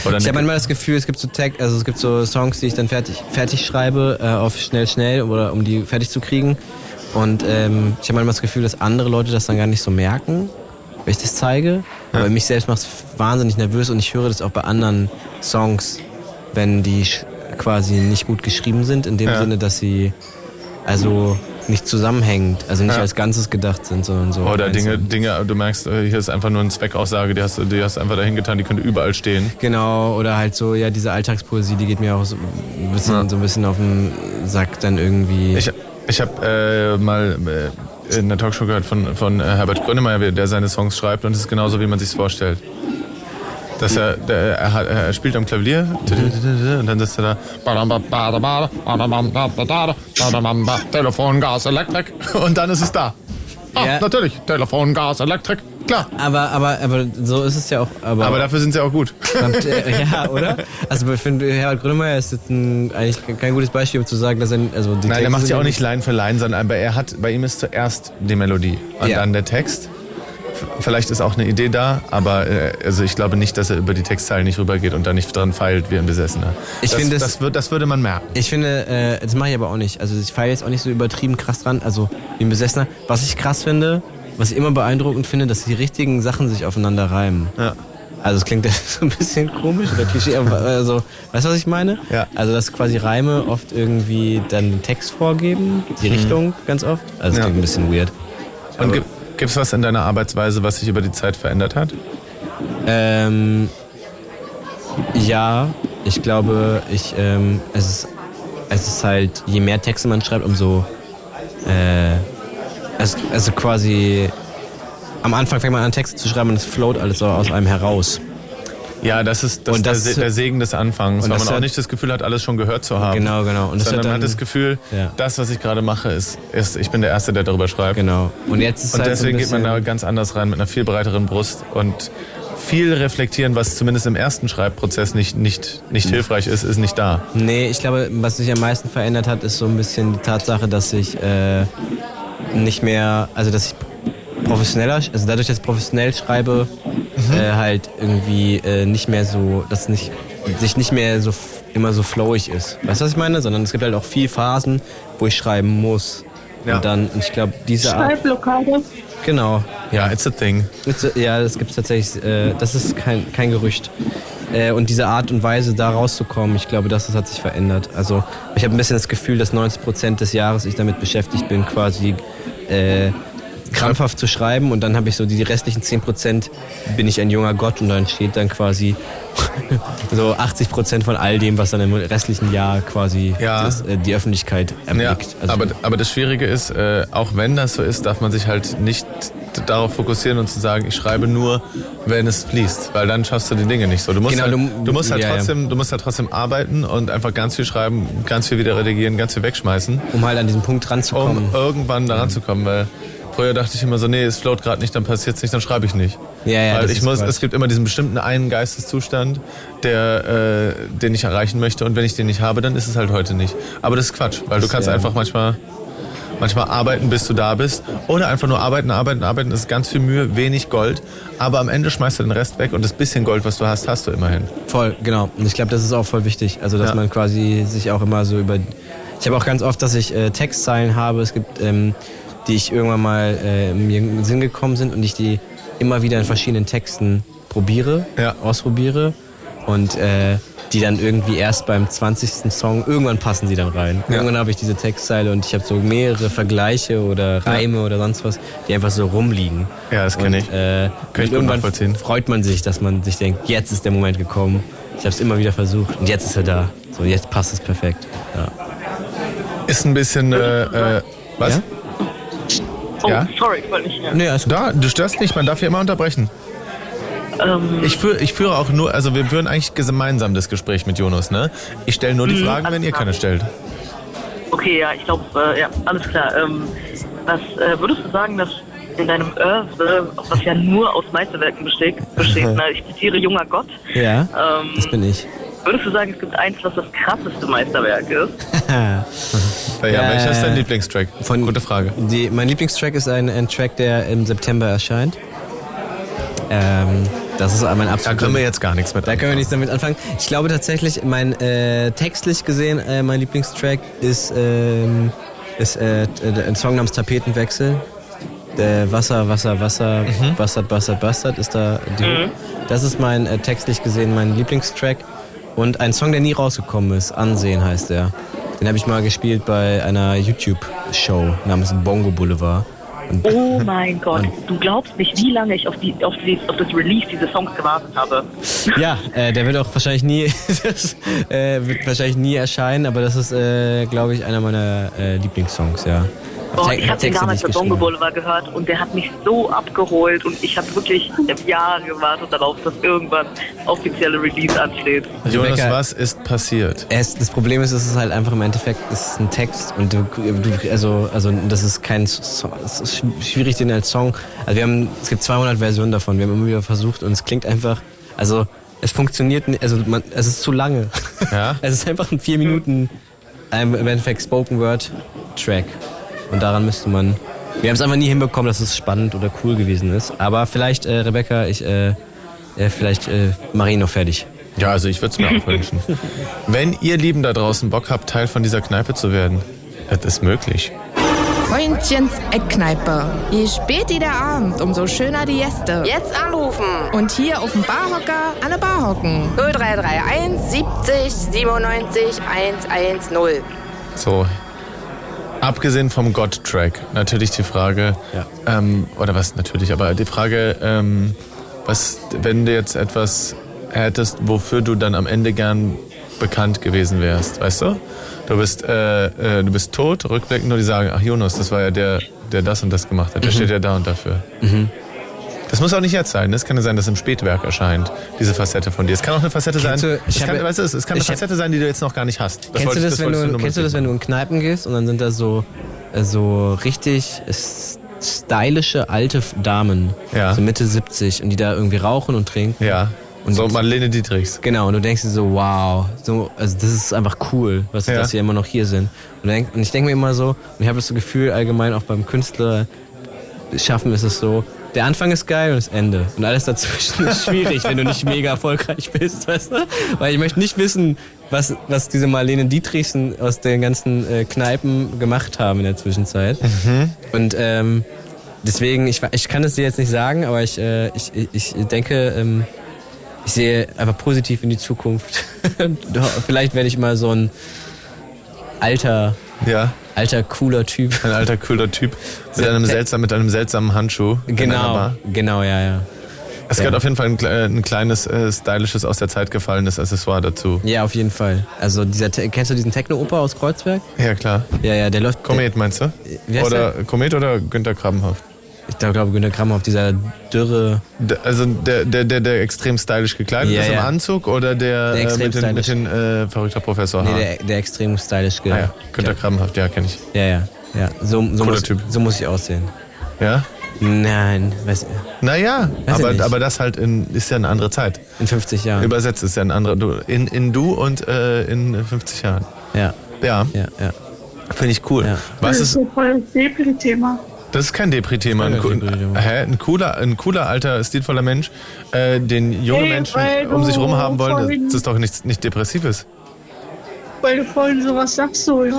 Oder
ich
eine-
habe manchmal das Gefühl, es gibt so Tag, also es gibt so Songs, die ich dann fertig, fertig schreibe, äh, auf schnell, schnell oder um die fertig zu kriegen. Und ähm, ich habe manchmal das Gefühl, dass andere Leute das dann gar nicht so merken, wenn ich das zeige. Aber mich selbst macht es wahnsinnig nervös und ich höre das auch bei anderen Songs, wenn die sch- quasi nicht gut geschrieben sind, in dem
Ja.
Sinne, dass sie also nicht zusammenhängend, also nicht
Ja.
als Ganzes gedacht sind, sondern so.
Oder
einzeln.
Dinge, Dinge, du merkst, äh, hier ist einfach nur eine Zweckaussage, die hast, du- die hast du einfach dahin getan, die könnte überall stehen.
Genau, oder halt so, ja, diese Alltagspoesie, die geht mir auch so ein bisschen, so ein bisschen auf den Sack dann irgendwie.
Ich, ich habe äh, mal äh, in einer Talkshow gehört von, von äh, Herbert Grönemeyer, wie- der seine Songs schreibt und es ist genauso, wie man sich vorstellt. Dass er, der, er, hat- er spielt am Klavier und dann sitzt er da. Telefon, Gas, Elektrik. Und dann ist es da. Ah, natürlich. Telefon, Gas, Elektrik. Klar.
Aber, aber, aber so ist es ja auch. Aber,
Aber dafür sind sie auch gut.
Und, äh, ja, oder? Also ich finde, Herbert Grönemeyer ist jetzt ein, eigentlich kein gutes Beispiel, um zu sagen, dass er... Also die
Nein,
Texte
der macht
sind
ja auch nicht Line für Line, sondern aber er hat, bei ihm ist zuerst die Melodie und dann der Text. V- Vielleicht ist auch eine Idee da, aber äh, also ich glaube nicht, dass er über die Textzeilen nicht rübergeht und da nicht dran feilt wie ein Besessener.
Ich
das,
finde es-
das, wird, das würde man merken.
Ich finde, äh, das mache ich aber auch nicht. Also ich feiere jetzt auch nicht so übertrieben krass dran, also wie ein Besessener. Was ich krass finde, was ich immer beeindruckend finde, dass die richtigen Sachen sich aufeinander reimen.
Ja.
Also es klingt jetzt so ein bisschen komisch oder Klischee, aber also, weißt du, was ich meine? Ja. Also dass quasi Reime oft irgendwie dann den Text vorgeben, die
Mhm.
Richtung ganz oft. Also es klingt ein bisschen weird.
Und gibt es was in deiner Arbeitsweise, was sich über die Zeit verändert hat?
Ähm, ja, ich glaube, ich, ähm, es, ist, es ist halt, je mehr Texte man schreibt, umso. Äh, es, also quasi. Am Anfang fängt man an, Texte zu schreiben und es float alles so aus einem heraus.
Ja, das ist, das
Und
ist der,
das-
Se- der Segen des Anfangs,
und
weil
das
man auch
hat-
nicht das Gefühl hat, alles schon gehört zu haben.
Genau, genau. Und das
Sondern
hat
man hat
dann-
das Gefühl,
Ja.
das, was ich gerade mache, ist, ist, ich bin der Erste, der darüber schreibt.
Genau. Und jetzt ist
und
halt so ein
deswegen geht man
bisschen-
da ganz anders rein, mit einer viel breiteren Brust und viel reflektieren, was zumindest im ersten Schreibprozess nicht, nicht, nicht hilfreich ist, ist nicht da.
Nee, ich glaube, was sich am meisten verändert hat, ist so ein bisschen die Tatsache, dass ich äh, nicht mehr, also dass ich professioneller, also dadurch, dass ich professionell schreibe, äh, halt irgendwie äh, nicht mehr so, dass nicht, sich nicht mehr so f- immer so flowig ist. Weißt du, was ich meine? Sondern es gibt halt auch viel Phasen, wo ich schreiben muss. Und dann, und ich glaube, diese Art.
Schreibblockade.
Genau.
Ja, it's a thing.
ja, das gibt's tatsächlich, äh, das ist kein, kein Gerücht. Äh, und diese Art und Weise, da rauszukommen, ich glaube, das, das hat sich verändert. Also ich habe ein bisschen das Gefühl, dass 90% des Jahres ich damit beschäftigt bin, quasi äh, krampfhaft zu schreiben und dann habe ich so die, die restlichen 10% bin ich ein junger Gott und dann steht dann quasi so 80% von all dem, was dann im restlichen Jahr quasi das, äh, die Öffentlichkeit erblickt. Also,
Ja, aber, aber das Schwierige ist, äh, auch wenn das so ist, darf man sich halt nicht d- darauf fokussieren und zu sagen, ich schreibe nur, wenn es fließt, weil dann schaffst du die Dinge nicht so. Du musst
Genau,
halt, du,
du-
musst halt
ja, ja.
trotzdem, du musst halt trotzdem arbeiten und einfach ganz viel schreiben, ganz viel wieder redigieren, ganz viel wegschmeißen.
Um halt an diesen Punkt ranzukommen.
Um irgendwann da ranzukommen, weil früher dachte ich immer so, nee, es float gerade nicht, dann passiert's nicht, dann schreibe ich nicht.
Ja, ja,
äh, weil
das
ich
ist
muss,
Quatsch.
es gibt immer diesen bestimmten einen Geisteszustand, der, äh, den ich erreichen möchte und wenn ich den nicht habe, dann ist es halt heute nicht. Aber das ist Quatsch, weil du
Das,
kannst
ja.
einfach manchmal manchmal arbeiten, bis du da bist oder einfach nur arbeiten, arbeiten, arbeiten ist ganz viel Mühe, wenig Gold, aber am Ende schmeißt du den Rest weg und das bisschen Gold, was du hast, hast du immerhin.
Voll, genau. Und ich glaube, das ist auch voll wichtig. Also, dass
Ja.
man quasi sich auch immer so über. Ich habe auch ganz oft, dass ich äh, Textzeilen habe. Es gibt, ähm, die ich irgendwann mal äh, mir in den Sinn gekommen sind und ich die immer wieder in verschiedenen Texten probiere, ausprobiere und äh, die dann irgendwie erst beim 20. Song, irgendwann passen sie dann rein.
Ja.
Irgendwann habe ich diese Textzeile und ich habe so mehrere Vergleiche oder Reime oder sonst was, die einfach so rumliegen.
Ja, das kenn
Und,
ich.
Äh,
Kann ich
und
gut
irgendwann
nachvollziehen.
freut man sich, dass man sich denkt, jetzt ist der Moment gekommen. Ich habe es immer wieder versucht und jetzt ist er da. So, jetzt passt es perfekt. Ja.
Ist ein bisschen äh, äh, was? Ja?
Oh, sorry, ich wollte nicht.
Nee, also
da, du störst nicht, man darf hier immer unterbrechen.
Ähm,
Ich, führ, ich führe auch nur, also wir führen eigentlich gemeinsam das Gespräch mit Jonas, ne? Ich stelle nur die
Mhm,
Fragen,
alles
wenn ihr
klar.
keine stellt.
Okay, ja, ich glaube, äh, ja, alles klar. Ähm, was äh, würdest du sagen, dass in deinem Erbe, was ja nur aus Meisterwerken besteht, besteht ne? ich zitiere junger Gott,
Ja,
Ähm,
das bin ich.
würdest du sagen, es gibt eins, was das krasseste Meisterwerk ist?
ja,
welcher ist dein
Lieblingstrack? Äh, Von, Gute Frage. Die, mein Lieblingstrack ist ein, ein Track, der im September erscheint. Ähm, das ist mein absoluter. Da können wir
jetzt gar nichts mit
Da können wir nichts damit anfangen. Ich glaube tatsächlich, mein äh, textlich gesehen, äh, mein Lieblingstrack ist, ähm, ist äh, t- äh, ein Song namens Tapetenwechsel. Äh, Wasser, Wasser, Wasser,
Mhm.
Bastard, Bastard, Bastard ist da. Die,
Mhm.
Das ist mein äh, textlich gesehen mein Lieblingstrack. Und ein Song, der nie rausgekommen ist, Ansehen heißt er. Den habe ich mal gespielt bei einer YouTube-Show namens Bongo Boulevard. Und
Oh mein Gott, du glaubst nicht, wie lange ich auf, die, auf, die, auf das Release dieses Songs gewartet habe.
Ja, äh, der wird auch wahrscheinlich nie, das, äh, wird wahrscheinlich nie erscheinen, aber das ist, äh, glaube ich, einer meiner äh, Lieblingssongs, ja.
Oh,
Te-
ich habe den
Texte nicht
damals bei Bongo
geschrieben.
Boulevard gehört und der hat mich so abgeholt und ich habe wirklich Jahre gewartet darauf, dass irgendwann offizielle Release ansteht.
Jonas,
Rebecca,
was ist passiert?
Es, das Problem ist, es ist halt einfach im Endeffekt, es ist ein Text und du, du also, also das ist kein Song, es ist schw- schwierig, den als Song, also wir haben, es gibt 200 Versionen davon, wir haben immer wieder versucht und es klingt einfach, also es funktioniert, nicht, also man, es ist zu lange. Ja? Es ist einfach ein vier Minuten, ähm, im Endeffekt Spoken Word Track und daran müsste man, wir haben es einfach nie hinbekommen, dass es spannend oder cool gewesen ist, aber vielleicht, äh, Rebecca, ich, äh, äh, vielleicht äh, mache ich ihn noch fertig.
Ja, also ich würde es mir auch wünschen. Wenn ihr Lieben da draußen Bock habt, Teil von dieser Kneipe zu werden, das ist möglich.
Freundchens Eckkneipe. Je später der Abend, umso schöner die Gäste. Jetzt anrufen. Und hier auf dem Barhocker an der Bar hocken. 0331 70 97 110.
So. Abgesehen vom God-Track, natürlich die Frage, ähm, oder was natürlich, aber die Frage, ähm, was, wenn du jetzt etwas hättest, wofür du dann am Ende gern bekannt gewesen wärst, weißt du? Du bist, äh, äh, du bist tot, rückblickend nur die sagen, ach Jonas, das war ja der, der das und das gemacht hat, der
Mhm.
steht ja da und dafür. Das muss auch nicht jetzt sein. ne? Es kann ja sein, dass im Spätwerk erscheint, diese Facette von dir. Es kann auch eine Facette
Kennst
sein.
du- ich
es, kann,
habe-
weißt du, es es kann eine
ich hab-
Facette sein, die du jetzt noch gar nicht hast.
kennst
wollte-
du das, wenn
wolltest
du,
nur mal
kennst du das, wenn du in Kneipen gehst und dann sind da so, äh, so richtig s- stylische alte F- Damen, so Mitte 70 und die da irgendwie rauchen und trinken.
Ja.
Und
so Marlene Dietrichs.
Genau, und du denkst dir so, wow, so, also das ist einfach cool, was,
Ja.
dass wir immer noch hier sind. Und, denk, und ich denke mir immer so, und ich habe das so Gefühl allgemein auch beim Künstler schaffen ist es so, der Anfang ist geil und das Ende. Und alles dazwischen ist schwierig, wenn du nicht mega erfolgreich bist, weißt du? Weil ich möchte nicht wissen, was, was diese Marlene Dietrichsen aus den ganzen äh, Kneipen gemacht haben in der Zwischenzeit. Und ähm, deswegen, ich, wa- ich kann es dir jetzt nicht sagen, aber ich, äh, ich, ich ich denke, ähm, ich sehe einfach positiv in die Zukunft. Und ho- Vielleicht werde ich mal so ein alter,
ja.
alter cooler Typ.
Ein alter cooler Typ mit einem, seltsam, mit einem seltsamen Handschuh. in einer
Genau,
Bar.
genau, ja, ja.
Es
Ja.
gehört auf jeden Fall ein, kle- ein kleines, äh, stylisches, aus der Zeit gefallenes Accessoire dazu.
Ja, auf jeden Fall. Also dieser Te- kennst du diesen Techno-Oper aus Kreuzberg?
Ja, klar. Äh,
Ja, ja, der läuft.
Komet meinst du?
Wie heißt
Oder Komet oder Günter Krabbenhaft?
Ich glaube, Günter Krabbenhaft, dieser dürre.
Also der, der, der, der extrem stylisch gekleidet
Ja,
ist im
ja.
Anzug oder der,
Der
äh,
extrem
mit den, mit
stylisch.
den äh, verrückter Professor
Nee,
Haar?
der, der extrem stylisch ge
Ah ja, Günter Krabbenhaft, ja, kenne ich.
Ja, ja, ja. So, so,
Cooler
muss,
Typ.
so muss ich aussehen.
Ja?
Nein, weiß, Weiß
Naja,
ich
aber,
nicht.
aber das halt in, ist ja eine andere Zeit.
In 50 Jahren.
Übersetzt ist ja ein anderer. Du, in, in du und äh, in 50 Jahren.
Ja.
Ja.
Ja, ja.
Finde ich cool. Was
das
ist,
ist ein voll das Thema.
das ist kein Depri-Thema. Ein, coo- hä? ein, cooler, ein cooler, alter, stilvoller Mensch, äh, den junge
Hey,
Menschen
weil
um sich
du
rum haben wollen,
vorhin-
das ist doch nichts nicht Depressives.
Weil du vorhin sowas sagst, so, ja,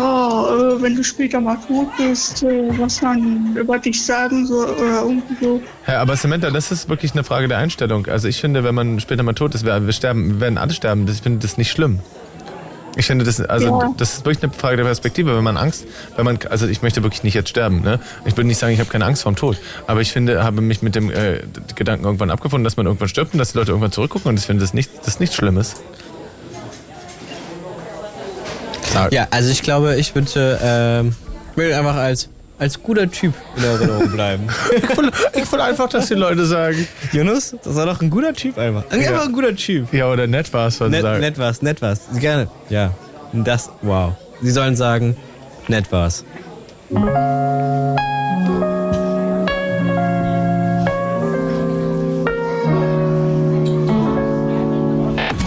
äh, wenn du später mal tot bist, äh, was man über dich sagen soll oder irgendwie so.
Hä, aber Samantha, das ist wirklich eine Frage der Einstellung. Also ich finde, wenn man später mal tot ist, wir, wir, sterben, wir werden alle sterben. Das- Ich finde das nicht schlimm. Ich finde das, also
Ja.
das ist wirklich eine Frage der Perspektive. Wenn man Angst, wenn man, also ich möchte wirklich nicht jetzt sterben. Ne? Ich würde nicht sagen, ich habe keine Angst vorm Tod. Aber ich finde, habe mich mit dem äh, Gedanken irgendwann abgefunden, dass man irgendwann stirbt und dass die Leute irgendwann zurückgucken. Und ich finde das nicht, das ist nichts Schlimmes.
Ja, also ich glaube, ich würde, ähm, ich würde einfach als als guter Typ in Erinnerung bleiben.
ich, will, ich will einfach, dass die Leute sagen.
Jonas, das war doch ein guter Typ einfach. Ein
Ja.
einfach ein guter Typ.
Ja, oder nett war es, was sie
Nett,
sagen.
nett war's, nett war's. Gerne. Ja. Das, wow. Sie sollen sagen, nett war's.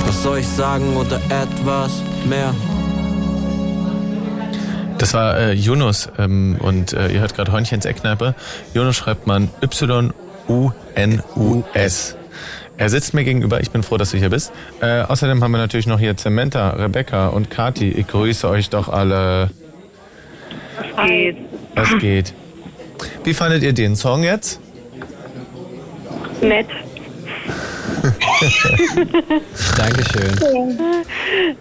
Was soll ich sagen oder etwas mehr?
Das war äh, Jonas ähm, und äh, ihr hört gerade Hornchens Eckkneipe. Jonas schreibt man Y-U-N-U-S. Er sitzt mir gegenüber, ich bin froh, dass du hier bist. Äh, außerdem haben wir natürlich noch hier Samantha, Rebecca und Kati. Ich grüße euch doch alle.
Was geht?
Was geht? Wie fandet ihr den Song jetzt?
Nett.
Dankeschön.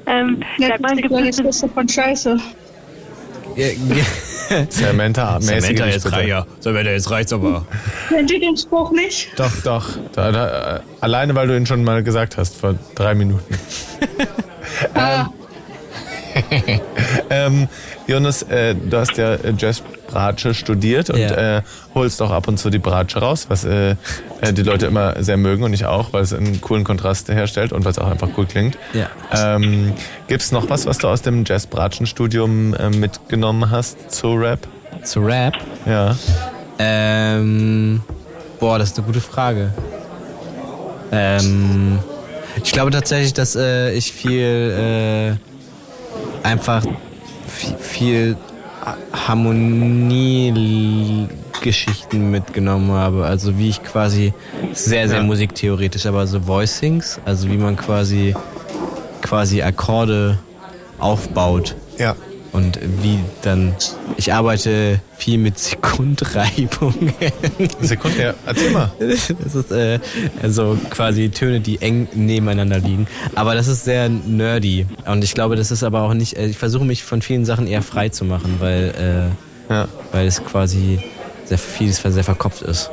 ähm,
Nett ist die kleine Schwester von Scheiße.
Samantha,
Samantha,
mäßige dich
jetzt
bitte.
rei- ja. Samantha, jetzt reicht's aber.
Kennt ihr den Spruch nicht?
Doch, doch. Da, da, äh, alleine, weil du ihn schon mal gesagt hast, vor drei Minuten. ähm, ähm, Jonas, äh, du hast ja äh, Jazzbratsche studiert und äh, holst auch ab und zu die Bratsche raus, was äh, äh, die Leute immer sehr mögen und ich auch, weil es einen coolen Kontrast herstellt und weil es auch einfach cool klingt.
Ja.
Ähm, Gibt es noch was, was du aus dem Jazzbratschen-Studium äh, mitgenommen hast zu Rap?
Zu Rap?
Ja.
Ähm, boah, das ist eine gute Frage. Ähm, ich glaube tatsächlich, dass äh, ich viel äh, einfach viel, viel Harmoniegeschichten mitgenommen habe. Also wie ich quasi sehr, sehr
Ja.
musiktheoretisch, aber so Voicings, also wie man quasi quasi Akkorde aufbaut.
Ja.
Und wie dann. Ich arbeite viel mit Sekundreibung.
Sekunde, ja, erzähl mal.
Das ist äh, also quasi Töne, die eng nebeneinander liegen. Aber das ist sehr nerdy. Und ich glaube, das ist aber auch nicht. äh, Ich versuche mich von vielen Sachen eher frei zu machen, weil,
äh,
weil es quasi sehr vieles sehr verkopft ist.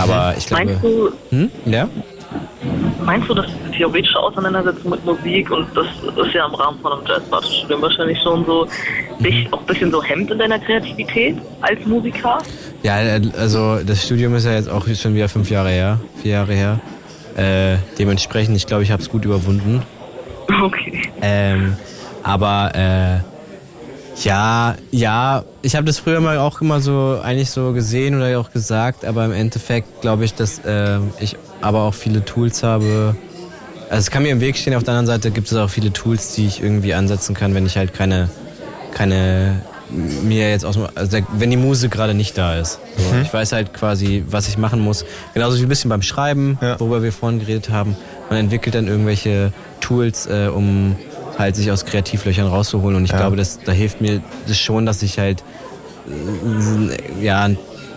Aber ich glaube.
Mhm. Meinst du,
Hm? Ja?
meinst du, dass diese theoretische Auseinandersetzung mit Musik und das ist ja im Rahmen von einem Jazzbad-Studium wahrscheinlich schon so,
Mhm.
dich auch ein bisschen so hemmt in deiner Kreativität als Musiker?
Ja, also das Studium ist ja jetzt auch schon wieder fünf Jahre her, vier Jahre her. Äh, dementsprechend, ich glaube, ich habe es gut überwunden.
Okay.
Ähm, aber äh, ja, ja, ich habe das früher mal auch immer so eigentlich so gesehen oder auch gesagt, aber im Endeffekt glaube ich, dass äh, ich aber auch viele Tools habe. Also es kann mir im Weg stehen, auf der anderen Seite gibt es auch viele Tools, die ich irgendwie ansetzen kann, wenn ich halt keine, keine mir jetzt aus dem, also der- wenn die Muse gerade nicht da ist. So,
Mhm.
Ich weiß halt quasi, was ich machen muss. Genauso wie ein bisschen beim Schreiben, worüber wir vorhin geredet haben. Man entwickelt dann irgendwelche Tools, äh, um halt sich aus Kreativlöchern rauszuholen. Und ich glaube, das, da hilft mir das schon, dass ich halt äh, ja,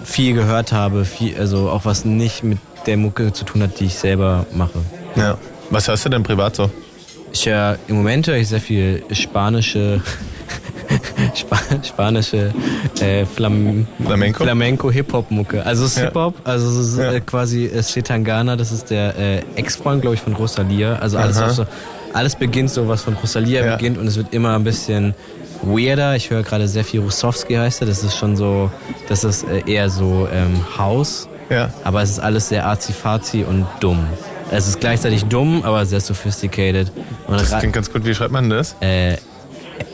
viel gehört habe, viel, also auch was nicht mit der Mucke zu tun hat, die ich selber mache.
Ja. Was hörst du denn privat so?
Ich höre im Moment höre ich sehr viel spanische Spa spanische äh, Flam
Flamenco?
Flamenco Hip-Hop-Mucke. Also es ist
Ja.
Hip-Hop, also es ist äh, quasi äh, Setangana, das ist der äh, Ex-Freund, glaube ich, von Rosalia. Also alles,
Aha.
was so, alles beginnt so, was von Rosalia beginnt und es wird immer ein bisschen weirder. Ich höre gerade sehr viel Russowski heißt er, das ist schon so, das ist äh, eher so ähm, House.
Ja.
Aber es ist alles sehr arzi-fazi und dumm. Es ist gleichzeitig dumm, aber sehr sophisticated. Und
Das
ra-
klingt ganz gut. Wie schreibt man das?
äh,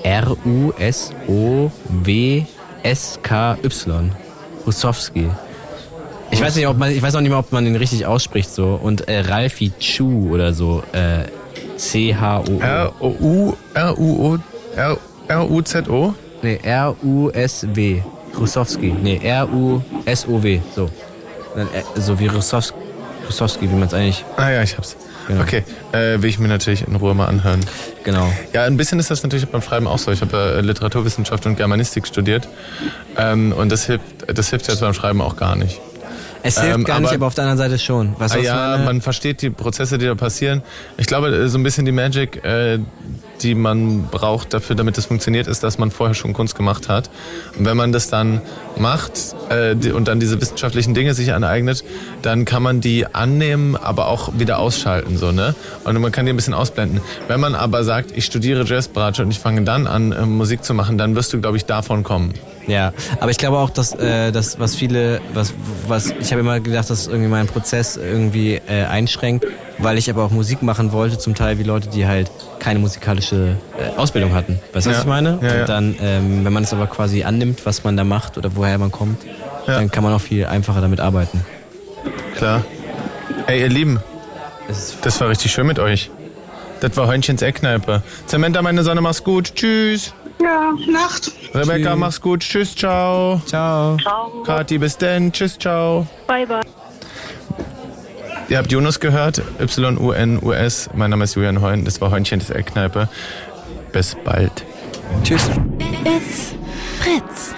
R-U-S-O-W-S-K-Y. Rusowski. Ich weiß, nicht, ob man, ich weiß auch nicht mal, ob man den richtig ausspricht so. Und äh, Ralfi Chu oder so. Äh, C-H-O.
R-U-O. R-U-Z-O?
Nee, R-U-S-W. Rusowski. Nee, R-U-S-O-W. So. Dann, äh, so wie Rusowski, Rusowski wie man es eigentlich.
Ah ja, ich hab's. Okay, äh, will ich mir natürlich in Ruhe mal anhören.
Genau.
Ja, ein bisschen ist das natürlich beim Schreiben auch so. Ich habe äh, Literaturwissenschaft und Germanistik studiert. Ähm, und das hilft, das hilft jetzt beim Schreiben auch gar nicht.
Es hilft
Ähm,
gar nicht, aber auf der anderen Seite schon. Weißt du, was
ah,
ich
ja,
meine?
man versteht die Prozesse, die da passieren. Ich glaube, so ein bisschen die Magic, äh, die man braucht dafür, damit das funktioniert, ist, dass man vorher schon Kunst gemacht hat. Und wenn man das dann macht äh, die- und dann diese wissenschaftlichen Dinge sich aneignet, dann kann man die annehmen, aber auch wieder ausschalten, so, ne? Und man kann die ein bisschen ausblenden. Wenn man aber sagt, ich studiere Jazzbratsche und ich fange dann an, äh, Musik zu machen, dann wirst du, glaube ich, davon kommen.
Ja, aber ich glaube auch, dass äh, das, was viele, was, was ich habe immer gedacht, dass es irgendwie meinen Prozess irgendwie äh, einschränkt, weil ich aber auch Musik machen wollte, zum Teil wie Leute, die halt keine musikalische äh, Ausbildung hatten. Weißt du,
Ja.
was ich meine?
Ja, ja.
Und dann, ähm, wenn man es aber quasi annimmt, was man da macht oder woher man kommt, dann kann man auch viel einfacher damit arbeiten.
Klar. Ey, ihr Lieben, das war richtig schön mit euch. Das war Hörnchens Eckkneipe. Samantha, meine Sonne, mach's gut. Tschüss.
Ja, Nacht.
Rebecca,
Tschüss.
mach's gut. Tschüss, ciao.
Ciao.
Ciao. Kathi, bis denn. Tschüss, ciao.
Bye, bye.
Ihr habt Jonas gehört. Y-U-N-U-S. Mein Name ist Julian Heun. Das war Hörnchens Eckkneipe. Bis bald. Tschüss.
It's Fritz.